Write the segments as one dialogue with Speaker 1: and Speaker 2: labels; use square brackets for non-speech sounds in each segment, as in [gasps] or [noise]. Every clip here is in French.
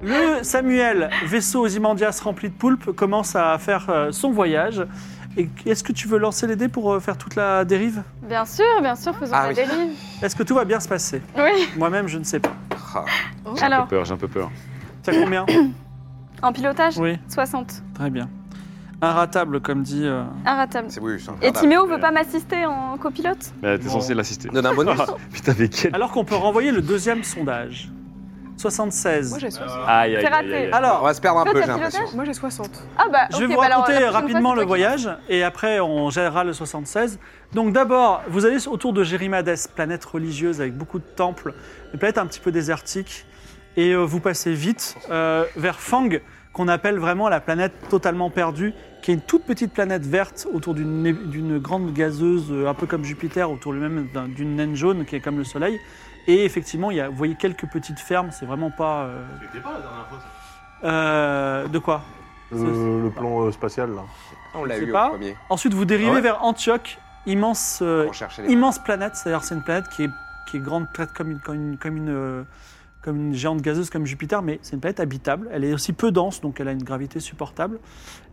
Speaker 1: Le Samuel, vaisseau aux Imandias rempli de poulpes, commence à faire euh, son voyage. Et est-ce que tu veux lancer les dés pour euh, faire toute la dérive
Speaker 2: Bien sûr, bien sûr, faisons
Speaker 3: Ah
Speaker 2: la
Speaker 3: oui.
Speaker 2: dérive.
Speaker 1: Est-ce que tout va bien se passer
Speaker 2: Oui.
Speaker 1: Moi-même, je ne sais pas.
Speaker 3: Ah, J'ai un
Speaker 2: Alors,
Speaker 3: peu peur, j'ai un peu peur.
Speaker 1: T'as combien
Speaker 2: en pilotage,
Speaker 1: [coughs] Oui,
Speaker 2: 60.
Speaker 1: très bien. Inratable, comme dit. euh,
Speaker 2: Inratable.
Speaker 3: C'est oui, c'est
Speaker 2: Et
Speaker 3: infernal.
Speaker 2: Timéo veut pas m'assister en copilote
Speaker 3: Mais t'es
Speaker 1: Bon.
Speaker 3: censé l'assister. Ah,
Speaker 4: Donne un
Speaker 3: [laughs]
Speaker 4: bonus.
Speaker 3: Putain, mais quel.
Speaker 1: Alors qu'on peut renvoyer le deuxième sondage. 76.
Speaker 5: Moi j'ai 60.
Speaker 3: Aïe, aïe,
Speaker 2: C'est
Speaker 3: aïe,
Speaker 2: raté.
Speaker 3: aïe, aïe.
Speaker 4: On
Speaker 1: Alors,
Speaker 4: va se perdre un
Speaker 2: Toi,
Speaker 4: peu,
Speaker 2: t'as
Speaker 4: j'ai l'impression.
Speaker 2: pilotage
Speaker 5: Moi j'ai 60.
Speaker 2: Ah bah,
Speaker 1: je vais
Speaker 2: ok,
Speaker 1: vous
Speaker 2: bah alors, la
Speaker 1: raconter
Speaker 2: prochaine fois,
Speaker 1: rapidement
Speaker 2: c'est
Speaker 1: le
Speaker 2: toi qui-
Speaker 1: voyage et après on gérera le 76. Donc d'abord, vous allez autour de Gérimades, planète religieuse avec beaucoup de temples, une planète un petit peu désertique, et euh, vous passez vite euh, vers Fang, qu'on appelle vraiment la planète totalement perdue, qui est une toute petite planète verte autour d'une né- d'une grande gazeuse, euh, un peu comme Jupiter, autour lui-même d'un- d'une naine jaune qui est comme le Soleil. Et effectivement, il y a, vous voyez quelques petites fermes, c'est vraiment pas... euh, euh, de quoi
Speaker 6: Le, le plan euh, spatial, là.
Speaker 4: [laughs] On l'a
Speaker 1: Je sais
Speaker 4: eu
Speaker 1: pas.
Speaker 4: au premier.
Speaker 1: Ensuite, vous dérivez
Speaker 4: Ah ouais
Speaker 1: vers Antioche, immense, euh,
Speaker 4: On cherchait les.
Speaker 1: immense planète. C'est-à-dire, c'est une planète qui est, qui est grande, traite comme une, comme, une, comme, une, euh, comme une géante gazeuse comme Jupiter, mais c'est une planète habitable. Elle est aussi peu dense, donc elle a une gravité supportable.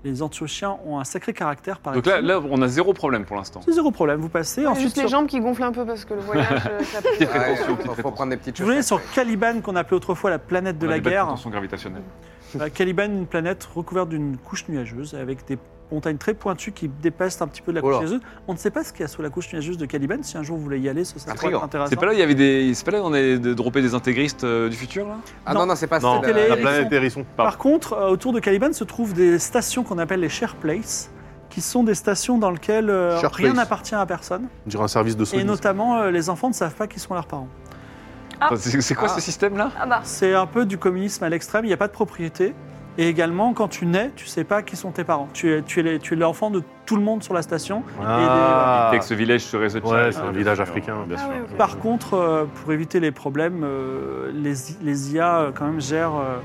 Speaker 1: Les Antiochiens ont un sacré caractère, par
Speaker 3: Donc là, là, on a zéro problème pour l'instant.
Speaker 1: c'est zéro problème, vous passez. ensuite,
Speaker 5: Juste les
Speaker 1: sur-
Speaker 5: jambes qui gonflent un peu parce que le voyage. euh, ça peut-
Speaker 3: Petite
Speaker 4: Ah,
Speaker 3: rétention,
Speaker 4: ouais,
Speaker 3: petite
Speaker 4: faut- faut
Speaker 3: rétention.
Speaker 4: prendre des petites
Speaker 1: je vous voulais
Speaker 4: chaussettes.
Speaker 1: sur Caliban, qu'on appelait autrefois la planète de
Speaker 3: On a
Speaker 1: la
Speaker 3: des bêtes
Speaker 1: guerre.
Speaker 3: Tension gravitationnelle.
Speaker 1: Euh, Caliban, une planète recouverte d'une couche nuageuse avec des montagnes très pointues qui dépassent un petit peu de la couche
Speaker 4: Oh là.
Speaker 1: nuageuse. On ne sait pas ce qu'il y a sous la couche nuageuse de Caliban. Si un jour vous voulez y aller, ce serait
Speaker 4: Intriguant.
Speaker 1: intéressant.
Speaker 3: C'est pas là où il y avait des. C'est pas là où on est de dropper des intégristes euh, du futur là
Speaker 4: Ah non, non, c'est pas
Speaker 6: Non,
Speaker 4: c'est
Speaker 1: c'était
Speaker 4: la-
Speaker 6: la
Speaker 1: les-
Speaker 6: planète Hérisson.
Speaker 1: Par contre, euh, autour de Caliban se trouvent des stations qu'on appelle les Share Place, qui sont des stations dans lesquelles euh,
Speaker 6: Share
Speaker 1: rien
Speaker 6: place.
Speaker 1: n'appartient à personne.
Speaker 6: On dirait un service de
Speaker 1: Et
Speaker 6: soins.
Speaker 1: notamment, euh, les enfants ne savent pas qui sont leurs parents.
Speaker 2: Ah.
Speaker 3: Enfin, C'est c'est quoi
Speaker 4: Ah.
Speaker 3: ce système là
Speaker 2: Ah bah,
Speaker 1: C'est un peu du communisme à l'extrême, il n'y a pas de propriété. Et également, quand tu nais, tu sais pas qui sont tes parents. Tu es, tu es les- tu es l'enfant de tout le monde sur la station.
Speaker 6: Ah.
Speaker 3: Avec ce village, ce réseau de
Speaker 6: Ouais,
Speaker 3: chat,
Speaker 6: c'est
Speaker 3: euh,
Speaker 6: un village
Speaker 3: bien
Speaker 6: africain.
Speaker 3: sûr, Bien
Speaker 5: Ah
Speaker 3: sûr.
Speaker 5: ouais, ok.
Speaker 1: Par contre, euh, pour éviter les problèmes, euh, les, I- les IA euh, quand même gèrent. euh,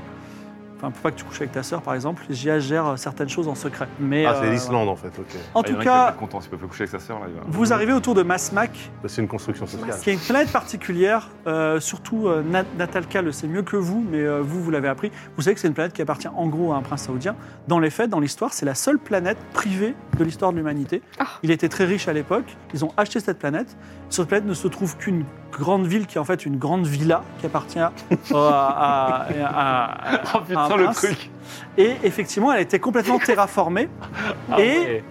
Speaker 1: Enfin, pour pas que tu couches avec ta sœur, par exemple, les IA gèrent euh, certaines choses en secret. Mais,
Speaker 6: Ah,
Speaker 1: euh,
Speaker 6: c'est l'Islande, en fait, ok.
Speaker 1: En
Speaker 3: Ah, il y
Speaker 1: tout
Speaker 3: en a qui va
Speaker 1: cas,
Speaker 3: être content, s'il peut plus coucher avec sa sœur là. il va-
Speaker 1: Vous arrivez autour de Masmac,
Speaker 6: Bah, C'est une construction sociale.
Speaker 1: qui est une planète particulière. euh, surtout, euh, Nat- Natalka le sait mieux que vous, mais euh, vous, vous l'avez appris. Vous savez que c'est une planète qui appartient en gros à un prince saoudien. Dans les faits, dans l'histoire, c'est la seule planète privée de l'histoire de l'humanité.
Speaker 2: Ah.
Speaker 1: Il était très riche à l'époque. Ils ont acheté cette planète. Sur cette planète ne se trouve qu'une grande ville qui est en fait une grande villa qui appartient à- euh, à- à- à-
Speaker 3: Oh
Speaker 1: Ah,
Speaker 3: putain, le
Speaker 1: mince.
Speaker 3: truc
Speaker 1: et effectivement, elle a été complètement terraformée. et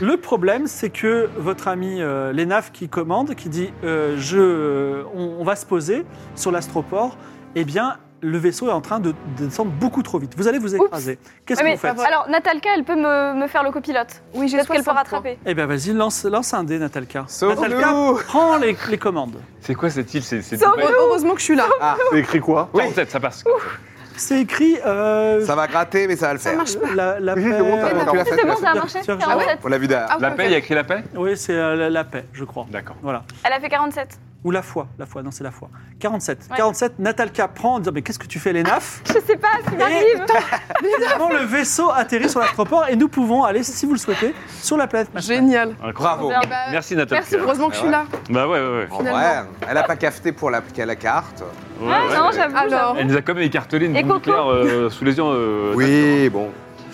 Speaker 1: le problème, c'est que votre ami euh, Lenaf qui commande, qui dit euh, je, euh, on, on va se poser sur l'astroport, eh bien, le vaisseau est en train de, de descendre beaucoup trop vite. Vous allez vous écraser. Qu'est-ce
Speaker 5: Ah,
Speaker 2: ouais,
Speaker 1: que
Speaker 2: Ah mais-
Speaker 1: vous faites
Speaker 2: alors Natalka, elle peut me, me faire le copilote.
Speaker 5: Oui, j'ai
Speaker 2: Peut-être qu'elle peut
Speaker 5: 60 points.
Speaker 2: rattraper.
Speaker 1: Eh bien, vas-y, lance, lance un dé, Natalka.
Speaker 4: Sauve-nous
Speaker 1: Natalka prends les, les commandes.
Speaker 3: C'est quoi cette île C'est c'est
Speaker 2: Sauve-
Speaker 3: Dubaï
Speaker 5: Heureusement que je suis là.
Speaker 6: C'est écrit quoi
Speaker 3: 47, ça passe.
Speaker 1: C'est écrit euh,
Speaker 4: Ça va gratter, mais ça va le
Speaker 5: Ça
Speaker 4: faire.
Speaker 5: marche pas.
Speaker 1: la, la paix.
Speaker 6: bon, t'as-
Speaker 5: Ouais,
Speaker 4: Tu l'as fait,
Speaker 2: C'est
Speaker 4: tu l'as
Speaker 2: bon,
Speaker 4: fait.
Speaker 2: ça a marché
Speaker 1: Sur-
Speaker 2: 47.
Speaker 4: On l'a vu derrière.
Speaker 5: Ah, ok,
Speaker 3: La
Speaker 5: ok.
Speaker 3: paix, il y a écrit la paix
Speaker 1: Oui, c'est euh, la, la paix, je crois.
Speaker 3: D'accord.
Speaker 1: Voilà.
Speaker 2: Elle a fait 47.
Speaker 1: Ou la foi. La foi, non, c'est la foi. 47.
Speaker 2: Ouais.
Speaker 1: 47, Natalka prend en disant Mais qu'est-ce que tu fais, Lenaf
Speaker 2: Je sais pas ce qui m'arrive.
Speaker 1: Finalement, le vaisseau atterrit sur l'astroport et nous pouvons aller, si vous le souhaitez, sur la planète Mars.
Speaker 5: Génial.
Speaker 4: Bravo.
Speaker 2: Bien.
Speaker 5: Bah,
Speaker 3: Merci Nathalie.
Speaker 2: Euh, Merci,
Speaker 5: Heureusement que je suis là.
Speaker 3: Bah ouais, ouais, ouais.
Speaker 4: En vrai,
Speaker 5: Finalement.
Speaker 4: elle a pas cafeté pour la, la carte.
Speaker 3: Ouais,
Speaker 2: Ah
Speaker 3: ouais,
Speaker 2: non,
Speaker 3: ouais.
Speaker 2: j'avoue.
Speaker 5: Alors.
Speaker 2: j'avoue.
Speaker 3: Elle nous a quand même écartelé une
Speaker 2: Et
Speaker 3: bombe
Speaker 2: Coco
Speaker 3: nucléaire euh, sous les yeux. euh,
Speaker 4: Oui, bon.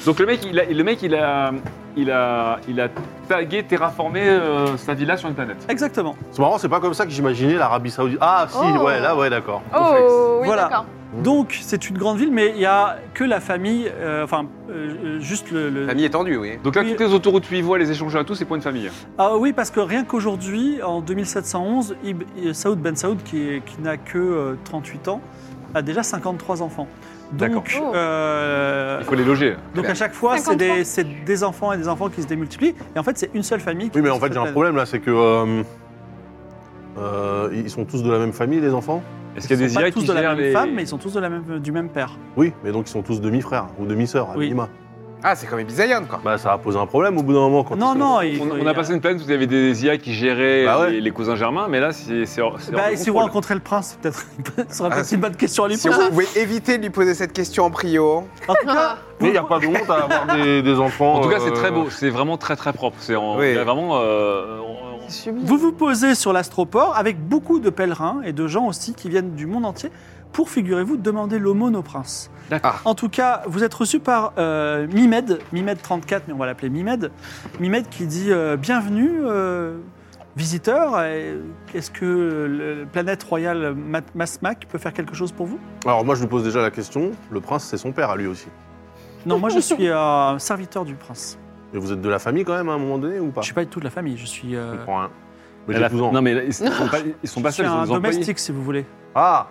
Speaker 3: Donc le mec, il a, le mec, il a, il a, il a tagué, terraformé euh, sa villa sur une planète.
Speaker 1: Exactement.
Speaker 6: C'est marrant, c'est pas comme ça que j'imaginais l'Arabie Saoudite. Ah, si,
Speaker 2: Oh.
Speaker 6: ouais, là, ouais, d'accord.
Speaker 2: Oh, oui,
Speaker 1: Voilà.
Speaker 2: d'accord.
Speaker 1: Donc, c'est une grande ville, mais il n'y a que la famille, euh, enfin, euh, euh, juste le. le-
Speaker 4: Famille étendue, oui.
Speaker 3: Donc là,
Speaker 1: Oui.
Speaker 3: toutes les autoroutes 8 voies, les échangeurs et tout, c'est pour une famille.
Speaker 1: Ah oui, parce que rien qu'aujourd'hui, en 2711, Ib- Saoud Ben Saoud, qui, est- qui n'a que euh, 38 ans, a déjà 53 enfants. Donc,
Speaker 5: D'accord.
Speaker 1: euh,
Speaker 3: Il faut les loger.
Speaker 1: donc à chaque fois, c'est des, c'est des enfants et des enfants qui se démultiplient. Et en fait, c'est une seule famille. qui
Speaker 6: Oui, mais en
Speaker 1: se
Speaker 6: fait, j'ai un
Speaker 1: peuple.
Speaker 6: problème là, c'est que. euh, euh, ils sont tous de la même famille, les enfants
Speaker 3: Est-ce qu'il y a
Speaker 1: Ils
Speaker 3: des
Speaker 1: sont
Speaker 3: IA
Speaker 1: pas
Speaker 3: qui
Speaker 1: tous de la
Speaker 3: gèrent
Speaker 1: même
Speaker 3: les...
Speaker 1: femme, mais ils sont tous de la même, du même père.
Speaker 6: Oui, mais donc ils sont tous demi-frères ou demi-sœurs, à
Speaker 1: Oui.
Speaker 6: minima.
Speaker 4: Ah, c'est comme Ibizaïan, quoi.
Speaker 6: Bah, ça va poser un problème au bout d'un moment quand
Speaker 1: Non,
Speaker 6: ils
Speaker 1: non, il-
Speaker 3: On, on
Speaker 1: il-
Speaker 3: a passé une planète où il y avait des IA qui géraient euh,
Speaker 6: Bah ouais.
Speaker 3: les, les cousins germains, mais là, c'est c'est hors, c'est hors
Speaker 1: Bah,
Speaker 3: de
Speaker 1: si vous
Speaker 3: contrôle.
Speaker 1: rencontrez le prince, peut-être, ce sera
Speaker 4: Ah,
Speaker 1: peut-être une bonne question à lui
Speaker 4: Si
Speaker 1: poser.
Speaker 4: vous pouvez éviter de lui poser cette question en prio.
Speaker 1: En tout
Speaker 5: [laughs]
Speaker 1: cas,
Speaker 6: Mais il n'y a pas de honte à avoir des, des enfants.
Speaker 3: En tout cas, c'est
Speaker 6: euh,
Speaker 3: très beau, c'est vraiment très très propre. C'est en-
Speaker 4: Oui.
Speaker 3: il y a vraiment. euh, on- on-
Speaker 5: C'est sublime.
Speaker 1: vous vous posez sur l'astroport avec beaucoup de pèlerins et de gens aussi qui viennent du monde entier pour, figurez-vous, demander l'aumône au prince.
Speaker 3: D'accord.
Speaker 1: En tout cas, vous êtes reçu par euh, Mimed, Mimed34, mais on va l'appeler Mimed. Mimed qui dit euh, Bienvenue, euh, visiteurs. euh, Est-ce que le le planète royale Ma- Masmac peut faire quelque chose pour vous
Speaker 6: Alors, moi, je lui pose déjà la question le prince, c'est son père à lui aussi.
Speaker 1: Non, moi je suis euh, serviteur du prince.
Speaker 6: Et vous êtes de la famille quand même à un moment donné ou pas
Speaker 1: Je suis pas du tout de la famille, je suis. euh,
Speaker 6: Je comprends rien. Mais
Speaker 3: Elle
Speaker 6: j'ai
Speaker 3: a-
Speaker 6: 12 ans.
Speaker 3: Non, mais là,
Speaker 1: [laughs]
Speaker 3: ils sont pas, ils sont pas
Speaker 1: je suis
Speaker 3: seuls, ils sont
Speaker 1: un
Speaker 3: des employés.
Speaker 1: domestique si vous voulez.
Speaker 6: Ah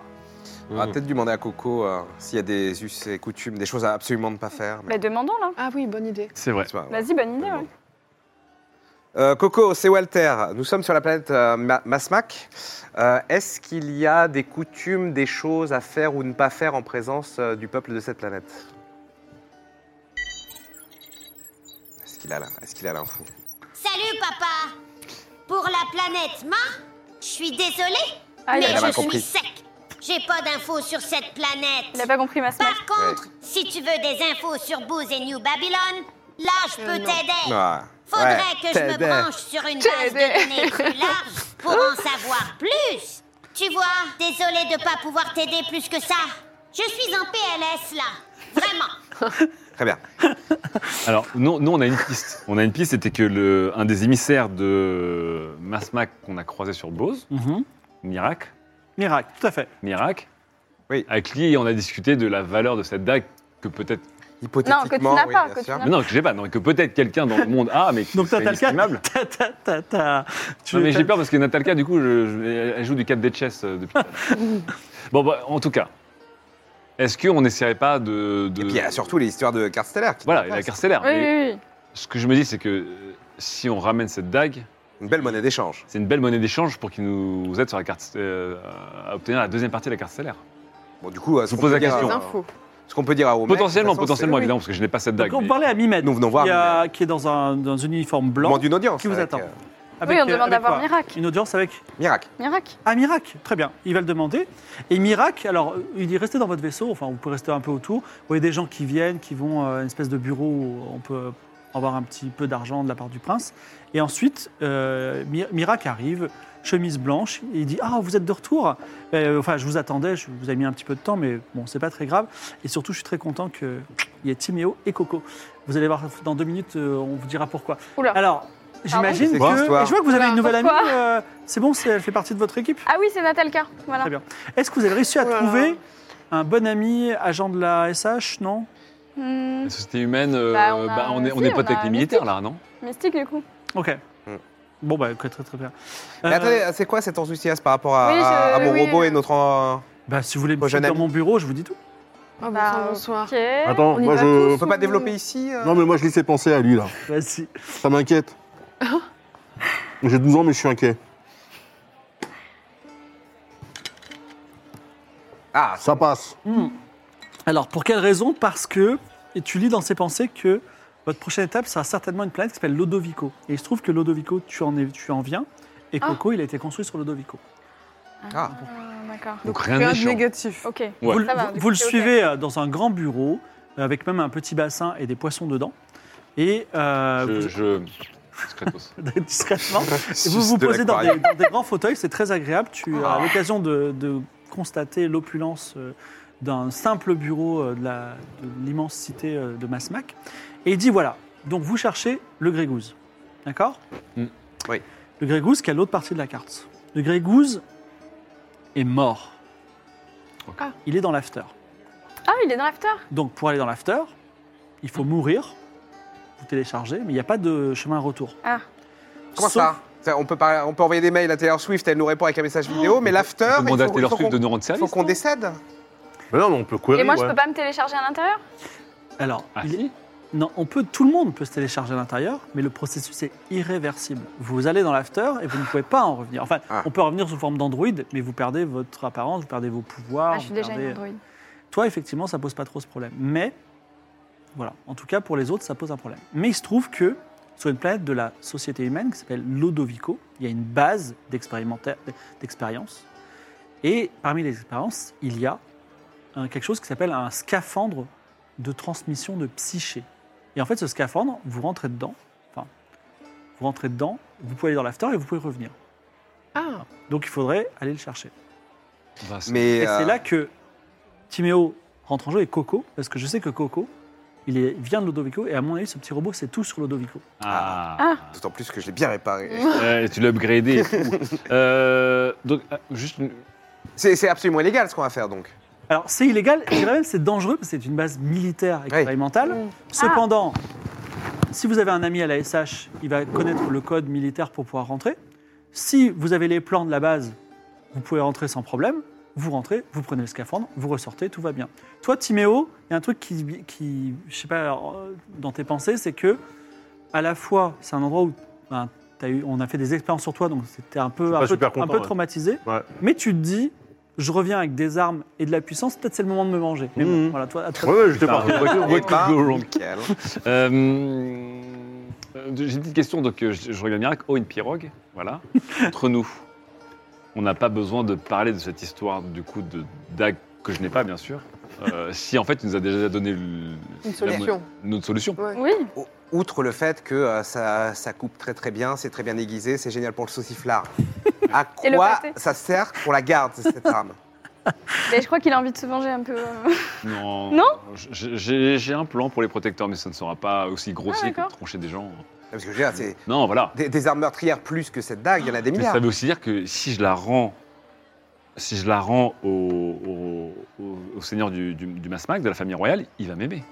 Speaker 4: On va peut-être demander à Coco euh, s'il y a des us et coutumes, des choses à absolument ne pas faire.
Speaker 2: Mais
Speaker 4: mais-
Speaker 2: demandons là.
Speaker 5: Ah oui, bonne idée.
Speaker 3: C'est vrai.
Speaker 4: C'est pas-
Speaker 2: Vas-y, bonne idée. ouais.
Speaker 4: Euh, Coco, c'est Walter. Nous sommes sur la planète euh, Ma- Masmac. Euh, Est-ce qu'il y a des coutumes, des choses à faire ou ne pas faire en présence euh, du peuple de cette planète Est-ce qu'il a la- est-ce qu'il a l'info
Speaker 7: Salut papa Pour la planète Ma, je suis désolée,
Speaker 2: Aïe,
Speaker 7: mais
Speaker 2: aïe,
Speaker 4: elle a
Speaker 7: je
Speaker 4: mal
Speaker 7: suis
Speaker 4: compris.
Speaker 7: sec. J'ai pas d'infos sur cette
Speaker 2: il a
Speaker 7: planète.
Speaker 2: pas compris ma smack.
Speaker 7: Par contre, si tu veux des infos sur Booz et New Babylon, là je peux t'aider.
Speaker 4: Ouais.
Speaker 7: Faudrait
Speaker 4: Ouais.
Speaker 7: que je me
Speaker 4: T'aider.
Speaker 7: branche sur une base de données plus large pour en savoir plus. Tu vois, désolée de pas pouvoir t'aider plus que ça. Je suis en PLS là, vraiment.
Speaker 4: Très bien.
Speaker 3: Alors, nous, nous, on a une piste. On a une piste, c'était que le, un des émissaires de Masmac qu'on a croisé sur Bose,
Speaker 1: Mhm.
Speaker 3: Mirac,
Speaker 1: Miracle, tout à fait.
Speaker 3: Mirac,
Speaker 4: Oui.
Speaker 3: avec lui, on a discuté de la valeur de cette dague que peut-être.
Speaker 4: Hypothétiquement,
Speaker 2: Non, que tu n'as
Speaker 4: oui,
Speaker 2: pas,
Speaker 4: bien
Speaker 2: que tu
Speaker 4: sûr.
Speaker 2: n'as
Speaker 3: Mais non, que j'ai pas, non, que peut-être quelqu'un dans le monde a, mais qui
Speaker 1: Ah. Donc t'as
Speaker 3: serait
Speaker 1: Talca. [laughs]
Speaker 3: inestimable.
Speaker 1: t'as- t'as- t'as- t'as- tu-
Speaker 3: Non, mais j'ai
Speaker 1: t'as-
Speaker 3: peur parce que Natalka, du coup, je- je- elle joue du 4 d chess euh, depuis. tout à
Speaker 1: [laughs]
Speaker 3: l'heure. bon, bah, en tout cas, est-ce qu'on n'essaierait pas de. de-
Speaker 4: Et puis il y a surtout les histoires de cartes stellaires. qui-
Speaker 3: Voilà, il y a la carte stellaire.
Speaker 2: Oui,
Speaker 3: Mais
Speaker 2: oui, oui.
Speaker 3: ce que je me dis, c'est que euh, si on ramène cette dague,
Speaker 4: Une belle monnaie d'échange.
Speaker 3: c'est une belle monnaie d'échange pour qu'ils nous aident sur la carte, euh, à obtenir la deuxième partie de la carte stellaire.
Speaker 4: Bon, du coup, euh,
Speaker 3: Je
Speaker 4: ce
Speaker 3: vous
Speaker 4: qu'on
Speaker 3: pose
Speaker 4: peut
Speaker 3: la
Speaker 4: dire,
Speaker 5: Des
Speaker 3: question.
Speaker 4: euh,
Speaker 5: infos.
Speaker 4: Ce qu'on peut dire à Omer,
Speaker 3: potentiellement,
Speaker 4: de toute façon,
Speaker 3: potentiellement,
Speaker 4: c'est-
Speaker 3: évidemment, parce que je n'ai pas cette dague.
Speaker 1: Donc on
Speaker 3: mais-
Speaker 1: parlait à Mimed.
Speaker 4: Nous venons voir
Speaker 1: qui, a- qui est dans un, dans un uniforme
Speaker 4: On
Speaker 1: blanc.
Speaker 4: demande une audience.
Speaker 1: Qui vous
Speaker 4: avec,
Speaker 1: attend
Speaker 4: euh,
Speaker 1: Avec,
Speaker 2: Oui, on
Speaker 1: euh,
Speaker 2: demande
Speaker 1: avec
Speaker 2: d'avoir
Speaker 1: quoi
Speaker 2: Miracle.
Speaker 1: Une audience avec
Speaker 4: Miracle.
Speaker 2: Miracle.
Speaker 1: Ah, Mirac, très bien, il va le demander. Et Mirac, alors, il dit restez dans votre vaisseau, enfin, vous pouvez rester un peu autour. Vous voyez des gens qui viennent, qui vont à une espèce de bureau où on peut avoir un petit peu d'argent de la part du prince. Et ensuite, euh, Mi- Mirac arrive, chemise blanche, et il dit Ah, vous êtes de retour Euh, Enfin, je vous attendais, je vous ai mis un petit peu de temps, mais bon, c'est pas très grave. Et surtout, je suis très content qu'il y ait Timéo et Coco. Vous allez voir, dans deux minutes, euh, on vous dira pourquoi.
Speaker 2: Oula.
Speaker 1: Alors, j'imagine que.
Speaker 4: C'est
Speaker 1: Et
Speaker 4: quoi, cette
Speaker 1: je
Speaker 4: histoire
Speaker 1: vois que vous avez une nouvelle amie.
Speaker 2: Pourquoi
Speaker 1: euh, c'est bon, c'est- elle fait partie de votre équipe
Speaker 2: Ah oui, c'est Natalka. Voilà.
Speaker 1: Très bien. Est-ce que vous avez réussi à
Speaker 5: Oh là là.
Speaker 1: trouver un bon ami, agent de la SH Non
Speaker 2: Hmm,
Speaker 3: La société humaine, euh,
Speaker 2: Bah, on a-
Speaker 3: bah, on est, on
Speaker 2: si,
Speaker 3: est
Speaker 2: on
Speaker 3: potes
Speaker 2: a
Speaker 3: avec les
Speaker 2: un
Speaker 3: militaires,
Speaker 2: mystique.
Speaker 3: là, non
Speaker 2: Mystique du coup.
Speaker 1: Ok.
Speaker 4: Hmm.
Speaker 1: Bon, bah, très très, très bien.
Speaker 4: Mais
Speaker 1: Euh,
Speaker 4: attendez, c'est quoi cet enthousiasme par rapport à,
Speaker 2: Oui, je-
Speaker 4: à- à mon
Speaker 2: oui,
Speaker 4: robot
Speaker 2: euh,
Speaker 4: et notre. en-
Speaker 1: bah, si vous voulez me
Speaker 4: Moi, j'ai
Speaker 1: suivre
Speaker 4: un
Speaker 1: dans
Speaker 4: ami.
Speaker 1: mon bureau, je vous dis tout.
Speaker 2: Bah,
Speaker 5: Ah, bah, bonsoir.
Speaker 2: Ok.
Speaker 6: Attends,
Speaker 5: On y
Speaker 6: moi
Speaker 5: va
Speaker 6: je.
Speaker 4: On peut pas développer ici euh
Speaker 6: Non, mais moi je lui fais penser à lui là.
Speaker 1: Vas-y.
Speaker 6: Ça
Speaker 2: [laughs]
Speaker 6: m'inquiète. J'ai 12 ans, mais je suis inquiet.
Speaker 4: Ah,
Speaker 6: Ça passe.
Speaker 1: Alors, pour quelle raison Parce que et tu lis dans ses pensées que votre prochaine étape sera certainement une planète qui s'appelle Lodovico. Et il se trouve que Lodovico, tu en, es, tu en viens, et
Speaker 5: Ah.
Speaker 1: Coco, il a été construit sur Lodovico.
Speaker 4: ah.
Speaker 2: Ah, D'accord.
Speaker 3: Donc
Speaker 5: Rien
Speaker 3: rien de
Speaker 5: de
Speaker 3: méchant.
Speaker 5: négatif.
Speaker 2: Ok.
Speaker 3: Ouais.
Speaker 1: Vous, le-
Speaker 2: Ça va,
Speaker 1: vous-
Speaker 2: du
Speaker 1: vous
Speaker 2: coup,
Speaker 1: le
Speaker 2: c'est ok.
Speaker 1: suivez euh, dans un grand bureau, avec même un petit bassin et des poissons dedans. Et
Speaker 4: Ah,
Speaker 1: euh,
Speaker 3: Je.
Speaker 1: vous-
Speaker 3: je... Scratos.
Speaker 1: [laughs] discrètement. Et vous
Speaker 4: Suce
Speaker 1: vous
Speaker 4: de
Speaker 1: posez dans des,
Speaker 4: l'aquarium. Ah.
Speaker 1: dans des grands fauteuils, c'est très agréable. Tu as l'occasion de, de constater l'opulence euh, d'un simple bureau euh, de la- de l'immense cité euh, de Masmac. Et il dit voilà, donc vous cherchez le Grégouze. D'accord
Speaker 3: Mm.
Speaker 4: Oui.
Speaker 1: Le Grégouze qui est à l'autre partie de la carte. Le Grégouze est mort.
Speaker 3: Ok.
Speaker 5: Ah.
Speaker 1: Il est dans l'after.
Speaker 2: Ah, il est dans l'after.
Speaker 1: Donc pour aller dans l'after, il faut mourir, vous téléchargez, mais il n'y a pas de chemin retour.
Speaker 2: Ah.
Speaker 4: Comment
Speaker 1: Sauf-
Speaker 4: ça, Ça, on, peut parler- on peut envoyer des mails à Taylor Swift, elle nous répond avec un message vidéo, mais l'after.
Speaker 3: Demande à
Speaker 4: il faut-
Speaker 3: Taylor
Speaker 4: il faut
Speaker 3: Swift de
Speaker 4: qu'on-
Speaker 3: nous rendre
Speaker 4: il faut
Speaker 3: service.
Speaker 4: qu'on décède.
Speaker 6: Mais non, mais on peut query,
Speaker 2: Et moi, je
Speaker 6: ouais.
Speaker 2: peux pas me télécharger à l'intérieur
Speaker 1: Alors,
Speaker 3: Ah,
Speaker 1: il-
Speaker 3: si.
Speaker 1: non, on peut, tout le monde peut se télécharger à l'intérieur, mais le processus est irréversible. Vous allez dans l'after et vous ne pouvez pas en revenir. Enfin,
Speaker 4: Ah.
Speaker 1: on peut revenir sous forme d'android, mais vous perdez votre apparence, vous perdez vos pouvoirs.
Speaker 2: Ah, Je suis
Speaker 1: vous
Speaker 2: déjà
Speaker 1: perdez- euh,
Speaker 2: une android.
Speaker 1: Toi, effectivement, ça pose pas trop ce problème. Mais, voilà, en tout cas, pour les autres, ça pose un problème. Mais il se trouve que, sur une planète de la société humaine qui s'appelle Lodovico, il y a une base d'expérimenta- d'expériences. Et parmi les expériences, il y a un- quelque chose qui s'appelle un scaphandre de transmission de psyché. Et en fait, ce scaphandre, vous rentrez dedans, enfin, vous rentrez dedans, vous pouvez aller dans l'after et vous pouvez revenir.
Speaker 5: Ah,
Speaker 1: Donc, il faudrait aller le chercher.
Speaker 3: Vaste.
Speaker 4: Mais
Speaker 1: Et
Speaker 4: euh,
Speaker 1: c'est là que Timéo rentre en jeu et Coco, parce que je sais que Coco, il est, vient de Lodovico, et à mon avis, ce petit robot, c'est tout sur Lodovico.
Speaker 3: Ah.
Speaker 4: D'autant plus que je l'ai bien réparé.
Speaker 3: Euh, tu l'as upgradé. et tout.
Speaker 4: [laughs]
Speaker 3: Euh, donc, euh, juste. une-
Speaker 4: C'est c'est absolument illégal ce qu'on va faire donc.
Speaker 1: Alors, c'est illégal, je dirais même c'est dangereux, parce que c'est une base militaire expérimentale.
Speaker 5: Mm.
Speaker 1: Cependant, si vous avez un ami à la SH, il va connaître le code militaire pour pouvoir rentrer. Si vous avez les plans de la base, vous pouvez rentrer sans problème. Vous rentrez, vous prenez le scaphandre, vous ressortez, tout va bien. Toi, Timéo, il y a un truc qui, qui je sais pas, alors, euh, dans tes pensées, c'est que à la fois, c'est un endroit où ben, t'as eu, on a fait des expériences sur toi, donc c'était un
Speaker 6: Je suis
Speaker 1: peu,
Speaker 6: pas
Speaker 1: un peu,
Speaker 6: super
Speaker 1: un peu
Speaker 6: content, ouais.
Speaker 1: traumatisé.
Speaker 6: Ouais.
Speaker 1: Mais tu te dis, je reviens avec des armes et de la puissance, peut-être c'est le moment de me manger. Mais bon,
Speaker 6: Mhm.
Speaker 1: voilà, toi, à toi-
Speaker 6: Ouais, ouais, j'étais parti.
Speaker 3: Putain, What- what
Speaker 4: Eh
Speaker 3: could
Speaker 4: ben,
Speaker 3: go wrong
Speaker 4: nickel.
Speaker 3: Euh, euh, J'ai une petite question, donc euh, je, je regarde bien. Oh, une pirogue, voilà. Entre nous, on n'a pas besoin de parler de cette histoire du coup de dague que je n'ai pas, bien sûr. Euh, si en fait, il nous a déjà donné le-
Speaker 5: une
Speaker 3: la mo-
Speaker 5: solution.
Speaker 3: notre solution.
Speaker 2: Oui.
Speaker 4: O- Outre le fait que euh, ça, ça coupe très très bien, c'est très bien aiguisé, c'est génial pour le sauciflard. À
Speaker 2: [laughs] Et le
Speaker 4: quoi
Speaker 2: pâté.
Speaker 4: ça sert qu'on la garde cette arme
Speaker 2: Mais je crois qu'il a envie de se venger un peu. euh.
Speaker 3: Non.
Speaker 2: Non
Speaker 3: J'ai- J'ai j'ai un plan pour les protecteurs, mais ça ne sera pas aussi grossier que
Speaker 2: d'accord.
Speaker 3: de trancher des gens.
Speaker 4: Parce que je veux dire, c'est
Speaker 3: Non, voilà.
Speaker 4: des, des armes meurtrières plus que cette dague, il y en a des
Speaker 3: Mais ça
Speaker 4: milliards.
Speaker 3: veut aussi dire que si je la rends, si je la rends au, au- au- au seigneur du, du, du Masmac, de la famille royale, il va m'aimer.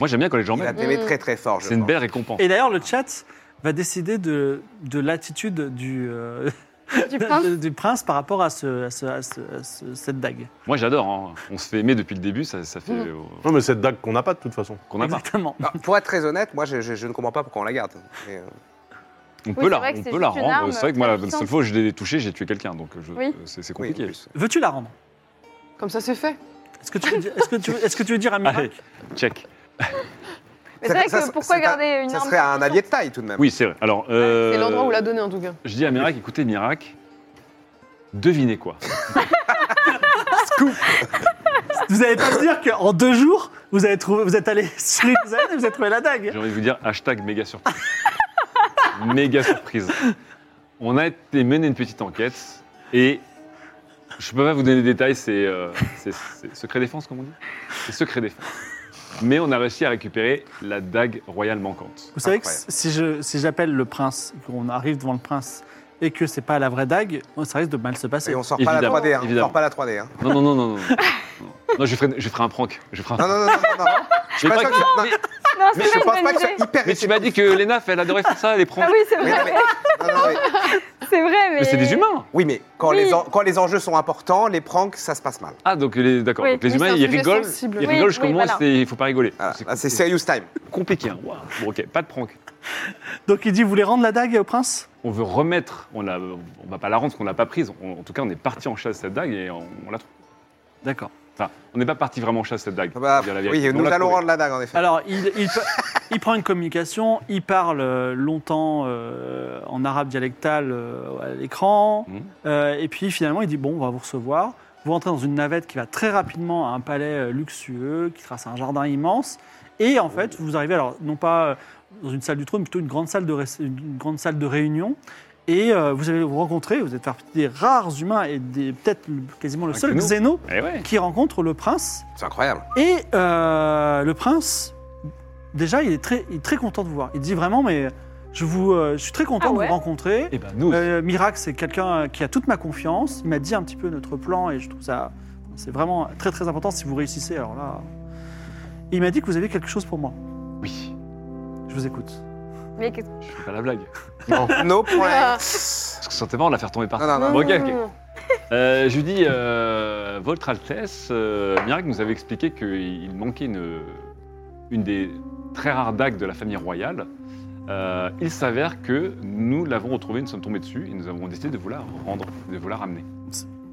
Speaker 3: Moi, j'aime bien quand les gens
Speaker 4: Il va
Speaker 3: m'aiment.
Speaker 4: t'aimer
Speaker 5: Mm.
Speaker 4: très très fort. je
Speaker 3: C'est une
Speaker 4: pense.
Speaker 3: belle récompense.
Speaker 1: Et d'ailleurs, le chat va décider de, de l'attitude du, euh, [laughs]
Speaker 2: Du prince.
Speaker 1: de- du prince par rapport à, ce, à, ce- à ce- à ce- cette dague.
Speaker 3: Moi, j'adore. hein. On se fait aimer depuis le début. Ça, ça fait
Speaker 5: Mm.
Speaker 3: euh,
Speaker 6: Non, mais cette dague qu'on n'a pas de toute façon.
Speaker 3: qu'on a pas.
Speaker 1: Exactement.
Speaker 4: Alors, Ah, pour être très honnête, moi je, je- je ne comprends pas pourquoi on la garde. Mais, euh,
Speaker 3: On
Speaker 2: c'est
Speaker 3: peut la,
Speaker 2: vrai que
Speaker 3: on
Speaker 2: c'est
Speaker 3: peut la
Speaker 2: juste une
Speaker 3: rendre.
Speaker 2: arme
Speaker 3: C'est vrai que moi, la
Speaker 2: très
Speaker 3: seule
Speaker 2: puissante.
Speaker 3: fois où je l'ai touché, j'ai tué quelqu'un. Donc, euh, je-
Speaker 2: Oui.
Speaker 3: c'est c'est
Speaker 4: oui, en
Speaker 3: compliqué.
Speaker 4: plus.
Speaker 1: Veux-tu la rendre
Speaker 5: Comme ça, c'est fait.
Speaker 1: Est-ce que, tu veux dire- est-ce, que tu, veux- est-ce que tu veux dire à Miracle
Speaker 3: Allez, check.
Speaker 2: Mais c'est vrai
Speaker 4: ça-
Speaker 2: que
Speaker 4: ça-
Speaker 2: pourquoi
Speaker 4: c'est
Speaker 2: garder
Speaker 4: un-
Speaker 2: une
Speaker 4: Ça
Speaker 2: arme
Speaker 4: serait un allié de taille tout de même.
Speaker 3: Oui, c'est vrai. Alors, euh,
Speaker 5: C'est l'endroit où l'a donné, en tout cas.
Speaker 3: je dis à Miracle, écoutez, Miracle, devinez quoi
Speaker 1: Vous n'allez pas me dire qu'en deux jours, vous, avez trouvé, vous êtes allé [laughs] sur les ailes et vous avez trouvé la dague
Speaker 3: J'ai envie de vous dire hashtag méga surprise. [laughs] méga surprise. On a été mené une petite enquête et je peux pas vous donner les détails, c'est euh, c'est- c'est secret défense comme on dit C'est secret défense. Mais on a réussi à récupérer la dague royale manquante.
Speaker 1: Vous savez
Speaker 4: Incroyable.
Speaker 1: que si, je, si j'appelle le prince, qu'on arrive devant le prince et que c'est pas la vraie dague, ça risque de mal se passer.
Speaker 4: Et on sort pas la
Speaker 3: Évidemment,
Speaker 4: 3D. hein. On
Speaker 3: évidemment.
Speaker 4: sort pas la 3D. hein.
Speaker 3: Non, non, non, non, non. Non, je, ferai, je ferai un prank. Je ferai un...
Speaker 4: Non, non, non, non, non, non.
Speaker 3: Je
Speaker 4: suis
Speaker 3: ferai
Speaker 4: pas
Speaker 3: un
Speaker 4: sûr
Speaker 3: prank.
Speaker 4: que-
Speaker 3: mais,
Speaker 2: Non, c'est
Speaker 3: Mais je
Speaker 4: Je
Speaker 2: pas
Speaker 4: pense
Speaker 2: une
Speaker 4: pas
Speaker 2: bonne
Speaker 4: que c'est
Speaker 2: idée.
Speaker 4: hyper
Speaker 3: mais tu m'as dit que Lena, elle adorait faire ça, les pranks.
Speaker 2: Ah oui, c'est
Speaker 4: Oui, non, mais-
Speaker 2: vrai.
Speaker 4: non, non, mais-
Speaker 2: C'est vrai, mais.
Speaker 3: Mais c'est des humains.
Speaker 4: Oui, mais quand,
Speaker 2: Oui.
Speaker 4: Les en- quand les enjeux sont importants, les pranks, ça se passe mal.
Speaker 3: Ah, donc les, d'accord.
Speaker 2: Oui,
Speaker 3: donc les
Speaker 5: oui,
Speaker 3: humains,
Speaker 5: c'est un
Speaker 3: ils
Speaker 5: sujet
Speaker 3: rigolent.
Speaker 5: sensible.
Speaker 3: Ils
Speaker 2: Oui,
Speaker 3: rigolent jusqu'au
Speaker 2: oui,
Speaker 3: moment où
Speaker 2: voilà.
Speaker 3: c'est- il faut pas rigoler.
Speaker 4: Voilà.
Speaker 3: C'est
Speaker 4: Ah, Là, C'est serious time.
Speaker 3: compliqué. hein. Waouh. Bon, ok, pas de prank.
Speaker 1: Donc il dit, vous voulez rendre la dague au prince
Speaker 3: on veut remettre, on ne on va pas la rendre parce qu'on l'a pas prise. On- en tout cas, on est parti en chasse cette dague et on, on l'a trouvée.
Speaker 1: D'accord.
Speaker 3: Enfin, on n'est pas parti vraiment en chasse cette dague.
Speaker 4: Ah
Speaker 3: pour
Speaker 4: bah,
Speaker 3: dire la vérité.
Speaker 4: oui,
Speaker 3: Mais on
Speaker 4: nous
Speaker 3: l'a
Speaker 4: allons
Speaker 3: trouvée.
Speaker 4: rendre la dague en effet.
Speaker 1: Alors, il, il, il prend une communication, il parle euh, longtemps euh, en arabe dialectal euh, à l'écran,
Speaker 3: Mhm.
Speaker 1: Euh, et puis finalement, il dit Bon, on va vous recevoir. Vous rentrez dans une navette qui va très rapidement à un palais euh, luxueux, qui trace un jardin immense, et en fait, vous arrivez alors non pas euh, dans une salle du trône, mais plutôt une grande salle de, ré- une grande salle de réunion. Et euh, vous allez vous rencontrer, vous êtes faire partie des rares humains et des- peut-être le- quasiment le
Speaker 3: Un
Speaker 1: seul
Speaker 3: que nous.
Speaker 1: xéno
Speaker 3: Eh ouais.
Speaker 1: qui rencontre le prince
Speaker 4: C'est incroyable.
Speaker 1: et euh, le prince, déjà, il est, très, il est très content de vous voir. Il dit vraiment, mais je, vous, euh, je suis très content
Speaker 2: Ah
Speaker 1: de
Speaker 2: ouais
Speaker 1: vous rencontrer.
Speaker 3: Eh ben nous.
Speaker 1: Euh, Mirac, c'est quelqu'un euh, qui a toute ma confiance. Il m'a dit un petit peu notre plan et je trouve ça, c'est vraiment très très important si vous réussissez. Alors là, il m'a dit que vous avez quelque chose pour moi.
Speaker 3: Oui.
Speaker 1: Je vous écoute.
Speaker 2: Mais qu'est-ce-
Speaker 3: Je fais pas la blague.
Speaker 4: No point.
Speaker 2: Ah.
Speaker 4: Ah,
Speaker 3: Parce que sentez pas, on l'a fait tomber par.
Speaker 4: Non, non, non.
Speaker 3: Bon, ok, ok. Euh, je lui dis, euh, Euh, votre Altesse, euh, Mirek nous avait expliqué qu'il manquait une, une des très rares dagues de la famille royale. Euh, il s'avère que nous l'avons retrouvée, nous sommes tombés dessus et nous avons décidé de vous la rendre, de vous la ramener.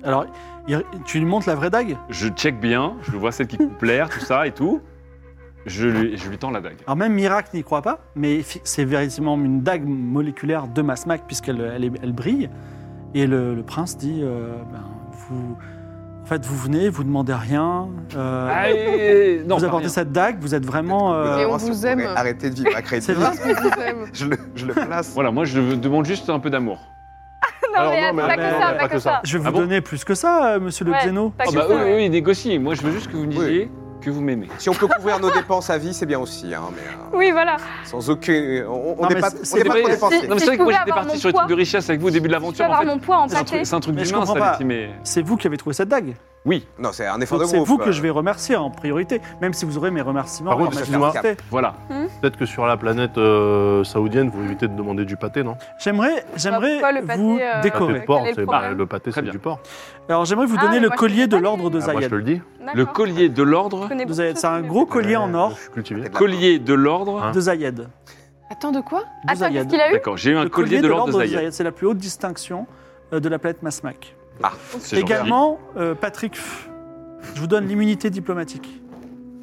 Speaker 1: Alors, il- tu lui montres la vraie dague
Speaker 3: Je check bien, je vois celle qui peut plaire, tout ça et tout. Je lui, je lui tends la dague.
Speaker 1: Alors même Miracle n'y croit pas, mais fi- c'est véritablement une dague moléculaire de Masmac puisqu'elle elle, est- elle brille. Et le, le prince dit, euh, ben, vous, en fait, vous venez, vous demandez rien, euh,
Speaker 6: Ah
Speaker 3: Allez, non,
Speaker 1: vous
Speaker 3: pas
Speaker 1: apportez
Speaker 3: rien.
Speaker 1: cette dague, vous êtes vraiment... euh,
Speaker 5: Et on
Speaker 4: Vraiment,
Speaker 5: vous
Speaker 4: si pourrait
Speaker 5: aime.
Speaker 4: Arrêter de vivre à Créteil.
Speaker 1: C'est vrai.
Speaker 4: je, le, je le place.
Speaker 3: Voilà, moi je demande juste un peu d'amour.
Speaker 2: Non,
Speaker 6: Alors,
Speaker 2: mais,
Speaker 6: non, mais-
Speaker 2: pas
Speaker 1: mais-
Speaker 2: que ça, pas que ça.
Speaker 1: je vais vous
Speaker 3: Ah bon
Speaker 1: donner plus que ça, euh, monsieur le
Speaker 2: Ouais,
Speaker 1: Xeno.
Speaker 2: pas
Speaker 3: Ah
Speaker 2: que
Speaker 3: bah
Speaker 2: ça,
Speaker 3: eux,
Speaker 2: ouais.
Speaker 3: eux, ils négocient. Moi, je veux juste que vous me
Speaker 4: Oui.
Speaker 3: disiez que vous m'aimez.
Speaker 4: Si on peut couvrir nos dépenses à vie, c'est bien aussi. Hein, mais, euh,
Speaker 2: Oui, voilà.
Speaker 4: sans aucun. On
Speaker 1: Non,
Speaker 4: on n'est
Speaker 1: mais
Speaker 4: pas,
Speaker 1: c'est-
Speaker 4: on
Speaker 1: c'est
Speaker 4: n'est pas
Speaker 3: vrai.
Speaker 4: trop dépensé.
Speaker 2: Si-
Speaker 3: Non,
Speaker 2: si
Speaker 3: mais c'est vrai
Speaker 2: je
Speaker 3: que moi
Speaker 2: pouvais
Speaker 3: j'étais
Speaker 2: avoir
Speaker 3: parti
Speaker 2: mon
Speaker 3: sur les trucs de
Speaker 2: poids,
Speaker 3: richesse avec vous au début de
Speaker 2: Je peux
Speaker 3: l'aventure. en
Speaker 2: avoir
Speaker 3: fait.
Speaker 2: mon poids en
Speaker 3: C'est un truc,
Speaker 2: pâté.
Speaker 3: c'est un truc
Speaker 1: Mais je
Speaker 3: d'humain,
Speaker 1: comprends
Speaker 3: ça, les
Speaker 1: pas.
Speaker 3: petits, mais.
Speaker 1: C'est vous qui avez trouvé cette dague.
Speaker 3: Oui,
Speaker 4: Non, c'est un effort
Speaker 1: Donc
Speaker 4: de
Speaker 1: c'est
Speaker 4: groupe.
Speaker 1: vous que
Speaker 4: euh,
Speaker 1: je vais remercier en priorité, même si vous aurez mes remerciements.
Speaker 6: Par contre,
Speaker 1: ma
Speaker 6: excuse-moi.
Speaker 1: générosité.
Speaker 3: voilà.
Speaker 6: Peut-être que sur la planète euh, saoudienne, vous évitez de demander du pâté, non
Speaker 1: J'aimerais, j'aimerais
Speaker 2: pourquoi le pâté,
Speaker 1: vous
Speaker 2: euh,
Speaker 6: Pâté
Speaker 1: décorer.
Speaker 6: de porc,
Speaker 2: Quel est le
Speaker 6: c'est-
Speaker 2: problème
Speaker 6: le pâté,
Speaker 3: Très
Speaker 6: c'est
Speaker 3: bien.
Speaker 6: du porc.
Speaker 1: Alors j'aimerais vous
Speaker 2: Ah,
Speaker 1: donner
Speaker 2: mais
Speaker 1: le
Speaker 2: moi, je
Speaker 1: collier
Speaker 2: connais
Speaker 1: de
Speaker 2: pas
Speaker 1: l'ordre de
Speaker 2: les-
Speaker 6: Ah, moi, je
Speaker 1: Zayed.
Speaker 6: te le dis.
Speaker 3: Le
Speaker 2: D'accord.
Speaker 3: collier de
Speaker 2: Je
Speaker 3: l'ordre.
Speaker 2: connais
Speaker 1: Vous
Speaker 2: beaucoup de
Speaker 1: avez-
Speaker 2: choses
Speaker 1: C'est un
Speaker 2: que-
Speaker 1: gros collier en
Speaker 6: Je
Speaker 1: or
Speaker 6: suis cultivé.
Speaker 3: Collier de l'ordre.
Speaker 6: Hein
Speaker 1: de Zayed.
Speaker 5: Attends, de quoi
Speaker 1: De
Speaker 2: Attends,
Speaker 1: Zayed.
Speaker 2: qu'est-ce qu'il a eu
Speaker 3: D'accord, j'ai eu un collier de l'ordre de Zayed.
Speaker 1: C'est la plus haute distinction euh, de la planète Masmac.
Speaker 3: C'est gentil.
Speaker 1: Également, euh, Patrick, F, je vous donne l'immunité diplomatique.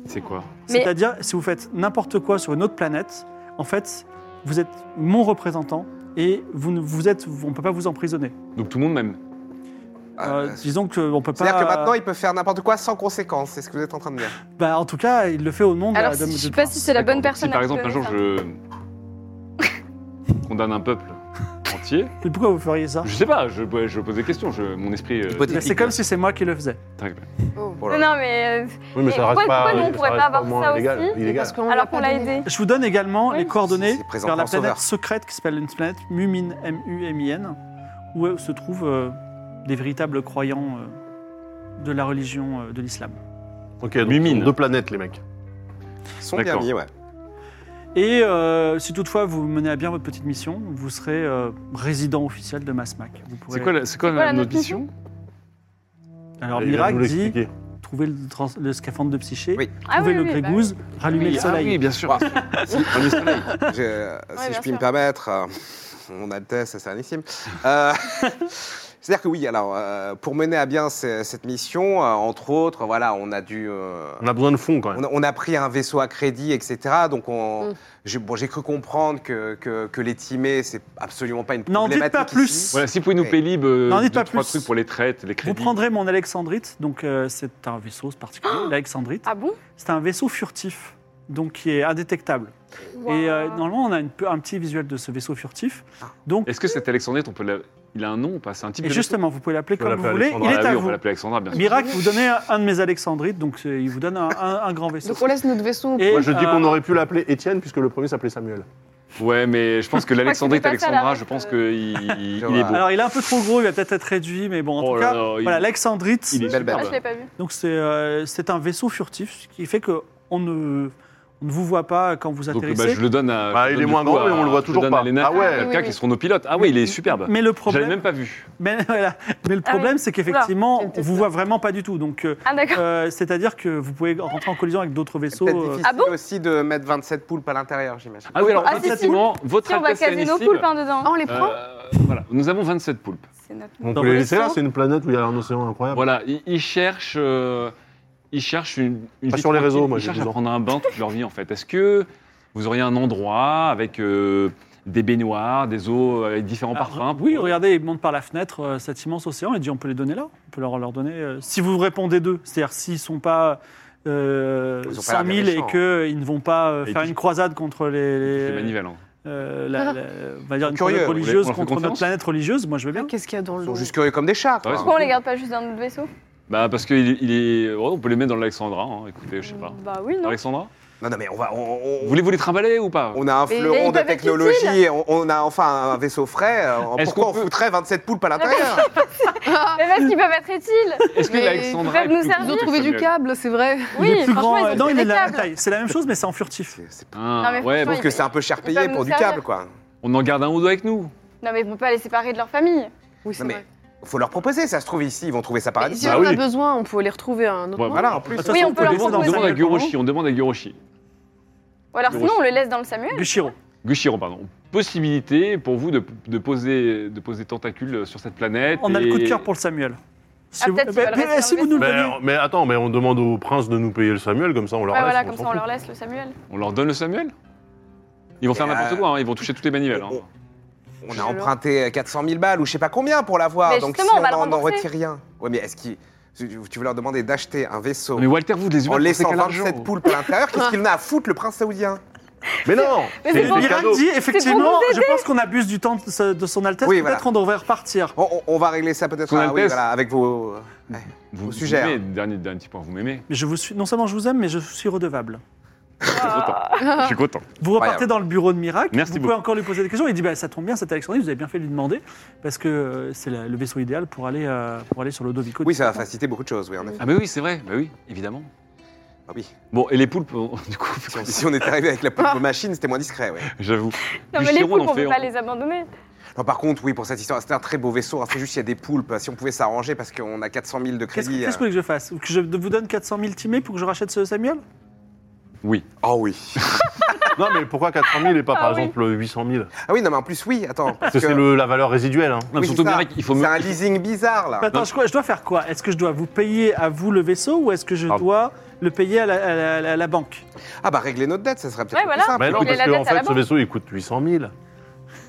Speaker 3: C'est quoi
Speaker 2: Mais-
Speaker 1: C'est-à-dire, si vous faites n'importe quoi sur une autre planète, en fait, vous êtes mon représentant et vous ne vous êtes, on peut pas vous emprisonner.
Speaker 3: Donc tout le monde m'aime. Ah,
Speaker 4: euh,
Speaker 3: bah,
Speaker 1: Euh, disons qu'on peut pas.
Speaker 4: C'est-à-dire que maintenant, il peut faire n'importe quoi sans conséquence. C'est ce que vous êtes en train de dire.
Speaker 1: Bah, en tout cas, il le fait au nom de
Speaker 2: Alors,
Speaker 1: la.
Speaker 2: si-
Speaker 1: de-
Speaker 2: je sais
Speaker 1: du
Speaker 2: pas
Speaker 1: prince.
Speaker 2: si c'est la bonne
Speaker 3: Si
Speaker 2: personne
Speaker 3: par
Speaker 2: à
Speaker 3: exemple un
Speaker 2: donner
Speaker 3: jour
Speaker 2: ça.
Speaker 3: je condamne un peuple entier,
Speaker 1: Mais pourquoi vous feriez ça
Speaker 3: je sais pas, je, ouais, je pose des questions, je- mon esprit. euh,
Speaker 4: Hypothétique.
Speaker 1: Mais C'est comme si c'est moi qui le faisais.
Speaker 3: très bien.
Speaker 5: Oh.
Speaker 4: Voilà.
Speaker 2: Non, mais. euh,
Speaker 6: Oui,
Speaker 2: Et
Speaker 6: mais ça reste
Speaker 2: pourquoi-
Speaker 6: pas.
Speaker 2: pourquoi nous, on
Speaker 6: ça
Speaker 2: pourrait
Speaker 6: reste
Speaker 2: pas avoir
Speaker 6: moins
Speaker 2: ça
Speaker 6: légal,
Speaker 2: aussi
Speaker 6: illégal.
Speaker 5: Parce qu'on l'a
Speaker 2: Alors
Speaker 5: pas
Speaker 2: qu'on l'a
Speaker 5: donné.
Speaker 2: aidé.
Speaker 1: Je vous donne également
Speaker 2: Oui.
Speaker 1: les coordonnées
Speaker 4: C'est présent
Speaker 1: vers la
Speaker 4: en
Speaker 1: planète
Speaker 4: sauveur.
Speaker 1: secrète qui s'appelle une planète Mumin, M-U-M-I-N, où euh, se trouvent euh, des véritables croyants euh, de la religion euh, de l'islam.
Speaker 6: Ok, donc,
Speaker 3: Mumine.
Speaker 6: sur deux planètes, les mecs.
Speaker 4: Ils sont bien
Speaker 3: D'accord.
Speaker 4: mis, ouais.
Speaker 1: Et euh, si toutefois vous menez à bien votre petite mission, vous serez euh, résident officiel de Masmac. Vous pourrez-
Speaker 3: C'est quoi, la- c'est quoi
Speaker 2: quoi la
Speaker 3: notre
Speaker 2: notre
Speaker 3: mission
Speaker 1: Alors
Speaker 6: Il va nous
Speaker 1: Miracle dit
Speaker 6: l'expliquer.
Speaker 1: trouver le, trans- le scaphandre de psyché,
Speaker 4: Oui.
Speaker 2: Ah
Speaker 1: trouver
Speaker 2: oui,
Speaker 1: le
Speaker 2: oui, bah
Speaker 1: grégouze, rallumer
Speaker 3: Oui,
Speaker 1: le soleil.
Speaker 3: Ah oui, bien sûr.
Speaker 4: [laughs] Je- euh, si
Speaker 2: bien
Speaker 4: je puis
Speaker 2: sûr.
Speaker 4: me permettre, euh, mon Altesse, c'est anissime. Euh, [laughs] C'est-à-dire que oui, alors, euh, pour mener à bien ce- cette mission, euh, entre autres, voilà, on a dû. euh,
Speaker 6: On a besoin de fonds quand même.
Speaker 4: on a, on a pris un vaisseau à crédit, etc. Donc, on-
Speaker 5: Mm.
Speaker 4: j'ai bon, j'ai cru comprendre que, que, que les timés, c'est absolument pas une
Speaker 1: N'en dites
Speaker 4: problématique.
Speaker 1: pas plus.
Speaker 4: ici.
Speaker 3: Voilà, si vous pouvez nous
Speaker 4: Ouais.
Speaker 3: payer libre euh,
Speaker 1: N'en dites
Speaker 3: deux,
Speaker 1: pas
Speaker 3: trois
Speaker 1: plus.
Speaker 3: trucs pour les traites, les crédits.
Speaker 1: Vous prendrez mon Alexandrite, donc euh, c'est un vaisseau particulier, l'Alexandrite.
Speaker 2: Ah bon
Speaker 1: C'est un vaisseau furtif, donc qui est indétectable.
Speaker 2: Wow.
Speaker 1: Et euh, normalement, on a une pe- un petit visuel de ce vaisseau furtif. Donc,
Speaker 3: Est-ce que cet Alexandrite, on peut l'a- il a un nom ou pas C'est un type
Speaker 1: et
Speaker 3: de
Speaker 1: justement, vous pouvez l'appeler
Speaker 6: On va
Speaker 1: comme vous voulez.
Speaker 6: l'appeler
Speaker 3: vaisseau
Speaker 1: Il
Speaker 3: Ah
Speaker 1: est
Speaker 3: oui,
Speaker 1: à
Speaker 3: on
Speaker 1: vous.
Speaker 3: va l'appeler Alexandra, bien sûr.
Speaker 1: Miracle, vous donnez un, un de mes Alexandrites, donc euh, il vous donne un, un- un grand vaisseau.
Speaker 5: Donc on laisse notre vaisseau.
Speaker 1: Et,
Speaker 6: Moi, je dis
Speaker 1: euh,
Speaker 6: qu'on aurait pu l'appeler Étienne, puisque le premier s'appelait Samuel.
Speaker 3: Ouais, mais je pense que l'Alexandrite
Speaker 2: qu'il est passé à la
Speaker 3: Alexandra,
Speaker 2: règle,
Speaker 3: je pense
Speaker 2: euh,
Speaker 3: qu'il il
Speaker 4: vois. Ah,
Speaker 3: est beau.
Speaker 1: Alors, il est un peu trop gros, il va peut-être être réduit, mais bon, en
Speaker 3: Oh
Speaker 1: tout
Speaker 3: là
Speaker 1: cas,
Speaker 3: là, il-
Speaker 1: voilà, l'Alexandrite,
Speaker 3: il est
Speaker 4: Belle, belle.
Speaker 2: Ah, je
Speaker 3: superbe.
Speaker 2: l'ai pas vu.
Speaker 1: donc c'est euh, c'est un vaisseau furtif, ce qui fait que on ne, on ne vous voit pas quand vous
Speaker 3: Donc
Speaker 1: atterrissez.
Speaker 3: bah, je le donne à.
Speaker 6: Bah,
Speaker 3: je
Speaker 6: il
Speaker 3: donne
Speaker 6: est
Speaker 3: du
Speaker 6: moins
Speaker 3: coup
Speaker 6: grand,
Speaker 3: à-
Speaker 6: mais on le voit
Speaker 3: je
Speaker 6: toujours
Speaker 3: donne
Speaker 6: pas.
Speaker 3: à Lena,
Speaker 6: Ah ouais.
Speaker 3: quelqu'un
Speaker 2: Oui, oui.
Speaker 3: qui seront nos pilotes. Ah oui, il est superbe.
Speaker 1: Mais le
Speaker 3: Je
Speaker 1: problème,
Speaker 3: l'avais même pas vu.
Speaker 1: [laughs] mais, voilà. Mais le
Speaker 2: Ah oui.
Speaker 1: problème, c'est qu'effectivement,
Speaker 5: Oula.
Speaker 1: on vous voit vraiment pas du tout. Donc, euh,
Speaker 2: Ah d'accord.
Speaker 1: euh, c'est-à-dire que vous pouvez rentrer en collision avec d'autres vaisseaux.
Speaker 4: Peut-être
Speaker 1: euh,
Speaker 4: difficile
Speaker 2: Ah bon
Speaker 4: aussi de mettre 27 poulpes à l'intérieur, j'imagine.
Speaker 3: Ah oui, alors
Speaker 2: Ah, si, si.
Speaker 3: effectivement, votre
Speaker 2: Si on va
Speaker 3: Altesse
Speaker 2: caser nos
Speaker 3: Sérénissime,
Speaker 2: poulpes hein, dedans.
Speaker 5: Ah, on les prend
Speaker 3: euh, Voilà, nous avons 27 poulpes.
Speaker 6: Ah
Speaker 2: C'est notre.
Speaker 6: On
Speaker 1: Dans
Speaker 6: peut les
Speaker 1: le
Speaker 6: laisser là,
Speaker 2: vaisseau.
Speaker 6: c'est une planète où il y a un océan incroyable.
Speaker 3: Voilà, ils, ils cherchent. euh, ils cherchent une. une
Speaker 6: Pas
Speaker 3: vie
Speaker 6: sur les
Speaker 3: tranquille.
Speaker 6: réseaux, moi,
Speaker 3: Ils
Speaker 6: j'ai
Speaker 3: cherchent à
Speaker 6: besoin.
Speaker 3: prendre un bain toute leur vie, en fait. Est-ce que vous auriez un endroit avec euh, des baignoires, des eaux euh, avec différents
Speaker 1: Ah,
Speaker 3: parfums
Speaker 1: Oui, regardez, ils montent par la fenêtre euh, cet immense océan et dit on peut les donner là, on peut leur, leur donner. euh, si vous répondez d'eux, c'est-à-dire s'ils ne sont pas euh,
Speaker 4: Ils ont pas l'air
Speaker 1: 5000
Speaker 4: bien
Speaker 1: et
Speaker 4: méchants.
Speaker 1: qu'ils ne vont pas euh,
Speaker 3: Et
Speaker 1: faire
Speaker 3: puis-
Speaker 1: une croisade contre les. les-
Speaker 3: C'est manivelle. hein.
Speaker 1: euh, la- la- on va dire une
Speaker 4: Curieux,
Speaker 1: croisade
Speaker 4: on les-
Speaker 1: religieuse
Speaker 3: on leur fait
Speaker 1: contre notre
Speaker 3: confiance
Speaker 1: planète religieuse, moi je veux bien.
Speaker 5: Ah, Qu'est-ce qu'il y a dans
Speaker 4: Ils
Speaker 5: l'eau
Speaker 4: sont juste curieux comme des chats, quoi.
Speaker 3: Ouais,
Speaker 2: Pourquoi on les garde pas juste dans notre vaisseau
Speaker 3: Bah parce qu'il il est. oh, on peut les mettre dans l'Alexandra, hein. écoutez, je sais pas.
Speaker 2: Bah oui, non.
Speaker 3: Alexandra
Speaker 4: Non, non, mais on va. on- on-
Speaker 3: Voulez-vous les trimballer ou pas
Speaker 4: On a un
Speaker 2: Mais
Speaker 4: fleuron
Speaker 2: ils
Speaker 4: de
Speaker 2: peuvent être
Speaker 4: technologie, on, on a enfin un vaisseau frais. euh,
Speaker 3: Est-ce
Speaker 4: Pourquoi
Speaker 3: qu'on
Speaker 4: on
Speaker 3: peut-
Speaker 4: foutrait 27 poulpes à l'intérieur
Speaker 5: [laughs]
Speaker 2: Mais parce qu'ils peuvent être utiles.
Speaker 3: Est-ce que
Speaker 5: Mais
Speaker 3: l'Alexandra.
Speaker 2: ils peuvent
Speaker 3: est
Speaker 2: nous
Speaker 3: plus
Speaker 2: servir.
Speaker 5: Ils
Speaker 3: grande
Speaker 5: ont
Speaker 3: que
Speaker 5: trouvé du
Speaker 3: Samuel Hein,
Speaker 5: câble, c'est vrai.
Speaker 2: Oui,
Speaker 1: il est plus
Speaker 2: franchement,
Speaker 1: grand.
Speaker 2: ils ont
Speaker 1: non,
Speaker 2: des
Speaker 1: il est de la même
Speaker 2: câbles.
Speaker 1: taille. C'est la même chose, mais c'est en furtif.
Speaker 4: C'est- c'est- Je
Speaker 2: Non, mais
Speaker 3: Ah, ouais,
Speaker 2: franchement,
Speaker 3: parce
Speaker 4: pense que c'est un peu cher
Speaker 2: Ils peuvent
Speaker 4: payé
Speaker 2: nous
Speaker 4: pour du
Speaker 2: servir.
Speaker 4: câble, quoi.
Speaker 3: qu'on en garde un ou deux avec nous.
Speaker 2: Non mais ils vont pas laisser parler de leur famille.
Speaker 5: Oui, c'est
Speaker 4: Non, mais-
Speaker 5: vrai.
Speaker 4: Faut leur proposer, ça se trouve ici, ils vont trouver ça
Speaker 5: Et
Speaker 4: paradis.
Speaker 5: si
Speaker 3: Bah
Speaker 5: on a
Speaker 3: oui.
Speaker 5: besoin, on peut aller retrouver un autre
Speaker 3: Ouais, bah,
Speaker 5: moment.
Speaker 4: Voilà, en plus.
Speaker 1: De toute
Speaker 2: Oui,
Speaker 1: façon,
Speaker 2: on peut leur
Speaker 1: laisser
Speaker 3: Ah, On
Speaker 1: dans
Speaker 2: proposer.
Speaker 3: demande à
Speaker 1: le Guron.
Speaker 3: Guroshi, on demande à Guroshi.
Speaker 2: Ou alors sinon,
Speaker 3: Grosse.
Speaker 2: on le laisse dans le Samuel.
Speaker 1: Gushiro.
Speaker 3: Gushiro, pardon. Possibilité pour vous de, de poser, de poser tentacule sur cette planète.
Speaker 1: On a le
Speaker 3: et-
Speaker 1: coup de cœur pour le Samuel. Si
Speaker 2: Ah,
Speaker 1: vous,
Speaker 2: peut-être qu'il
Speaker 1: Ben,
Speaker 2: va le rester
Speaker 1: eh, si
Speaker 2: dans
Speaker 1: vous
Speaker 2: le
Speaker 1: nous le
Speaker 6: Mais,
Speaker 1: donnez,
Speaker 6: mais attends, mais on demande au prince de nous payer le Samuel, comme ça on leur
Speaker 2: Ouais,
Speaker 6: laisse,
Speaker 2: voilà,
Speaker 6: on
Speaker 2: comme
Speaker 6: s'en
Speaker 2: ça on
Speaker 6: fout.
Speaker 2: leur laisse le Samuel.
Speaker 3: On leur donne le Samuel Ils vont faire
Speaker 4: Et
Speaker 3: n'importe
Speaker 4: euh,
Speaker 3: quoi, hein, ils vont toucher toutes les manivelles. hein.
Speaker 4: on- On a
Speaker 5: Alors
Speaker 4: emprunté 400 000 balles ou je sais pas combien pour l'avoir,
Speaker 2: hein. Mais
Speaker 4: donc si
Speaker 2: justement, on
Speaker 4: on
Speaker 2: va le
Speaker 4: n'en
Speaker 2: rembourser.
Speaker 4: retire rien. Ouais, mais est-ce qu'ils. Tu veux leur demander d'acheter un vaisseau
Speaker 3: Mais Walter, vous,
Speaker 4: en
Speaker 3: les humains, pensez
Speaker 4: laissant
Speaker 3: qu'à l'argent.
Speaker 4: 27 poules pour l'intérieur
Speaker 2: Ah.
Speaker 4: Qu'est-ce qu'il en a à foutre, le prince saoudien
Speaker 6: Mais non
Speaker 2: Mais
Speaker 6: c'est
Speaker 2: c'est pour
Speaker 6: des
Speaker 2: ça.
Speaker 1: Irak
Speaker 6: cadeaux.
Speaker 1: dit effectivement,
Speaker 2: nous
Speaker 1: je pense qu'on abuse du temps de ce- de son Altesse.
Speaker 4: Oui,
Speaker 1: Peut-être
Speaker 4: voilà.
Speaker 1: qu'on devrait repartir.
Speaker 4: on, on- on va régler ça peut-être
Speaker 3: Son
Speaker 4: ah, oui,
Speaker 3: Altesse.
Speaker 4: voilà, avec vos. Ouais.
Speaker 3: Vous,
Speaker 4: Au
Speaker 3: vous
Speaker 4: sujet,
Speaker 3: m'aimez, dernier, dernier petit point, vous m'aimez.
Speaker 1: Mais je vous suis, non seulement je vous aime, mais je suis redevable.
Speaker 3: Je suis content. Je suis content.
Speaker 1: Vous repartez
Speaker 4: Incroyable.
Speaker 1: dans le bureau de Miracle.
Speaker 3: Merci
Speaker 1: vous pouvez
Speaker 3: beaucoup.
Speaker 1: encore lui poser des questions. Il dit bah, ça tombe bien, cette Alexandrie, vous avez bien fait de lui demander parce que euh, c'est la- le vaisseau idéal pour aller euh, pour aller sur le Dovico.
Speaker 4: Oui, ça va faciliter beaucoup de choses, oui, en effet.
Speaker 3: Ah, mais oui, c'est vrai, bah oui, évidemment.
Speaker 4: Ah oui.
Speaker 3: Bon, et les poulpes, on- [laughs] du coup,
Speaker 4: Si on, si on était arrivé avec la poule de machine, c'était moins discret, oui.
Speaker 3: j'avoue.
Speaker 2: Non,
Speaker 3: Du
Speaker 2: mais les
Speaker 3: Chiron,
Speaker 2: poules,
Speaker 3: on
Speaker 2: on
Speaker 3: fait,
Speaker 2: peut
Speaker 3: on-
Speaker 2: pas les abandonner.
Speaker 4: Non, par contre, oui, pour cette histoire, c'était un très beau vaisseau. hein, C'est juste qu'il y a des poulpes. Si on pouvait s'arranger parce qu'on a 400 000 de
Speaker 1: Qu'est-ce que
Speaker 4: crédit.
Speaker 1: qu'est-ce que vous
Speaker 4: euh,
Speaker 1: voulez que je fasse Que je vous donne 400 000 timés pour que je rachète ce Samuel
Speaker 3: Oui.
Speaker 4: Oh oui.
Speaker 6: Non, mais pourquoi 400 000 et pas, par
Speaker 2: Ah oui.
Speaker 6: exemple, 800 000
Speaker 4: Ah oui, non, mais en plus, oui, attends. Parce
Speaker 6: Parce que c'est le- la valeur résiduelle. Hein.
Speaker 3: Non, mais
Speaker 4: Oui,
Speaker 3: surtout,
Speaker 4: c'est ça.
Speaker 3: Miracle, il faut
Speaker 4: C'est
Speaker 3: me-
Speaker 4: un leasing bizarre, là.
Speaker 1: Attends,
Speaker 3: Non.
Speaker 1: je, je dois faire quoi Est-ce que je dois vous payer à vous le vaisseau ou est-ce que je
Speaker 6: Ah.
Speaker 1: dois le payer à la, à la- à la- à la banque
Speaker 4: Ah bah, régler notre dette, ça serait peut-être
Speaker 2: Ouais,
Speaker 4: plus
Speaker 2: voilà.
Speaker 4: simple.
Speaker 6: Mais Bah
Speaker 2: il
Speaker 6: non,
Speaker 2: est
Speaker 6: parce
Speaker 2: la
Speaker 6: qu'en
Speaker 2: dette à la
Speaker 6: fait, ce
Speaker 2: banque.
Speaker 6: vaisseau, il coûte 800 000.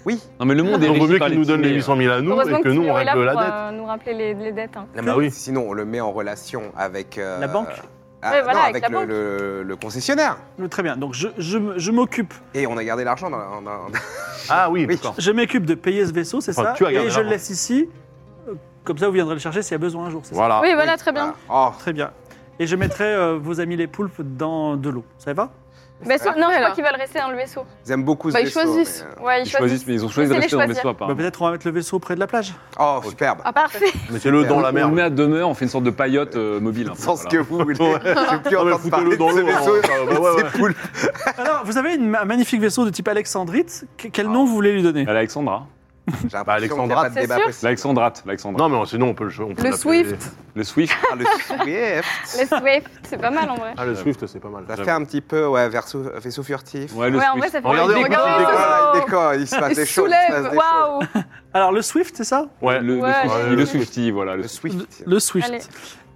Speaker 4: Oui.
Speaker 3: Non, mais le monde est
Speaker 6: Donc, vaut
Speaker 3: régi
Speaker 6: mieux
Speaker 3: par
Speaker 6: qu'ils nous donnent les
Speaker 3: timés,
Speaker 6: 800 000 à nous
Speaker 2: Heureusement
Speaker 6: et que nous, on
Speaker 2: Philo est là
Speaker 6: règle la
Speaker 2: pour,
Speaker 6: dette.
Speaker 2: euh, nous rappeler les, les dettes. hein.
Speaker 6: Ah bah oui.
Speaker 4: Sinon, on le met en relation avec. euh,
Speaker 1: La banque
Speaker 4: ah,
Speaker 2: Ouais,
Speaker 4: non,
Speaker 2: voilà, avec
Speaker 4: avec,
Speaker 2: la
Speaker 4: le,
Speaker 2: banque.
Speaker 4: le- le concessionnaire.
Speaker 1: Euh, Très bien. Donc je, je m- je m'occupe.
Speaker 4: Et on a gardé l'argent dans, la- dans- dans-
Speaker 6: Ah oui,
Speaker 4: Oui.
Speaker 6: d'accord.
Speaker 1: Je m'occupe de payer ce vaisseau, c'est
Speaker 6: Enfin,
Speaker 1: ça
Speaker 6: tu as gardé
Speaker 1: Et je le
Speaker 6: l'argent.
Speaker 1: laisse ici. Euh, Comme ça, vous viendrez le chercher s'il y a besoin un jour. c'est ça
Speaker 6: Voilà.
Speaker 2: Oui, voilà, très bien.
Speaker 4: Ah, oh,
Speaker 1: Très bien. Et je mettrai euh, vos amis les poulpes dans de l'eau. Ça va
Speaker 2: Mais sauf- non, je
Speaker 5: Voilà.
Speaker 2: crois qu'ils veulent rester dans le vaisseau.
Speaker 4: ils aiment beaucoup ce
Speaker 5: Bah, ils
Speaker 4: vaisseau,
Speaker 5: choisissent.
Speaker 4: mais, euh,
Speaker 2: Ouais,
Speaker 3: Ils choisissent, mais ils ont choisi de
Speaker 2: C'est les
Speaker 3: rester dans hein. le
Speaker 2: choisir.
Speaker 3: vaisseau
Speaker 6: Ah.
Speaker 3: à part.
Speaker 1: Bah, Peut-être on va mettre le vaisseau près de la plage. [laughs]
Speaker 4: Oh, superbe.
Speaker 2: Ah, parfait.
Speaker 6: Mettez-le dans
Speaker 4: Ah,
Speaker 6: la
Speaker 3: On
Speaker 6: mer.
Speaker 3: le met à demeure, on fait une sorte de paillote euh, mobile. un peu,
Speaker 4: Sans ce que
Speaker 3: voilà.
Speaker 4: vous voulez.
Speaker 6: [laughs] Ouais.
Speaker 4: J'ai plus
Speaker 6: Non, mais
Speaker 4: entendu parler
Speaker 6: foutez-le
Speaker 4: de
Speaker 6: dans
Speaker 4: ce
Speaker 6: l'eau.
Speaker 4: vaisseau.
Speaker 6: hein. Bah, ouais, ouais.
Speaker 4: C'est cool.
Speaker 1: Alors, vous avez une, ma- un magnifique vaisseau de type Alexandrite. Que- quel
Speaker 6: Ah.
Speaker 1: nom vous voulez lui donner
Speaker 3: À l'Alexandra.
Speaker 4: J'ai l'impression
Speaker 6: Bah,
Speaker 4: qu'il y a
Speaker 6: Alexandra.
Speaker 4: pas de
Speaker 2: C'est
Speaker 4: débat
Speaker 2: sûr
Speaker 4: possible.
Speaker 3: L'Alexandrate. l'Alexandrate.
Speaker 6: Non, mais sinon, on peut le. cho- on peut
Speaker 5: Le
Speaker 6: l'appeler-
Speaker 5: Swift.
Speaker 3: Le Swift.
Speaker 4: Ah, le Swift.
Speaker 2: Le Swift, c'est pas mal en vrai.
Speaker 6: Ah, le Swift, c'est pas mal.
Speaker 4: Ça fait un petit peu, ouais, verso- vaisseau furtif.
Speaker 3: [laughs] Ouais, le
Speaker 2: ouais, en vrai,
Speaker 3: Swift.
Speaker 2: ça fait
Speaker 6: Regardez,
Speaker 2: mal.
Speaker 6: écoutez,
Speaker 2: Regardez,
Speaker 4: Ah,
Speaker 6: écoutez,
Speaker 2: ça.
Speaker 4: il décolle, il se passe
Speaker 5: Il
Speaker 4: des
Speaker 5: se
Speaker 4: choses. il se
Speaker 5: soulève,
Speaker 4: passe des choses.
Speaker 2: Waouh
Speaker 1: Alors, le Swift, c'est ça
Speaker 6: Ouais.
Speaker 3: Le, le
Speaker 2: Ouais,
Speaker 3: Swifty,
Speaker 6: allez.
Speaker 3: le Swifty, voilà. le-
Speaker 4: Le Swift.
Speaker 1: Le Swift.
Speaker 2: Allez.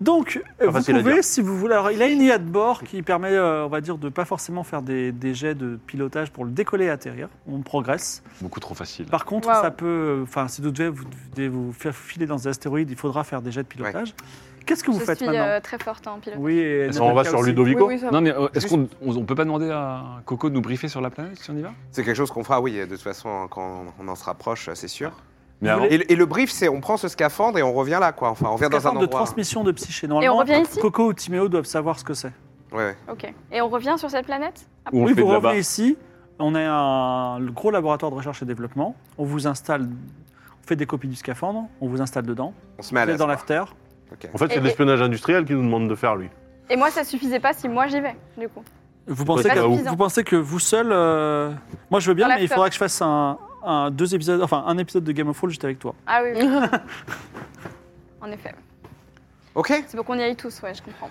Speaker 1: Donc, euh, vous
Speaker 6: facile à
Speaker 1: pouvez,
Speaker 6: dire.
Speaker 1: si vous voulez. Alors, il a une IA de bord qui permet, euh, on va dire, de pas forcément faire des, des jets de pilotage pour le décoller et atterrir. On progresse.
Speaker 3: Beaucoup trop facile.
Speaker 1: Par contre,
Speaker 2: Wow.
Speaker 1: ça peut. Enfin, si vous devez vous, devez vous faire filer dans des astéroïdes, il faudra faire des jets de pilotage. Qu'est-ce que vous
Speaker 2: Je
Speaker 1: faites
Speaker 2: suis
Speaker 1: maintenant
Speaker 2: euh, très forte en pilote.
Speaker 1: Oui, et
Speaker 6: Est-ce qu'on va
Speaker 1: Natasha
Speaker 6: sur
Speaker 1: aussi.
Speaker 5: Oui,
Speaker 6: Ludovico
Speaker 5: oui, ça va.
Speaker 3: Non, mais euh, est-ce
Speaker 4: Juste-
Speaker 3: qu'on on, on peut pas demander à Coco de nous briefer sur la planète si on y va
Speaker 4: C'est quelque chose qu'on fera, oui, de toute façon, quand on en se rapproche, c'est sûr.
Speaker 3: Mais
Speaker 1: Vous
Speaker 3: avant,
Speaker 1: voulez-
Speaker 4: Et, et le brief, c'est on prend ce scaphandre et on revient là, quoi. Enfin, on revient dans un
Speaker 1: Plateforme de
Speaker 4: endroit.
Speaker 1: transmission de psyché.
Speaker 2: Et on
Speaker 1: Normalement,
Speaker 2: revient ici
Speaker 1: Coco ou Timéo doivent savoir ce que c'est.
Speaker 4: Ouais, ouais.
Speaker 2: Ok. Et on revient sur cette planète Ah,
Speaker 3: où on
Speaker 1: oui,
Speaker 3: le fait
Speaker 1: vous
Speaker 3: de là-bas.
Speaker 1: revenez ici. On a un le gros laboratoire de recherche et développement. On vous installe, on fait des copies du scaphandre, on vous installe dedans.
Speaker 4: On se met à
Speaker 1: vous êtes
Speaker 4: l'aise.
Speaker 1: dans
Speaker 4: quoi.
Speaker 1: l'after.
Speaker 6: En fait, c'est
Speaker 2: Et-
Speaker 6: de l'espionnage industriel qui nous demande de faire, lui.
Speaker 2: Et moi, ça suffisait pas si moi j'y vais, du coup.
Speaker 1: Vous
Speaker 6: quoi,
Speaker 1: pensez,
Speaker 6: c'est
Speaker 1: que,
Speaker 6: pas
Speaker 1: vous,
Speaker 2: suffisant.
Speaker 1: pensez que vous seul. euh, Moi, je veux bien,
Speaker 2: Dans
Speaker 1: mais il
Speaker 2: l'after.
Speaker 1: faudra que je fasse un, un- deux épisodes, enfin un épisode de Game of Thrones juste avec toi.
Speaker 2: Ah oui. oui. en effet.
Speaker 4: Ok.
Speaker 2: C'est pour qu'on y aille tous, ouais, je comprends.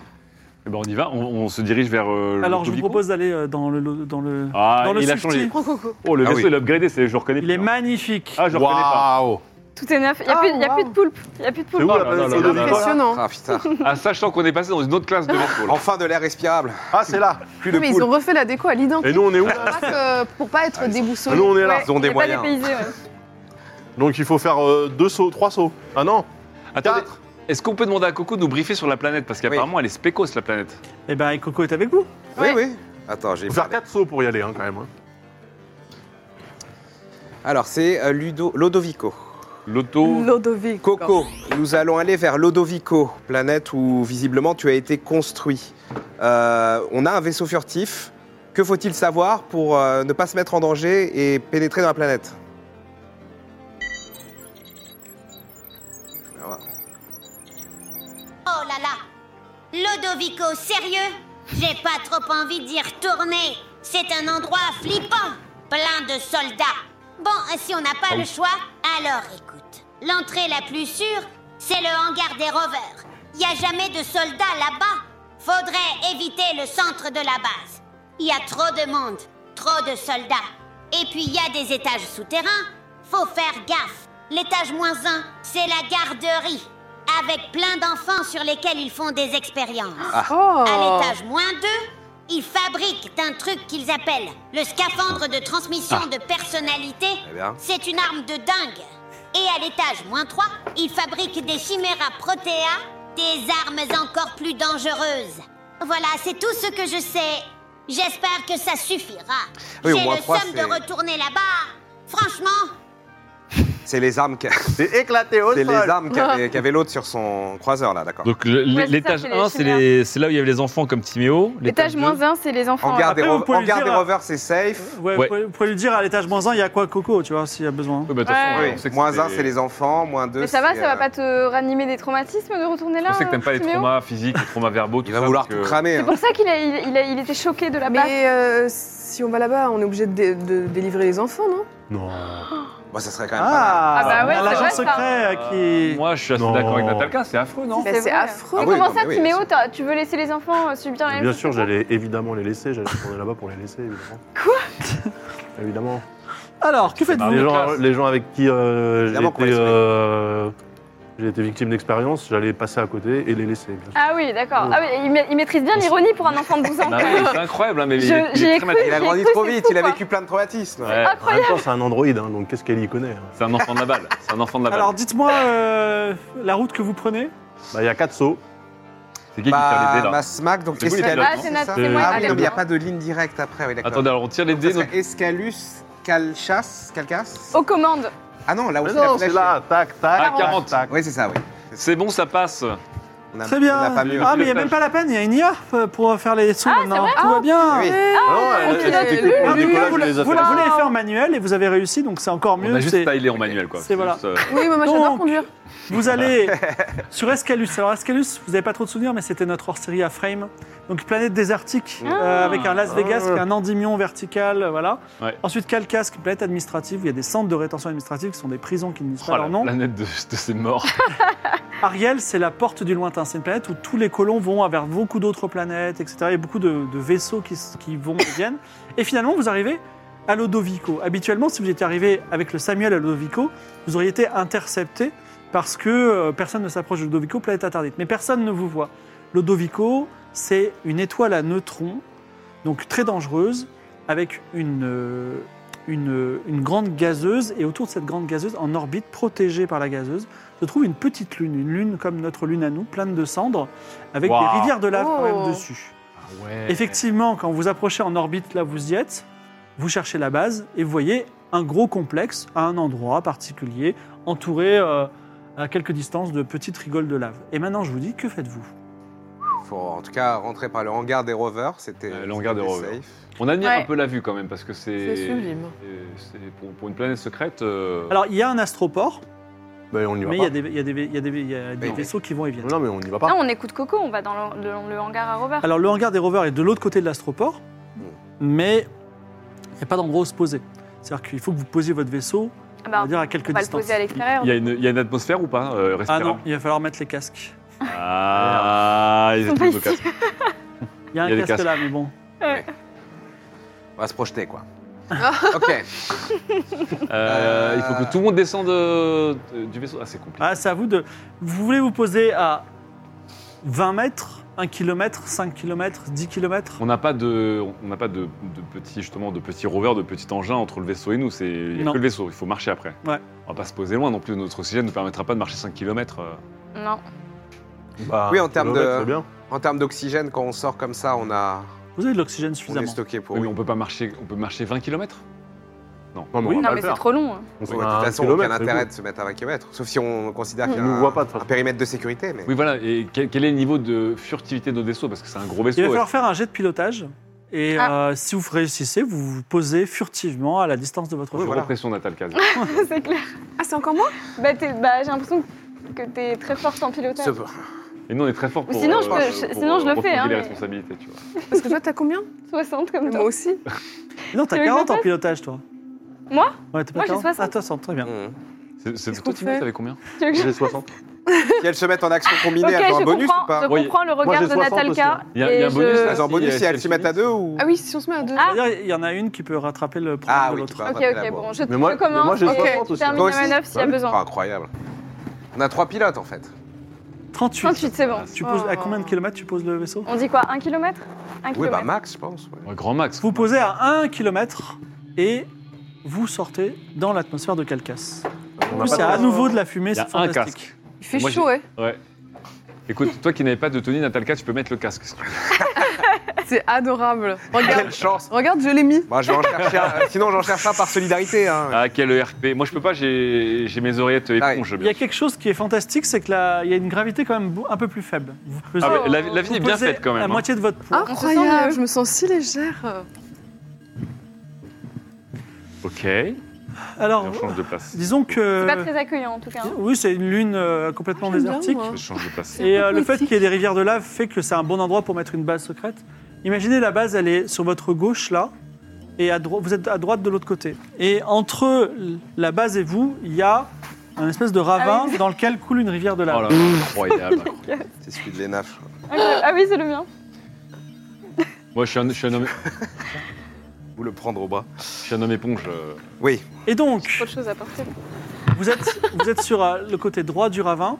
Speaker 3: Eh ben, on y va, on, on se dirige vers euh, le
Speaker 1: Alors, je vous
Speaker 3: Tobico.
Speaker 1: propose d'aller euh, dans le lo- dans le.
Speaker 3: Ah,
Speaker 1: dans le
Speaker 3: il a
Speaker 1: Swifty.
Speaker 3: changé.
Speaker 5: Prends Coco.
Speaker 3: Oh, le
Speaker 4: Ah
Speaker 3: vaisseau,
Speaker 4: oui.
Speaker 3: il a upgradé, c'est- je le reconnais.
Speaker 1: Il est
Speaker 6: hein.
Speaker 3: plus.
Speaker 1: magnifique.
Speaker 3: Ah, je le reconnais pas.
Speaker 6: Waouh
Speaker 2: Tout est neuf. Il n'y a, plus- il y a
Speaker 5: Ah,
Speaker 2: plus de poulpe. Il n'y a plus de
Speaker 6: C'est
Speaker 2: poulpe.
Speaker 6: où
Speaker 3: Non,
Speaker 6: la
Speaker 3: non, non,
Speaker 6: planète
Speaker 3: non,
Speaker 6: Solide
Speaker 3: non, non.
Speaker 5: Impressionnant.
Speaker 4: Ah putain.
Speaker 3: Ah, sachant qu'on est passé dans une autre classe de vaisseau. là.
Speaker 4: [laughs] Enfin de l'air respirable.
Speaker 6: Ah, c'est là
Speaker 4: Plus de
Speaker 5: Mais ils
Speaker 4: poules.
Speaker 5: ont refait la déco à l'identique.
Speaker 6: Et nous, on est où
Speaker 5: Pour
Speaker 6: là
Speaker 5: pas que- Pour pas être déboussolés.
Speaker 4: Ah,
Speaker 6: Nous, on est
Speaker 2: Ouais,
Speaker 6: là.
Speaker 4: ils ont des
Speaker 2: il est
Speaker 4: moyens.
Speaker 2: Pas dépaysé, ouais.
Speaker 6: Donc, il faut faire euh, deux sauts, trois sauts. Ah non
Speaker 3: Attendez,
Speaker 6: Quatre
Speaker 3: est-ce qu'on peut demander à Coco de nous briefer sur la planète Parce qu'apparemment, elle est spécose, la planète.
Speaker 1: Et ben, et Coco est avec vous.
Speaker 4: Oui, oui. Attends, j'ai.
Speaker 6: Faut faire quatre sauts pour y aller, hein, quand même. hein.
Speaker 4: Alors, c'est euh, Ludo... Lodovico.
Speaker 3: L'auto.
Speaker 5: Lodovic.
Speaker 4: Coco, nous allons aller vers Lodovico, planète où visiblement tu as été construit. Euh, on a un vaisseau furtif. Que faut-il savoir pour euh, ne pas se mettre en danger et pénétrer dans la planète Voilà.
Speaker 7: Oh là là Lodovico, sérieux J'ai pas trop envie d'y retourner. C'est un endroit flippant, plein de soldats. Bon, si on n'a pas le choix, alors écoute. L'entrée la plus sûre, C'est le hangar des rovers. Il n'y a jamais de soldats là-bas. Faudrait éviter le centre de la base. Il y a trop de monde, trop de soldats. Et puis il y a des étages souterrains. Faut faire gaffe. L'étage moins un, c'est la garderie. Avec plein d'enfants sur lesquels ils font des expériences. À
Speaker 5: Oh
Speaker 7: l'étage moins 2, ils fabriquent un truc qu'ils appellent le scaphandre de transmission de personnalité.
Speaker 4: Eh bien.
Speaker 7: C'est une arme de dingue. Et à l'étage moins 3, ils fabriquent des chiméras protéas, des armes encore plus dangereuses. Voilà, c'est tout ce que je sais. J'espère que ça suffira.
Speaker 4: Oui, au
Speaker 7: J'ai
Speaker 4: moins
Speaker 7: le
Speaker 4: trois,
Speaker 7: somme
Speaker 4: c'est-
Speaker 7: de retourner là-bas. Franchement,
Speaker 4: C'est les armes qu'a-
Speaker 6: C'est éclaté
Speaker 4: [laughs]
Speaker 6: au
Speaker 4: c'est
Speaker 6: sol.
Speaker 4: les armes qu'avait qu'avait l'autre sur son croiseur, là, d'accord.
Speaker 8: Donc le-
Speaker 2: Ouais, c'est
Speaker 8: l'étage
Speaker 2: ça, c'est les
Speaker 8: 1, c'est
Speaker 2: chimères.
Speaker 8: les- c'est là où il y avait les enfants comme Timéo.
Speaker 2: Étage moins 1, c'est les enfants.
Speaker 4: Hangar
Speaker 2: là.
Speaker 4: des
Speaker 1: Après, vous
Speaker 4: rov-
Speaker 1: pouvez
Speaker 4: hangar
Speaker 1: le
Speaker 4: des
Speaker 1: dire,
Speaker 4: rovers, c'est safe.
Speaker 8: Ouais.
Speaker 1: Ouais, Vous, pouvez, vous pouvez lui dire à l'étage moins 1, il y a quoi, Coco, tu vois, s'il y a besoin.
Speaker 3: bah,
Speaker 2: Ouais.
Speaker 4: Oui, moins un, c'est les enfants, moins deux,
Speaker 2: Mais ça va,
Speaker 4: c'est,
Speaker 2: ça va
Speaker 4: euh,
Speaker 2: pas te ranimer des traumatismes de retourner là
Speaker 3: Je sais que t'aimes pas les
Speaker 2: Timéo
Speaker 3: traumas physiques, les traumas verbaux, tout
Speaker 4: Il
Speaker 3: ça,
Speaker 4: va vouloir
Speaker 3: parce
Speaker 4: tout
Speaker 3: que-
Speaker 4: cramer.
Speaker 2: C'est
Speaker 4: hein.
Speaker 2: pour ça qu'il a- il, il a- il était choqué de la base.
Speaker 5: Mais euh, si on va là-bas, on est obligé de, dé- de délivrer les enfants, non
Speaker 6: Non.
Speaker 4: Bon, ça serait quand même pas mal.
Speaker 1: Ah,
Speaker 2: Ah bah ouais, c'est
Speaker 1: l'agent
Speaker 2: vrai, ça.
Speaker 1: secret euh, qui.
Speaker 3: Moi, je suis assez
Speaker 6: Non.
Speaker 3: d'accord avec Natalka, c'est affreux, non
Speaker 2: Si,
Speaker 5: Bah,
Speaker 2: c'est
Speaker 5: C'est
Speaker 2: vrai.
Speaker 5: affreux.
Speaker 4: Ah
Speaker 2: Mais
Speaker 4: oui,
Speaker 2: comment
Speaker 4: non, mais
Speaker 2: ça,
Speaker 4: oui,
Speaker 2: Timéo,
Speaker 4: c'est-
Speaker 2: t'as- tu veux laisser les enfants euh, subir la même
Speaker 6: Bien
Speaker 2: chose
Speaker 6: sûr,
Speaker 2: que toi
Speaker 6: j'allais évidemment les laisser, j'allais retourner là-bas pour les laisser, évidemment. Quoi [laughs] Évidemment.
Speaker 1: Alors, que faites-vous
Speaker 6: les, gens,
Speaker 3: classe.
Speaker 6: les gens avec qui euh, j'ai
Speaker 4: Évidemment qu'on
Speaker 6: été,
Speaker 4: va les sauver.
Speaker 6: euh, j'ai été victime d'expérience, j'allais passer à côté et les laisser, bien sûr.
Speaker 2: Ah oui, d'accord. Ah oui, il, ma- il maîtrise bien l'ironie pour un enfant de 12 ans.
Speaker 3: Non,
Speaker 2: quand
Speaker 3: mais
Speaker 2: même.
Speaker 3: C'est incroyable, hein, mais
Speaker 2: Je-
Speaker 3: il est- il
Speaker 2: j'ai
Speaker 3: est
Speaker 2: cru- [laughs]
Speaker 3: très mature.
Speaker 4: Il a
Speaker 2: J'ai
Speaker 4: grandi
Speaker 2: cru,
Speaker 4: trop
Speaker 2: c'est
Speaker 4: vite,
Speaker 2: fou,
Speaker 4: il a
Speaker 2: quoi.
Speaker 4: vécu plein de traumatismes.
Speaker 3: Ouais,
Speaker 6: En même temps, c'est un androïde, hein, donc qu'est-ce qu'elle y connaît hein.
Speaker 3: C'est un enfant de la balle. C'est un enfant de la balle.
Speaker 1: Alors, dites-moi euh, la route que vous prenez.
Speaker 6: Bah, il y a quatre sauts.
Speaker 3: C'est qui qui tire les
Speaker 4: Bah,
Speaker 3: dés là
Speaker 4: ma smack, donc
Speaker 3: C'est vous les
Speaker 4: Escalus.
Speaker 3: pilotes, Ah,
Speaker 2: c'est
Speaker 4: c'est
Speaker 2: Nat-
Speaker 4: ça
Speaker 6: c'est moi,
Speaker 4: Ah oui,
Speaker 6: allez,
Speaker 4: non, mais il n'y a
Speaker 2: moi.
Speaker 4: pas de ligne directe après, oui, d'accord.
Speaker 3: Attendez, alors on tire les
Speaker 4: Ça
Speaker 3: dés.
Speaker 4: serait
Speaker 3: donc-
Speaker 4: Escalus, Calchas, Calcas
Speaker 2: Aux commandes.
Speaker 4: Ah non, là
Speaker 6: Mais
Speaker 4: aussi,
Speaker 6: non,
Speaker 4: la
Speaker 6: c'est
Speaker 4: flèche.
Speaker 6: là, tac, tac.
Speaker 3: Ah, 40.
Speaker 6: tac.
Speaker 4: Oui, c'est ça, oui.
Speaker 3: C'est bon, ça passe.
Speaker 4: On a-
Speaker 1: Très bien.
Speaker 4: On n'a pas mieux.
Speaker 1: Ah, mais il n'y a même pas la peine, il y a une IA pour faire les sauts maintenant. Tout va bien.
Speaker 4: Oui.
Speaker 6: non, elle,
Speaker 5: ok.
Speaker 6: elle
Speaker 5: Le-
Speaker 6: s'était coupée
Speaker 1: Ah, mais
Speaker 6: du collage,
Speaker 1: vous,
Speaker 6: elle
Speaker 1: la-
Speaker 6: les a
Speaker 1: vous
Speaker 6: fait.
Speaker 1: la- vous l'avez fait en manuel et vous avez réussi, donc c'est encore
Speaker 3: On a
Speaker 1: mieux.
Speaker 3: juste
Speaker 1: c'est-
Speaker 3: stylé en manuel, quoi.
Speaker 1: C'est voilà.
Speaker 3: juste, euh,
Speaker 5: Oui, mais moi
Speaker 1: Donc-
Speaker 5: j'adore conduire.
Speaker 1: Vous allez sur Escalus. Alors Escalus, vous n'avez pas trop de souvenirs, mais c'était notre hors-série à Frame. Donc planète désertique
Speaker 5: Ah.
Speaker 1: euh, avec un Las Vegas qui est un endymion vertical, euh, voilà.
Speaker 3: Ouais.
Speaker 1: Ensuite Calcas, qui est une planète administrative. où Il y a des centres de rétention administrative qui sont des prisons qui ne disent
Speaker 3: Oh,
Speaker 1: pas
Speaker 3: la
Speaker 1: leur nom.
Speaker 3: planète de, de ces morts.
Speaker 1: Ariel, c'est la porte du lointain. C'est une planète où tous les colons vont vers beaucoup d'autres planètes, etc. Il y a beaucoup de, de vaisseaux qui, s- qui vont et viennent. Et finalement, vous arrivez à Lodovico. Habituellement, si vous étiez arrivé avec le Samuel à Lodovico, vous auriez été intercepté parce que euh, personne ne s'approche de Lodovico, planète interdite. Mais personne ne vous voit. Lodovico, c'est une étoile à neutrons, donc très dangereuse, avec une, euh, une, une grande gazeuse. Et autour de cette grande gazeuse, en orbite, protégée par la gazeuse, se trouve une petite lune, une lune comme notre lune à nous, pleine de cendres, avec
Speaker 3: Waouh.
Speaker 1: des rivières de lave quand
Speaker 5: Oh.
Speaker 1: même dessus.
Speaker 4: Ah
Speaker 3: Ouais.
Speaker 1: Effectivement, quand vous approchez en orbite, là vous y êtes, vous cherchez la base et vous voyez un gros complexe à un endroit particulier, entouré euh, à quelques distances de petites rigoles de lave. Et maintenant, je vous dis, que faites-vous
Speaker 4: Faut en tout cas rentrer par le hangar des rovers, c'était
Speaker 3: Euh, le hangar des
Speaker 4: c'était
Speaker 3: rovers.
Speaker 4: safe.
Speaker 3: On admire
Speaker 2: Ouais.
Speaker 3: un peu la vue quand même, parce que c'est.
Speaker 5: C'est sublime.
Speaker 3: euh, c'est- Pour, pour une planète secrète. euh,
Speaker 1: Alors, il y a un astroport,
Speaker 6: Bah, on y va
Speaker 1: mais il y
Speaker 6: pas.
Speaker 1: a des, il y a des- il y a des- il y a des
Speaker 4: Mais oui.
Speaker 1: vaisseaux qui vont et viennent.
Speaker 6: Non, mais on y va pas.
Speaker 2: Non, on écoute Coco, on va dans le, le- le hangar à Robert.
Speaker 1: Alors le hangar des rovers est de l'autre côté de l'astroport, mais il n'y a pas d'endroit où se poser. C'est-à-dire qu'il faut que vous posiez votre vaisseau,
Speaker 2: Ah
Speaker 1: on
Speaker 2: bah,
Speaker 1: va dire à quelques
Speaker 2: on va le
Speaker 1: distances.
Speaker 2: poser à l'extérieur.
Speaker 3: Il y, a une, il y a une atmosphère ou pas euh,
Speaker 1: Ah
Speaker 3: respirable
Speaker 1: non, il va falloir mettre les casques.
Speaker 3: Ah, ils
Speaker 2: Ils sont
Speaker 3: étaient
Speaker 2: pas
Speaker 3: nos
Speaker 2: ici.
Speaker 3: casques.
Speaker 1: Il y a un
Speaker 3: Il y a des
Speaker 1: casque là, mais bon.
Speaker 4: On va se
Speaker 2: [laughs]
Speaker 4: projeter, quoi. ok,
Speaker 3: Euh, Il faut que tout le monde descende euh, du vaisseau. Ah, c'est compliqué.
Speaker 1: Ah, c'est à vous de. Vous voulez vous poser à 20 mètres, 1 km, 5 km, 10 km
Speaker 3: On n'a pas de, on n'a pas de, de petits justement de petits rovers, de petits engins entre le vaisseau et nous. C'est il y a
Speaker 1: Non.
Speaker 3: que le vaisseau. Il faut marcher après.
Speaker 1: Ouais.
Speaker 3: On va pas se poser loin non plus. Notre oxygène ne permettra pas de marcher euh. 5 km.
Speaker 2: Non.
Speaker 6: Bah,
Speaker 4: Oui, en termes
Speaker 6: kilomètre,
Speaker 4: de-
Speaker 6: c'est bien.
Speaker 4: en termes d'oxygène, quand on sort comme ça, on a,
Speaker 1: Vous avez de l'oxygène
Speaker 4: on est
Speaker 1: suffisamment.
Speaker 4: stocké pour.
Speaker 3: mais on peut pas marcher. On peut marcher 20 km.
Speaker 6: Non, mais
Speaker 3: Oui,
Speaker 6: on va
Speaker 2: Non,
Speaker 6: pas
Speaker 2: mais
Speaker 6: le
Speaker 2: c'est
Speaker 6: faire.
Speaker 2: trop long. hein.
Speaker 6: On se
Speaker 4: Ouais,
Speaker 6: met
Speaker 4: de
Speaker 6: à
Speaker 4: toute
Speaker 6: un
Speaker 4: façon,
Speaker 6: kilomètre,
Speaker 4: aucun
Speaker 6: c'est
Speaker 4: intérêt
Speaker 6: tout.
Speaker 4: de se mettre à 20 km, sauf si on considère
Speaker 6: On
Speaker 4: qu'il y a
Speaker 6: nous
Speaker 4: un,
Speaker 6: voit pas, de toute
Speaker 4: un
Speaker 6: façon.
Speaker 4: périmètre de sécurité. Mais...
Speaker 3: Oui, voilà. Et quel, quel est le niveau de furtivité de notre vaisseau Parce que c'est un gros vaisseau.
Speaker 1: Il va falloir faire un jet de pilotage. Et
Speaker 2: Ah.
Speaker 1: euh, si vous réussissez, vous vous posez furtivement à la distance de votre
Speaker 3: Je
Speaker 1: jeu.
Speaker 4: voilà.
Speaker 3: repression Natalka.
Speaker 2: [laughs] c'est clair.
Speaker 5: Ah, c'est encore moi
Speaker 2: Bah, t'es- bah, j'ai l'impression que t'es très forte en pilotage.
Speaker 4: Ce-
Speaker 3: Et nous, on est très fort pour.
Speaker 2: Sinon, je
Speaker 3: euh,
Speaker 2: peux-
Speaker 3: pour,
Speaker 2: sinon, je le
Speaker 3: euh,
Speaker 2: fais, hein,
Speaker 3: refourguer
Speaker 2: mais-
Speaker 3: les responsabilités, tu vois.
Speaker 5: Parce que toi, t'as combien
Speaker 2: 60 comme
Speaker 5: Moi
Speaker 2: toi.
Speaker 5: aussi.
Speaker 1: Non, t'as
Speaker 2: Tu veux que je
Speaker 1: 40 en
Speaker 2: fasse
Speaker 1: pilotage, toi.
Speaker 2: Moi
Speaker 1: Ouais, t'as pas
Speaker 2: Moi, j'ai
Speaker 1: 40
Speaker 2: 60.
Speaker 1: Ah, toi, 60, très bien.
Speaker 4: Mmh.
Speaker 3: C'est- C'est
Speaker 5: qu'on
Speaker 3: toi, Timon,
Speaker 5: fait
Speaker 3: t'avais combien
Speaker 2: Tu veux que je-
Speaker 6: J'ai 60.
Speaker 4: Si elles se mettent en action combinée,
Speaker 2: Ok,
Speaker 4: elles ont un
Speaker 2: je
Speaker 4: bonus
Speaker 2: comprends,
Speaker 4: ou pas
Speaker 2: je comprends le regard
Speaker 6: j'ai
Speaker 2: de
Speaker 6: 60
Speaker 2: Natalka.
Speaker 6: aussi.
Speaker 3: Il y a, il y a un
Speaker 2: et
Speaker 3: bonus.
Speaker 2: je-
Speaker 3: là,
Speaker 4: Elles ont un
Speaker 3: si
Speaker 4: bonus
Speaker 3: elles-
Speaker 4: si elles s'y mettent à deux ou
Speaker 5: Ah oui, si on se met à deux.
Speaker 2: Ah.
Speaker 1: C'est-à-dire, Il y en a une qui peut rattraper le point
Speaker 4: Ah
Speaker 1: de
Speaker 4: oui,
Speaker 1: l'autre.
Speaker 4: tu vas
Speaker 2: Ok,
Speaker 4: rattraper la
Speaker 2: ok, bon,
Speaker 4: bourre.
Speaker 2: je,
Speaker 6: Mais moi,
Speaker 2: je commence.
Speaker 6: mais moi, j'ai
Speaker 2: ok,
Speaker 6: 60 aussi.
Speaker 2: je termine
Speaker 4: Toi
Speaker 2: ma
Speaker 4: aussi
Speaker 2: manœuvre s'il y
Speaker 4: Bah
Speaker 2: a
Speaker 4: oui.
Speaker 2: besoin.
Speaker 4: Ah, incroyable. On a trois pilotes en fait.
Speaker 1: 38.
Speaker 2: 38, c'est bon.
Speaker 1: Tu poses, à
Speaker 5: Oh.
Speaker 1: combien de kilomètres tu poses le vaisseau
Speaker 2: On dit quoi 1 km 1
Speaker 4: Oui, bah
Speaker 2: km.
Speaker 4: max, je pense. ouais.
Speaker 3: Ouais, grand max.
Speaker 1: Vous posez à 1 km et vous sortez dans l'atmosphère de Calcas.
Speaker 6: On
Speaker 1: En
Speaker 6: n'a
Speaker 1: plus,
Speaker 6: pas
Speaker 1: il y a
Speaker 6: de-
Speaker 1: à nouveau de la fumée,
Speaker 3: Il y a
Speaker 1: c'est
Speaker 3: un
Speaker 1: fantastique.
Speaker 5: Il fait
Speaker 3: Moi,
Speaker 5: chaud, ouais.
Speaker 3: Ouais. Écoute, toi qui n'avais pas de tenue Natalka, tu peux mettre le casque. si tu veux.
Speaker 5: C'est adorable. Regarde,
Speaker 4: Quelle chance
Speaker 5: regarde, je l'ai mis.
Speaker 4: Bah, je vais en chercher un- [laughs] euh, Sinon, j'en cherche un par solidarité. hein.
Speaker 3: Ah, quel ERP. Moi, je peux pas, j'ai j'ai mes oreillettes éponges.
Speaker 1: Ah, Il y
Speaker 3: bien
Speaker 1: a quelque chose qui est fantastique, c'est que la- il y a une gravité quand même bou- un peu plus faible. Vous pesez,
Speaker 3: Ah, mais la, la vie
Speaker 1: vous
Speaker 3: est bien
Speaker 1: pesez
Speaker 3: faite quand même.
Speaker 1: La
Speaker 3: hein.
Speaker 1: moitié de votre
Speaker 2: Ah.
Speaker 1: poids.
Speaker 5: Incroyable,
Speaker 2: mieux.
Speaker 5: je me sens si légère.
Speaker 3: Ok. Et
Speaker 1: Alors,
Speaker 3: on change de place.
Speaker 1: disons que.
Speaker 2: C'est pas très accueillant en tout cas. hein.
Speaker 1: Oui, c'est une lune euh, complètement
Speaker 5: Ah, j'aime bien,
Speaker 1: désertique.
Speaker 5: moi.
Speaker 3: Je change de place.
Speaker 1: Et euh, le fait
Speaker 5: poétique.
Speaker 1: qu'il y ait des rivières de lave fait que c'est un bon endroit pour mettre une base secrète. Imaginez la base, elle est sur votre gauche là, et à dro- vous êtes à droite de l'autre côté. Et entre l- la base et vous, il y a un espèce de ravin
Speaker 2: Ah oui.
Speaker 1: dans lequel coule une rivière de lave.
Speaker 3: Oh là là, incroyable.
Speaker 1: [laughs]
Speaker 4: C'est celui de l'ENAF.
Speaker 2: Incroyable. Ah oui, c'est le mien.
Speaker 3: Moi, je suis un, je suis un homme,
Speaker 4: Vous le prendre au bras.
Speaker 3: je suis un homme éponge. euh.
Speaker 4: Oui.
Speaker 1: Et donc,
Speaker 2: Autre chose à porter.
Speaker 1: vous êtes, vous êtes sur euh, le côté droit du ravin.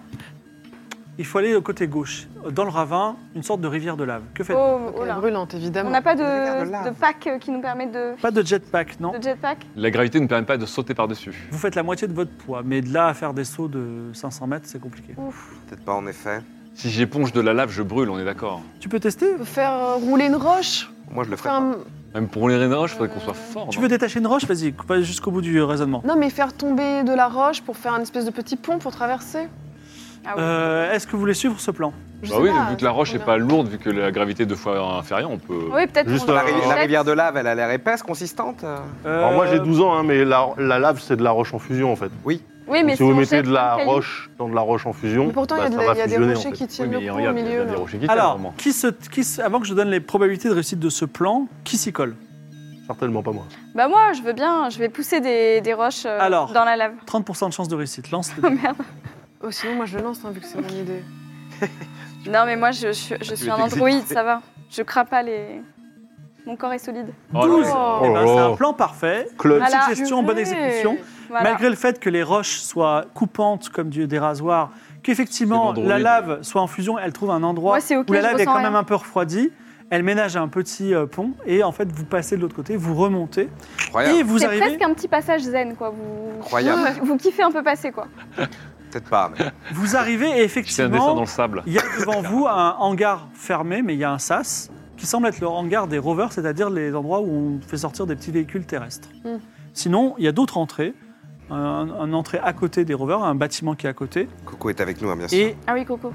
Speaker 1: Il faut aller au côté gauche. Dans le ravin, une sorte de rivière de lave. Que faites-vous
Speaker 2: Oh, oh
Speaker 5: Elle est
Speaker 2: là.
Speaker 5: brûlante, évidemment.
Speaker 2: On n'a pas
Speaker 4: Regarde
Speaker 2: de,
Speaker 4: là.
Speaker 2: de pack euh, qui nous permet
Speaker 3: Oh.
Speaker 2: de,
Speaker 1: Pas de jetpack, non
Speaker 2: de jetpack. Ah
Speaker 3: La gravité ne permet pas de sauter par-dessus.
Speaker 1: Vous faites la moitié de votre poids, mais de là à faire des sauts de 500 mètres, c'est compliqué.
Speaker 4: Peut-être pas en effet.
Speaker 3: Si j'éponge de la lave, je brûle, on est d'accord.
Speaker 1: Tu peux tester
Speaker 5: On peut faire euh, rouler une roche.
Speaker 4: Moi, je le ferai
Speaker 5: Faire
Speaker 4: pas.
Speaker 5: un-
Speaker 3: Même pour les rénards, il faudrait qu'on soit fort.
Speaker 1: Tu
Speaker 3: non
Speaker 1: veux détacher une roche Vas-y, va jusqu'au bout du euh, raisonnement.
Speaker 5: Non, mais faire tomber de la roche pour faire un espèce de petit pont pour traverser.
Speaker 2: Ah oui.
Speaker 1: Euh, Est-ce que vous voulez suivre ce plan
Speaker 5: Je
Speaker 3: Bah
Speaker 5: sais
Speaker 3: oui,
Speaker 5: pas,
Speaker 3: vu que la roche
Speaker 5: c'est
Speaker 3: n'est pas lourde, vu que la gravité est deux fois inférieure, on peut.
Speaker 2: oui, peut-être.
Speaker 6: juste
Speaker 2: qu'on
Speaker 6: la
Speaker 2: va-
Speaker 4: La,
Speaker 6: Euh,
Speaker 4: rivi- la
Speaker 2: peut-être-
Speaker 4: rivière de lave, elle a l'air épaisse, consistante. euh.
Speaker 6: Alors moi
Speaker 1: Euh,
Speaker 6: j'ai 12 ans, hein, mais la, la lave c'est de la roche en fusion en fait.
Speaker 2: Oui, mais
Speaker 6: si vous
Speaker 2: on
Speaker 6: mettez
Speaker 2: jette
Speaker 6: de la
Speaker 2: un caillou-
Speaker 6: roche dans de la roche en fusion,
Speaker 5: Mais pourtant, il y a
Speaker 6: bah,
Speaker 5: de
Speaker 6: ça
Speaker 5: la-
Speaker 6: va
Speaker 5: il y a des
Speaker 6: fusionner, en
Speaker 5: rochers
Speaker 6: fait.
Speaker 5: qui
Speaker 3: Oui,
Speaker 5: tiennent
Speaker 3: mais
Speaker 5: le pont au
Speaker 3: regarde, il y a
Speaker 5: milieu.
Speaker 3: des
Speaker 5: là.
Speaker 3: rochers qui tiennent,
Speaker 1: Alors,
Speaker 3: normalement.
Speaker 1: qui se, qui se- avant que je donne les probabilités de réussite de ce plan, qui s'y colle
Speaker 6: Certainement pas moi.
Speaker 2: Bah moi, je veux bien. Je vais pousser des, des roches euh,
Speaker 1: Alors.
Speaker 2: dans la lave. [laughs]
Speaker 1: 30% de chance de réussite.
Speaker 3: [laughs]
Speaker 1: Lance. le
Speaker 2: Oh
Speaker 1: dé.
Speaker 2: merde.
Speaker 5: Oh, sinon, moi je le lance, hein, vu que c'est mon idée.
Speaker 2: Non, mais moi, je, je- je suis
Speaker 4: veux
Speaker 2: un
Speaker 4: t'exécuter.
Speaker 2: androïde, ça va. Je crains pas les. Mon corps est solide.
Speaker 3: Oh là là.
Speaker 1: 12 Eh ben,
Speaker 6: Oh.
Speaker 1: C'est un plan parfait.
Speaker 6: Club.
Speaker 2: Voilà.
Speaker 1: Bonne suggestion, bonne
Speaker 5: Purée.
Speaker 1: exécution.
Speaker 2: Voilà.
Speaker 1: Malgré le fait que les roches soient coupantes comme du- des rasoirs, qu'effectivement
Speaker 3: C'est l'androïde.
Speaker 1: la lave soit en fusion, elle trouve un endroit
Speaker 2: Moi, c'est ok,
Speaker 1: où la
Speaker 2: je
Speaker 1: lave est
Speaker 2: ressens
Speaker 1: quand
Speaker 2: rien.
Speaker 1: même un peu refroidie. Elle ménage un petit euh, pont et en fait vous passez de l'autre côté, vous remontez
Speaker 3: Ah,
Speaker 1: et
Speaker 4: Incroyable.
Speaker 1: vous
Speaker 2: C'est
Speaker 1: arrivez.
Speaker 2: presque un petit passage zen, quoi. Vous,
Speaker 4: Incroyable.
Speaker 2: [laughs] vous, vous kiffez un peu passer, quoi.
Speaker 4: Peut-être pas. mais-
Speaker 1: Vous arrivez et
Speaker 3: C'est un dessin dans
Speaker 1: effectivement
Speaker 3: le sable.
Speaker 1: Il y a
Speaker 3: [laughs]
Speaker 1: devant vous un hangar fermé, mais il y a un sas qui semble être le hangar des rovers, c'est-à-dire les endroits où on fait sortir des petits véhicules terrestres.
Speaker 5: Mm.
Speaker 1: Sinon, il y a d'autres entrées. Un, un entrée à côté des rovers, un bâtiment qui est à côté.
Speaker 4: Coco est avec nous, hein, bien sûr.
Speaker 1: Et
Speaker 2: Ah oui, Coco.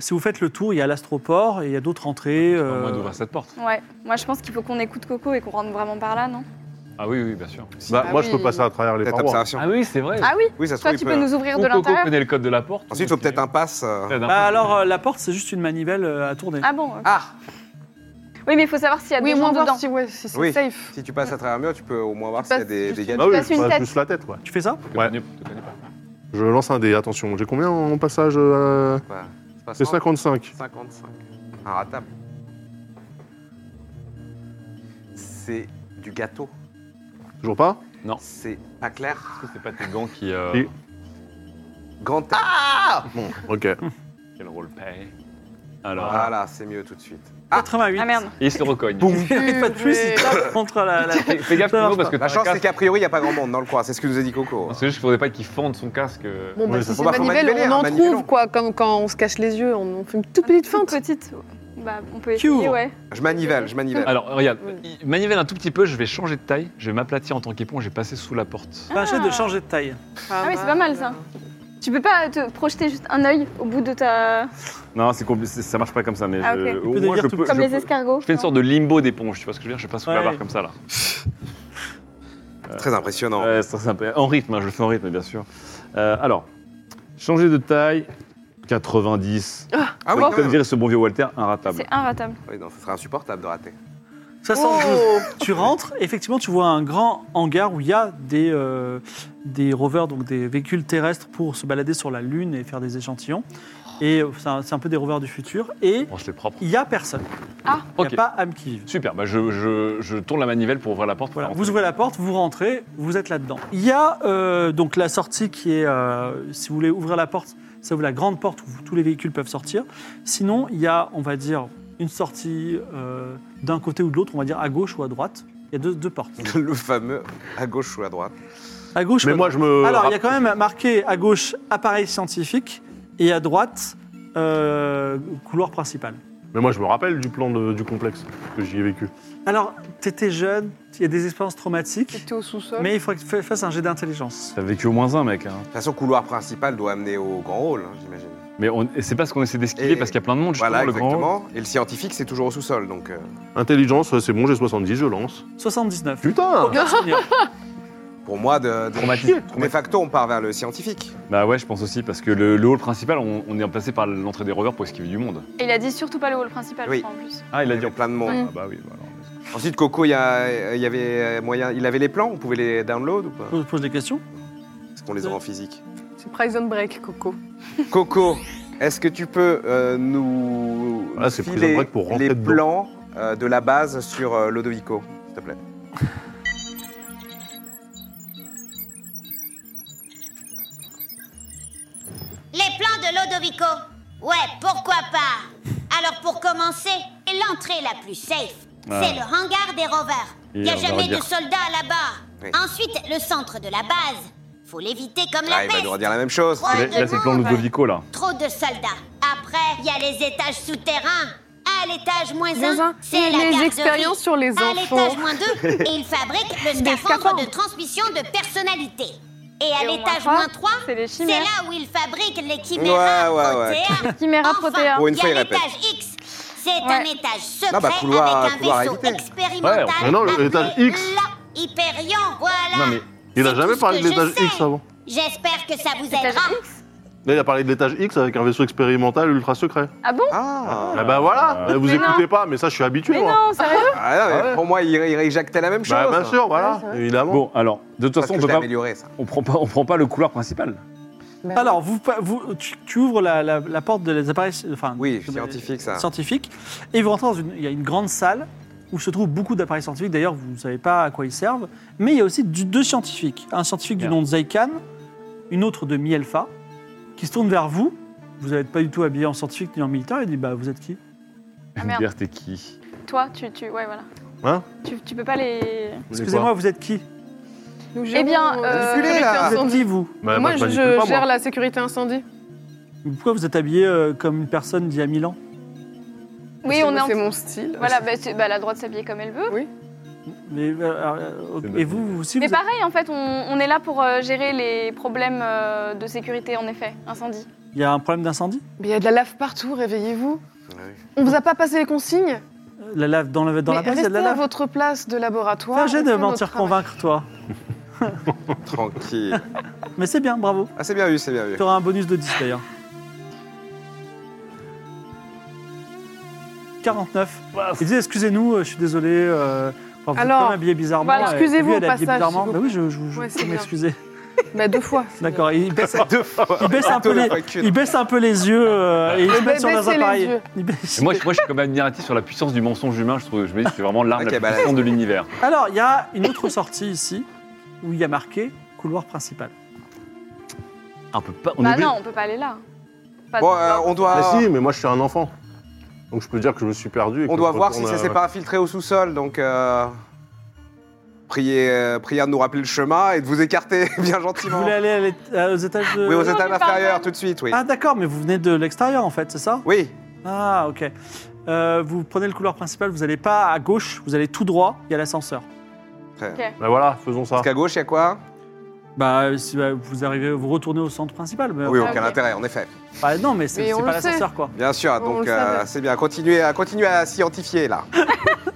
Speaker 1: si vous faites le tour, il y a l'astroport et il y a d'autres entrées.
Speaker 3: Au
Speaker 1: euh,
Speaker 3: moins d'ouvrir cette porte.
Speaker 2: Ouais. Moi, je pense qu'il faut qu'on écoute Coco et qu'on rentre vraiment par là, non
Speaker 3: Ah oui, oui, bien sûr.
Speaker 6: Bah,
Speaker 5: Ah
Speaker 6: moi je
Speaker 5: oui.
Speaker 6: peux passer à travers les
Speaker 4: Peut-être
Speaker 6: parois.
Speaker 4: observation.
Speaker 3: oui, c'est vrai.
Speaker 2: Ah oui
Speaker 4: Oui, bah, ça se
Speaker 2: Toi,
Speaker 4: trouve,
Speaker 2: tu
Speaker 4: il
Speaker 2: peux
Speaker 4: peut-
Speaker 2: nous ouvrir de
Speaker 3: Coco
Speaker 2: l'intérieur
Speaker 3: connaît le code de la porte.
Speaker 4: Ensuite, il faut
Speaker 3: Donc,
Speaker 4: peut-être
Speaker 3: euh,
Speaker 4: un pass. euh.
Speaker 3: peut-être un
Speaker 1: bah
Speaker 3: peu.
Speaker 1: alors, euh, la porte, c'est juste une manivelle euh, à tourner.
Speaker 2: Ah bon ok.
Speaker 4: Ah
Speaker 2: Oui, mais il faut savoir s'il y a
Speaker 5: Oui,
Speaker 2: des
Speaker 5: moi
Speaker 2: gens
Speaker 5: voir
Speaker 2: dedans.
Speaker 5: si, ouais, si c'est
Speaker 4: Oui.
Speaker 5: safe.
Speaker 4: Si tu passes à travers un mur, tu peux au moins voir
Speaker 5: Tu
Speaker 4: s'il y a
Speaker 5: passes
Speaker 4: des
Speaker 5: juste
Speaker 4: dégâts.
Speaker 5: une-
Speaker 6: Bah oui,
Speaker 2: passes
Speaker 6: je
Speaker 2: une
Speaker 6: passe
Speaker 2: tête.
Speaker 6: juste la tête, ouais.
Speaker 1: Tu fais ça
Speaker 3: Je connais- je connais pas.
Speaker 6: Je lance un dé, attention. J'ai combien en passage euh,
Speaker 4: Quoi C'est pas
Speaker 6: C'est
Speaker 4: 100,
Speaker 6: 55.
Speaker 4: 55. Un ratable. C'est du gâteau.
Speaker 6: Toujours pas
Speaker 4: C'est pas clair.
Speaker 3: C'est pas tes gants qui. euh,
Speaker 6: Et-
Speaker 4: Grand
Speaker 3: Ah
Speaker 6: Bon, ok.
Speaker 3: Quel rôle paye Alors.
Speaker 4: Voilà, c'est mieux tout de suite.
Speaker 1: 88.
Speaker 2: Ah merde.
Speaker 3: Et il se recogne.
Speaker 1: [laughs] Il arrive pas de plus, il tape contre la. la-
Speaker 3: Fais fais gaffe,
Speaker 1: Ça marche
Speaker 3: Bruno, parce que
Speaker 1: pas.
Speaker 3: t'as
Speaker 4: La chance,
Speaker 3: un
Speaker 4: c'est
Speaker 3: casque. Ah,
Speaker 4: qu'a priori, il n'y a pas grand monde dans le coin. C'est ce que nous a dit Coco.
Speaker 3: C'est juste qu'il faudrait pas qu'il fende son casque. euh,
Speaker 5: Bon, bah,
Speaker 6: Ouais,
Speaker 5: si
Speaker 6: ça
Speaker 5: c'est
Speaker 4: va. Faut
Speaker 5: manivelle,
Speaker 4: manipuler,
Speaker 5: on en
Speaker 4: hein, manipulons.
Speaker 5: trouve, quoi. Comme quand on se cache les yeux, on, on fait une toute
Speaker 2: Ah,
Speaker 5: petite feinte.
Speaker 2: Petite. Bah, on peut
Speaker 1: Qui
Speaker 2: essayer,
Speaker 1: ouvre
Speaker 2: ouais.
Speaker 4: Je manivelle, je manivelle.
Speaker 3: Alors, regarde, il- manivelle un tout petit peu, je vais changer de taille, je vais m'aplatir en tant qu'éponge, je vais passer sous la porte.
Speaker 1: Pas un jet de changer de taille.
Speaker 2: Ah oui, c'est
Speaker 5: bah,
Speaker 2: pas mal, ça. Tu peux pas te projeter juste un œil au bout de ta.
Speaker 3: Non, c'est compliqué, ça marche pas comme ça, mais
Speaker 2: Ah, je- ok.
Speaker 1: au moins, je Oh. peux-
Speaker 2: Comme les escargots.
Speaker 3: Je fais une
Speaker 2: non
Speaker 3: sorte de limbo d'éponge, tu vois ce que je veux dire Je passe sous la
Speaker 1: Ouais.
Speaker 3: barre comme ça là. Ah.
Speaker 4: Très impressionnant.
Speaker 3: [laughs] Ouais, c'est sympa. En rythme, hein, je le fais en rythme bien sûr. Euh, alors, changer de taille, 90.
Speaker 4: Ah oui,
Speaker 3: Comme
Speaker 4: non,
Speaker 6: Ah.
Speaker 4: Ah
Speaker 3: dirait ce bon vieux Walter, un ratable.
Speaker 2: C'est un ratable.
Speaker 4: Oui, non, ce serait insupportable de rater.
Speaker 1: 72.
Speaker 5: Oh.
Speaker 1: Tu rentres, effectivement, tu vois un grand hangar où il y a des, euh, des rovers, donc des véhicules terrestres pour se balader sur la Lune et faire des échantillons. Et euh, c'est un, c'est un peu des rovers du futur. Et
Speaker 3: Bon, je l'ai Oh, propre.
Speaker 1: il n'y a personne.
Speaker 2: Ah.
Speaker 1: Il n'y
Speaker 3: Ok.
Speaker 1: a pas âme qui vive.
Speaker 3: Super, bah je, je- je tourne la manivelle pour ouvrir la porte. pour
Speaker 1: Voilà,
Speaker 3: faire
Speaker 1: vous
Speaker 3: entrer.
Speaker 1: ouvrez la porte, vous rentrez, vous êtes là-dedans. Il y a euh, donc la sortie qui est, euh, si vous voulez ouvrir la porte, ça vous la grande porte où vous- tous les véhicules peuvent sortir. Sinon, il y a, on va dire, une sortie euh, d'un côté ou de l'autre, on va dire à gauche ou à droite. Il y a deux, deux portes.
Speaker 4: Le fameux à gauche ou à droite.
Speaker 1: À gauche. ou
Speaker 6: Mais
Speaker 1: à
Speaker 6: moi,
Speaker 1: droite.
Speaker 6: je me.
Speaker 1: Alors, il y a
Speaker 6: rapp-
Speaker 1: quand même marqué à gauche appareil scientifique et à droite euh, couloir principal.
Speaker 6: Mais moi, je me rappelle du plan de- du complexe que j'y ai vécu.
Speaker 1: Alors, t'étais jeune, il y a des expériences traumatiques,
Speaker 5: T'es au sous-sol.
Speaker 1: mais il faudrait que tu fasses un jet d'intelligence.
Speaker 3: T'as vécu au moins un, mec. hein.
Speaker 4: De toute façon, couloir principal doit amener au grand rôle, hein, j'imagine.
Speaker 3: Mais on- et c'est pas ce qu'on essaie d'esquiver
Speaker 4: Et-
Speaker 3: parce qu'il y a plein de monde, justement,
Speaker 4: Voilà,
Speaker 3: le grand.
Speaker 4: exactement. Et le scientifique, c'est toujours au sous-sol, donc. euh,
Speaker 6: Intelligence, ouais, c'est bon, j'ai 70, je lance.
Speaker 1: 79.
Speaker 6: Putain
Speaker 1: Aucun souvenir.
Speaker 4: Pour moi, de, de,
Speaker 3: Traumatisé.
Speaker 4: de facto, on part vers le scientifique.
Speaker 3: Bah ouais, je pense aussi, parce que le, le hall principal, on, on est remplacé par l'entrée des rovers pour esquiver du monde.
Speaker 2: Et il a dit surtout pas le hall principal,
Speaker 4: Oui.
Speaker 2: je crois, en plus.
Speaker 3: Ah, il a dit
Speaker 4: plein de monde.
Speaker 3: Ah
Speaker 2: Mm.
Speaker 3: bah oui, bah alors.
Speaker 4: Ensuite, Coco, il y, a- il y avait euh, moyen. Il avait les plans, on pouvait les download ou pas
Speaker 1: Je pose des questions.
Speaker 4: Est-ce qu'on les aura en physique
Speaker 5: C'est Prison Break, Coco.
Speaker 4: Coco, est-ce que tu peux euh, nous
Speaker 6: Ah, c'est Prison
Speaker 4: filer
Speaker 6: Break pour rentrer
Speaker 4: les
Speaker 6: dedans.
Speaker 4: plans euh, de la base sur euh, Lodovico, s'il te plaît
Speaker 7: Les plans de Lodovico Ouais, pourquoi pas Alors pour commencer, l'entrée la plus safe,
Speaker 3: Ah.
Speaker 7: c'est le hangar des rovers.
Speaker 3: Et
Speaker 7: Il n'y a
Speaker 3: on va
Speaker 7: jamais de
Speaker 3: dire-
Speaker 7: soldats là-bas.
Speaker 4: Oui.
Speaker 7: Ensuite, le centre de la base. Faut l'éviter comme
Speaker 4: Ah,
Speaker 7: la
Speaker 4: il va nous
Speaker 7: peste.
Speaker 4: redire la même chose.
Speaker 7: Ouais.
Speaker 3: Là, là, c'est le plan Ludovico, là.
Speaker 7: Trop de soldats. Après, il y a les étages souterrains. À l'étage moins
Speaker 5: Moins un,
Speaker 7: 1, c'est
Speaker 5: et
Speaker 7: la
Speaker 5: les
Speaker 7: garderie.
Speaker 5: expériences sur les
Speaker 7: À l'étage
Speaker 5: enfants.
Speaker 7: moins 2, et ils fabriquent le
Speaker 5: [laughs] Des
Speaker 7: scaphandre
Speaker 5: scaphandres.
Speaker 7: de transmission de personnalité. Et à
Speaker 2: Et au
Speaker 7: l'étage
Speaker 2: moins
Speaker 7: moins 3,
Speaker 2: trois, c'est les
Speaker 7: c'est
Speaker 2: chimères.
Speaker 7: là où ils fabriquent les chiméras
Speaker 4: Ouais, ouais, ouais.
Speaker 7: protéas.
Speaker 2: Chimera
Speaker 7: Enfin,
Speaker 2: protéa.
Speaker 4: Pour une
Speaker 7: il y
Speaker 4: fois,
Speaker 7: a
Speaker 4: il répète.
Speaker 7: l'étage X. C'est un
Speaker 2: hein. Ouais.
Speaker 7: étage secret
Speaker 4: Non, bah, couloir-
Speaker 7: avec un
Speaker 4: couloir à
Speaker 7: vaisseau
Speaker 4: éviter.
Speaker 7: expérimental.
Speaker 3: Ouais,
Speaker 6: mais non, le- l'étage
Speaker 7: appelé
Speaker 6: X.
Speaker 7: La Hyperion, voilà.
Speaker 3: Non, mais
Speaker 6: Il a
Speaker 7: C'est
Speaker 6: jamais
Speaker 7: tout ce
Speaker 6: parlé
Speaker 7: que
Speaker 6: de
Speaker 7: je
Speaker 6: l'étage
Speaker 7: sais.
Speaker 6: X avant.
Speaker 7: J'espère que ça vous aidera.
Speaker 6: Là, il a parlé de l'étage X avec un vaisseau expérimental ultra secret.
Speaker 2: Ah bon
Speaker 4: Ah,
Speaker 6: Ah bah voilà
Speaker 3: Euh,
Speaker 6: Vous
Speaker 2: Mais
Speaker 6: écoutez pas, mais ça, je suis habitué,
Speaker 2: Mais
Speaker 6: moi.
Speaker 2: non, sérieux
Speaker 4: Ah, non, mais
Speaker 6: Ah ouais.
Speaker 4: Pour moi, il, il réjectait la même chose.
Speaker 6: Bah, bien sûr,
Speaker 5: Ouais,
Speaker 6: voilà,
Speaker 5: c'est vrai.
Speaker 6: évidemment.
Speaker 3: Bon, alors, de toute
Speaker 4: Parce
Speaker 3: façon,
Speaker 4: que
Speaker 3: on
Speaker 4: je
Speaker 3: peut
Speaker 4: l'ai
Speaker 3: pas,
Speaker 4: amélioré, ça.
Speaker 3: on prend pas, on prend pas le couloir principal.
Speaker 1: Alors, vous, vous- tu, tu ouvres la, la- la porte des appareils enfin,
Speaker 4: Oui,
Speaker 1: de-
Speaker 4: scientifique, ça.
Speaker 1: scientifiques, et vous rentrez dans une, il y a une grande salle où se trouvent beaucoup d'appareils scientifiques. D'ailleurs, vous ne savez pas à quoi ils servent. Mais il y a aussi du- deux scientifiques. Un scientifique du
Speaker 3: Bien.
Speaker 1: nom de Zaykan, une autre de Mielfa, qui se tourne vers vous. Vous n'êtes pas du tout habillé en scientifique ni en militaire. Il dit Bah, vous êtes qui
Speaker 2: Ah, merde.
Speaker 3: Dire, t'es qui
Speaker 2: Toi, tu, tu, ouais, voilà.
Speaker 6: Hein
Speaker 2: tu, tu peux pas les.
Speaker 1: Excusez-moi, vous êtes qui
Speaker 5: Nous
Speaker 2: Eh bien,
Speaker 5: gérons,
Speaker 2: euh,
Speaker 5: la sécurité
Speaker 4: Manipulez, là. Ah.
Speaker 1: Vous êtes qui,
Speaker 5: incendie.
Speaker 1: vous
Speaker 6: Bah,
Speaker 5: moi, je,
Speaker 6: manipule pas, moi.
Speaker 5: gère la sécurité incendie.
Speaker 1: Pourquoi vous êtes habillé euh, comme une personne d'il y a mille ans
Speaker 2: Oui, on est en.
Speaker 5: C'est mon style.
Speaker 2: Voilà, bah, c'est- bah, elle a le droit de s'habiller comme elle veut.
Speaker 5: Oui.
Speaker 1: Mais, euh, euh,
Speaker 3: C'est
Speaker 1: Et
Speaker 3: notre
Speaker 1: vous, vous aussi,
Speaker 2: Mais
Speaker 1: vous êtes-
Speaker 2: pareil, en fait, on, on est là pour euh, gérer les problèmes euh, de sécurité, en effet, incendie.
Speaker 1: il y a un problème d'incendie
Speaker 5: Mais il y a de la lave partout, réveillez-vous.
Speaker 4: Ouais.
Speaker 5: On vous a pas passé les consignes
Speaker 1: La lave dans la, dans la
Speaker 5: Mais
Speaker 1: base, il y a
Speaker 5: restez
Speaker 1: de la
Speaker 5: à
Speaker 1: lave.
Speaker 5: votre place de laboratoire.
Speaker 1: Fais un jet
Speaker 5: on
Speaker 1: de
Speaker 5: fait
Speaker 1: mentir
Speaker 5: notre travail.
Speaker 1: convaincre, toi.
Speaker 4: Tranquille.
Speaker 1: Mais c'est bien, bravo.
Speaker 4: Ah, c'est bien vu, c'est bien vu.
Speaker 1: Tu auras un bonus de 10 d'ailleurs. 49. Il dit Excusez-nous, euh, je suis désolé. euh, enfin, vous
Speaker 5: Alors,
Speaker 1: êtes quand même habillé bizarrement.
Speaker 2: voilà,
Speaker 1: et-
Speaker 5: excusez-vous
Speaker 1: lui, elle est
Speaker 5: au
Speaker 1: habillée
Speaker 5: passage,
Speaker 1: bizarrement.
Speaker 5: s'il
Speaker 1: Bah
Speaker 5: vous
Speaker 1: oui, je, je, je
Speaker 5: Ouais, c'est
Speaker 1: peux
Speaker 5: bien.
Speaker 1: m'excuser.
Speaker 5: Bah, deux fois. c'est
Speaker 1: D'accord. Il baisse, [laughs]
Speaker 4: Deux fois.
Speaker 1: il baisse un peu
Speaker 4: Bateau de
Speaker 1: les,
Speaker 4: recul.
Speaker 1: il baisse un peu les yeux euh, et il se
Speaker 5: Mais
Speaker 1: met sur leurs
Speaker 5: baissez les
Speaker 1: appareils.
Speaker 5: yeux.
Speaker 1: Il baisse.
Speaker 3: Et moi, je- moi, je suis comme admiratif sur la puissance du mensonge humain. Je trouve, je me dis, c'est vraiment l'arme
Speaker 4: Ok,
Speaker 3: la
Speaker 4: bah,
Speaker 3: plus puissante de l'univers.
Speaker 1: Alors, il y a une autre sortie ici où il y a marqué couloir principal.
Speaker 3: Un peu pas. On est
Speaker 2: bah
Speaker 3: obligé- Ah,
Speaker 2: non, on peut pas aller là. Pas
Speaker 4: Bon,
Speaker 2: de-
Speaker 4: euh, on doit.
Speaker 6: Mais si, mais moi, je suis un enfant. Donc, je peux dire que je me suis perdu. et que
Speaker 4: On doit
Speaker 6: je
Speaker 4: voir si
Speaker 6: retourne
Speaker 4: ça
Speaker 6: à-
Speaker 4: s'est pas infiltré au sous-sol, donc euh, priez, euh, priez de nous rappeler le chemin et de vous écarter [laughs] bien
Speaker 1: Vous
Speaker 4: gentiment.
Speaker 1: voulez aller à l'ét- euh, aux étages de.
Speaker 4: Oui, aux
Speaker 2: Non,
Speaker 4: étages
Speaker 2: mais
Speaker 4: inférieurs
Speaker 2: pardon.
Speaker 4: tout de suite, oui.
Speaker 1: Ah, d'accord, mais vous venez de l'extérieur en fait, c'est ça
Speaker 4: Oui,
Speaker 1: Ah, ok. Euh, vous prenez le couloir principal, vous n'allez pas à gauche, vous allez tout droit, il y a l'ascenseur.
Speaker 6: Bah voilà, faisons ça.
Speaker 4: parce qu'à gauche, il y a quoi
Speaker 6: Ah
Speaker 1: Bah, euh, si euh, vous arrivez, vous retournez au centre principal. Mais,
Speaker 4: Oui,
Speaker 1: enfin,
Speaker 4: aucun
Speaker 5: ok.
Speaker 4: intérêt, en effet.
Speaker 1: bah, non, mais c'est
Speaker 5: Mais
Speaker 1: c'est
Speaker 5: on
Speaker 1: pas
Speaker 5: le sait.
Speaker 1: l'ascenseur, quoi.
Speaker 4: Bien sûr,
Speaker 5: On
Speaker 4: donc
Speaker 5: le
Speaker 4: euh,
Speaker 5: savait.
Speaker 4: c'est bien. Continuez à, continuez à scientifier, là.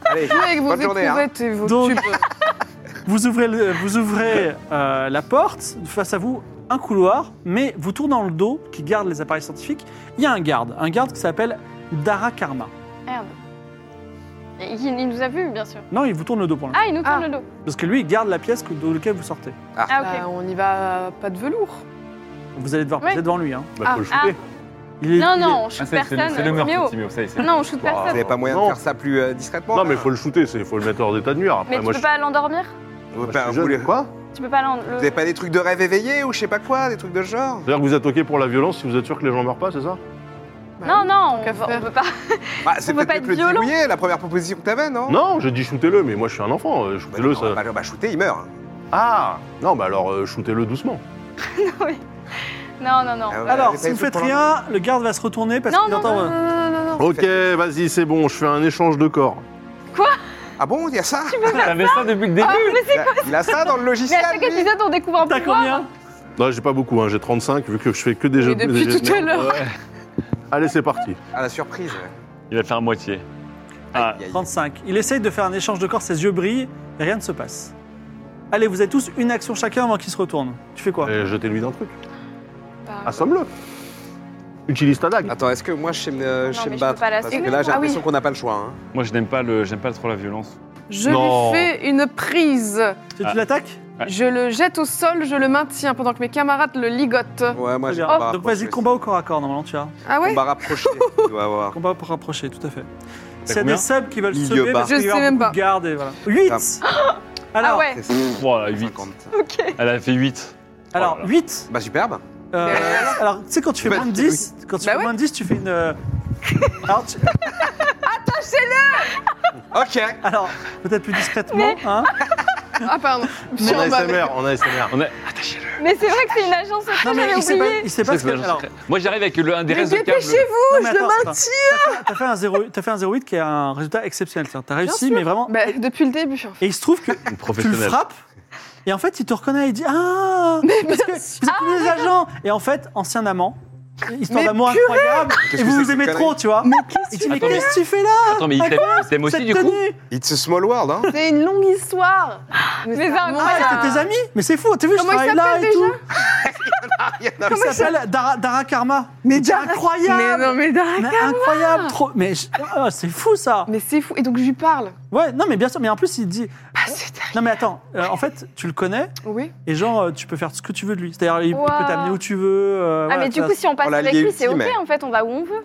Speaker 4: Allez,
Speaker 5: Jouez Avec vos
Speaker 4: bonne journée. hein.
Speaker 5: éprouvettes et vos
Speaker 1: Donc-
Speaker 5: tubes.
Speaker 1: Vous ouvrez, le- vous ouvrez euh, la porte, face à vous, un couloir, mais vous tournez dans le dos, qui garde les appareils scientifiques, il y a un garde, un garde qui s'appelle Dara Karma.
Speaker 2: Merde. Il, il nous a vus, bien sûr.
Speaker 1: Non, il vous tourne le dos pour l'instant.
Speaker 2: Ah, il nous tourne le dos.
Speaker 1: Parce que lui, il garde la pièce que- de laquelle vous sortez.
Speaker 2: Ah, ok.
Speaker 5: Bah, on y va pas de velours.
Speaker 1: Vous allez devoir
Speaker 2: Ouais.
Speaker 1: passer devant lui. Hein.
Speaker 6: Bah,
Speaker 5: Ah,
Speaker 6: faut le
Speaker 2: ah.
Speaker 6: shooter.
Speaker 1: Il est-
Speaker 2: Non,
Speaker 1: il est-
Speaker 2: non, on shoot
Speaker 3: Ah, c'est- c'est le-
Speaker 2: personne.
Speaker 3: c'est le meurtre,
Speaker 2: Méo.
Speaker 3: Timéo, ça y est, c'est-
Speaker 2: Non, on shoot
Speaker 6: Bah,
Speaker 4: Vous
Speaker 2: personne.
Speaker 4: n'avez pas moyen
Speaker 6: Non.
Speaker 4: de faire ça plus euh, discrètement
Speaker 6: Non,
Speaker 4: là
Speaker 6: mais faut le shooter, c'est- faut le mettre hors d'état de nuire. Après,
Speaker 2: Mais tu
Speaker 6: moi,
Speaker 2: peux
Speaker 6: je-
Speaker 2: pas l'endormir
Speaker 4: Vous
Speaker 6: moi,
Speaker 4: pas-
Speaker 6: je suis
Speaker 4: vous voulez-
Speaker 6: jeune. Quoi
Speaker 2: Tu peux pas l'endormir
Speaker 4: Vous n'avez pas des trucs de rêve éveillé ou je sais pas quoi, des trucs de ce genre
Speaker 6: C'est-à-dire que vous êtes OK pour la violence si vous êtes sûr que les gens meurent pas, c'est ça
Speaker 2: Non, non, on,
Speaker 5: qu'à
Speaker 2: va- on
Speaker 5: faire.
Speaker 2: peut pas.
Speaker 4: Bah, C'est
Speaker 2: On peut
Speaker 4: peut-être
Speaker 2: pas
Speaker 4: mieux
Speaker 2: être
Speaker 4: que le
Speaker 2: violent.
Speaker 4: dibouiller, la première proposition que t'avais, non
Speaker 6: Non, j'ai dit shootez-le, mais moi je suis un enfant. euh,
Speaker 4: Oh. Bah,
Speaker 6: shootez-le,
Speaker 4: on va
Speaker 6: ça.
Speaker 4: pas- on va shooter, il meurt.
Speaker 6: Ah Non, bah alors euh, shootez-le doucement.
Speaker 2: Non, non, non.
Speaker 4: Ah ouais,
Speaker 1: Alors,
Speaker 4: j'avais
Speaker 1: si
Speaker 4: pas
Speaker 1: vous
Speaker 4: eu ce
Speaker 1: faites
Speaker 4: point-là.
Speaker 1: rien, le garde va se retourner parce
Speaker 2: Non,
Speaker 1: qu'il
Speaker 2: non,
Speaker 1: entend.
Speaker 2: non,
Speaker 1: euh,
Speaker 6: Ok, vas-y, c'est bon, je fais un échange de corps.
Speaker 4: Ah bon, il y a ça
Speaker 3: T'avais ça depuis le début.
Speaker 2: Ah, mais c'est-
Speaker 4: Il a- Il a ça dans le
Speaker 2: mais à
Speaker 4: logiciel
Speaker 2: chaque
Speaker 4: lui
Speaker 2: épisode, on découvre un
Speaker 1: T'as
Speaker 2: pouvoir.
Speaker 1: combien
Speaker 6: Non, j'ai pas beaucoup, hein, j'ai 35, vu que je fais que des jeux.
Speaker 5: Et depuis
Speaker 6: des jeux de
Speaker 5: tout à
Speaker 6: merde.
Speaker 5: l'heure.
Speaker 6: Ouais. Allez, c'est parti.
Speaker 4: À Ah, la surprise. ouais.
Speaker 8: Il a fait à moitié.
Speaker 4: Aïe,
Speaker 8: Ah,
Speaker 4: aïe, aïe.
Speaker 1: 35. Il essaye de faire un échange de corps, ses yeux brillent et rien ne se passe. Allez, vous êtes tous une action chacun avant qu'il se retourne. Tu fais quoi
Speaker 8: Euh,
Speaker 6: Et Jetez-lui d'un truc.
Speaker 5: Bah,
Speaker 6: Assomme-le. Utilise ta dague.
Speaker 4: Attends, est-ce que moi je sais me,
Speaker 2: Non,
Speaker 4: je sais
Speaker 2: mais
Speaker 4: me
Speaker 2: je peux
Speaker 4: battre
Speaker 2: pas la
Speaker 4: Parce que
Speaker 2: suivre.
Speaker 4: là j'ai
Speaker 5: Ah oui.
Speaker 4: l'impression qu'on n'a pas le choix. hein.
Speaker 8: moi je n'aime pas le, j'aime pas trop la violence.
Speaker 5: Je
Speaker 6: Non.
Speaker 5: lui fais une prise.
Speaker 1: Tu, tu
Speaker 8: Ah.
Speaker 1: l'attaques
Speaker 8: Ouais.
Speaker 5: Je le jette au sol, je le maintiens pendant que mes camarades le ligotent.
Speaker 4: Ouais, moi
Speaker 1: Très
Speaker 4: j'ai
Speaker 1: bien.
Speaker 2: Oh,
Speaker 4: un combat
Speaker 1: Donc
Speaker 4: rapproché
Speaker 1: vas-y,
Speaker 4: aussi.
Speaker 1: combat au corps à corps, normalement tu as.
Speaker 5: Ah ouais
Speaker 4: Combat rapproché, tu dois avoir.
Speaker 1: Combat pour rapprocher, tout à fait.
Speaker 8: T'as
Speaker 1: S'il y a
Speaker 8: combien
Speaker 1: des subs qui veulent se
Speaker 4: Milieu
Speaker 1: sauver,
Speaker 4: bas.
Speaker 1: parce qu'il va y
Speaker 5: Je sais
Speaker 1: avoir
Speaker 5: même
Speaker 1: beaucoup
Speaker 5: pas.
Speaker 1: de gardes et voilà. 8 Alors,
Speaker 5: Ah ouais
Speaker 4: C'est ça.
Speaker 8: Voilà, 8.
Speaker 4: 50.
Speaker 8: Elle a fait 8.
Speaker 1: alors
Speaker 8: Voilà.
Speaker 1: 8
Speaker 4: Bah superbe.
Speaker 1: euh, Alors, tu sais, quand tu fais
Speaker 4: Bah,
Speaker 1: moins de
Speaker 4: oui.
Speaker 1: 10, quand tu
Speaker 5: Bah
Speaker 1: fais
Speaker 5: ouais.
Speaker 1: moins de 10, tu fais une. euh, [laughs] Alors, tu-
Speaker 4: Ok.
Speaker 1: alors, peut-être plus discrètement, hein
Speaker 5: Ah pardon. Je suis
Speaker 6: En
Speaker 5: en bas, mais-
Speaker 6: ASMR, en ASMR.
Speaker 8: On a...
Speaker 2: Mais c'est vrai que c'est une agence
Speaker 1: Ah, Non,
Speaker 2: secrète,
Speaker 1: mais
Speaker 2: j'avais
Speaker 1: il sait pas,
Speaker 2: oublié.
Speaker 1: il sait pas ce
Speaker 8: C'est
Speaker 1: que.
Speaker 8: pas-
Speaker 1: Alors,
Speaker 8: Moi j'arrive avec le, un des
Speaker 5: Mais
Speaker 8: restes de câble.
Speaker 5: dépêchez-vous
Speaker 1: non, mais
Speaker 5: Oh, je le
Speaker 1: attends, attends.
Speaker 5: maintiens.
Speaker 1: T'as fait, un 0 t'as fait un 0,8 qui est un résultat exceptionnel. c'est-à-dire, T'as réussi,
Speaker 5: sûr.
Speaker 1: mais vraiment.
Speaker 5: Bah, depuis le début.
Speaker 1: Et il se trouve que
Speaker 8: Une
Speaker 1: tu le
Speaker 8: professionnelle.
Speaker 1: frappes, et en fait, il te reconnaît, il dit Ah Parce que vous êtes tous des agents Et en fait, ancien amant, histoire
Speaker 5: Mais
Speaker 1: d'amour
Speaker 5: purée
Speaker 1: incroyable, et
Speaker 4: Qu'est-ce que
Speaker 1: vous
Speaker 4: c'est
Speaker 1: vous
Speaker 4: que
Speaker 1: aimez
Speaker 4: cette
Speaker 1: trop, tu vois. Il dit Mais
Speaker 8: Attends, mais-
Speaker 1: qu'est-ce que tu fais là
Speaker 8: Attends, mais il t'aime- il t'aime aussi
Speaker 1: cette
Speaker 8: du coup
Speaker 1: tenue
Speaker 4: It's a small world, hein [laughs]
Speaker 5: C'est une longue histoire.
Speaker 2: Mais
Speaker 5: c'est
Speaker 2: ça,
Speaker 5: un
Speaker 2: on
Speaker 5: bon
Speaker 1: Ah,
Speaker 2: va-
Speaker 5: hasard.
Speaker 1: c'était tes amis Mais c'est fou, t'as vu, je
Speaker 5: Comment il
Speaker 1: travaille là
Speaker 5: s'appelle
Speaker 1: et
Speaker 5: déjà
Speaker 1: tout.
Speaker 4: Il y en a-
Speaker 1: Il s'appelle Dara, Dara Karma. Mais
Speaker 5: Mais
Speaker 1: incroyable
Speaker 5: non, mais
Speaker 1: Mais ah.
Speaker 5: d'accord.
Speaker 1: incroyable trop. Mais je- ah, c'est fou ça
Speaker 5: Mais c'est fou. Et donc je lui parle.
Speaker 1: Ouais, non mais bien sûr, mais en plus il dit...
Speaker 5: Bah, c'est terrible.
Speaker 1: Non mais attends, euh, en fait tu le connais
Speaker 5: Oui.
Speaker 1: et genre euh, tu peux faire ce que tu veux de lui. C'est-à-dire il
Speaker 2: Wow.
Speaker 1: peut t'amener où tu veux. euh,
Speaker 2: Ah,
Speaker 1: voilà,
Speaker 2: mais du
Speaker 1: ça-
Speaker 2: coup, si on passe
Speaker 4: l'a
Speaker 2: avec
Speaker 4: lié
Speaker 2: lui, c'est ok,
Speaker 4: ultime, elle.
Speaker 2: en fait, on va où on veut.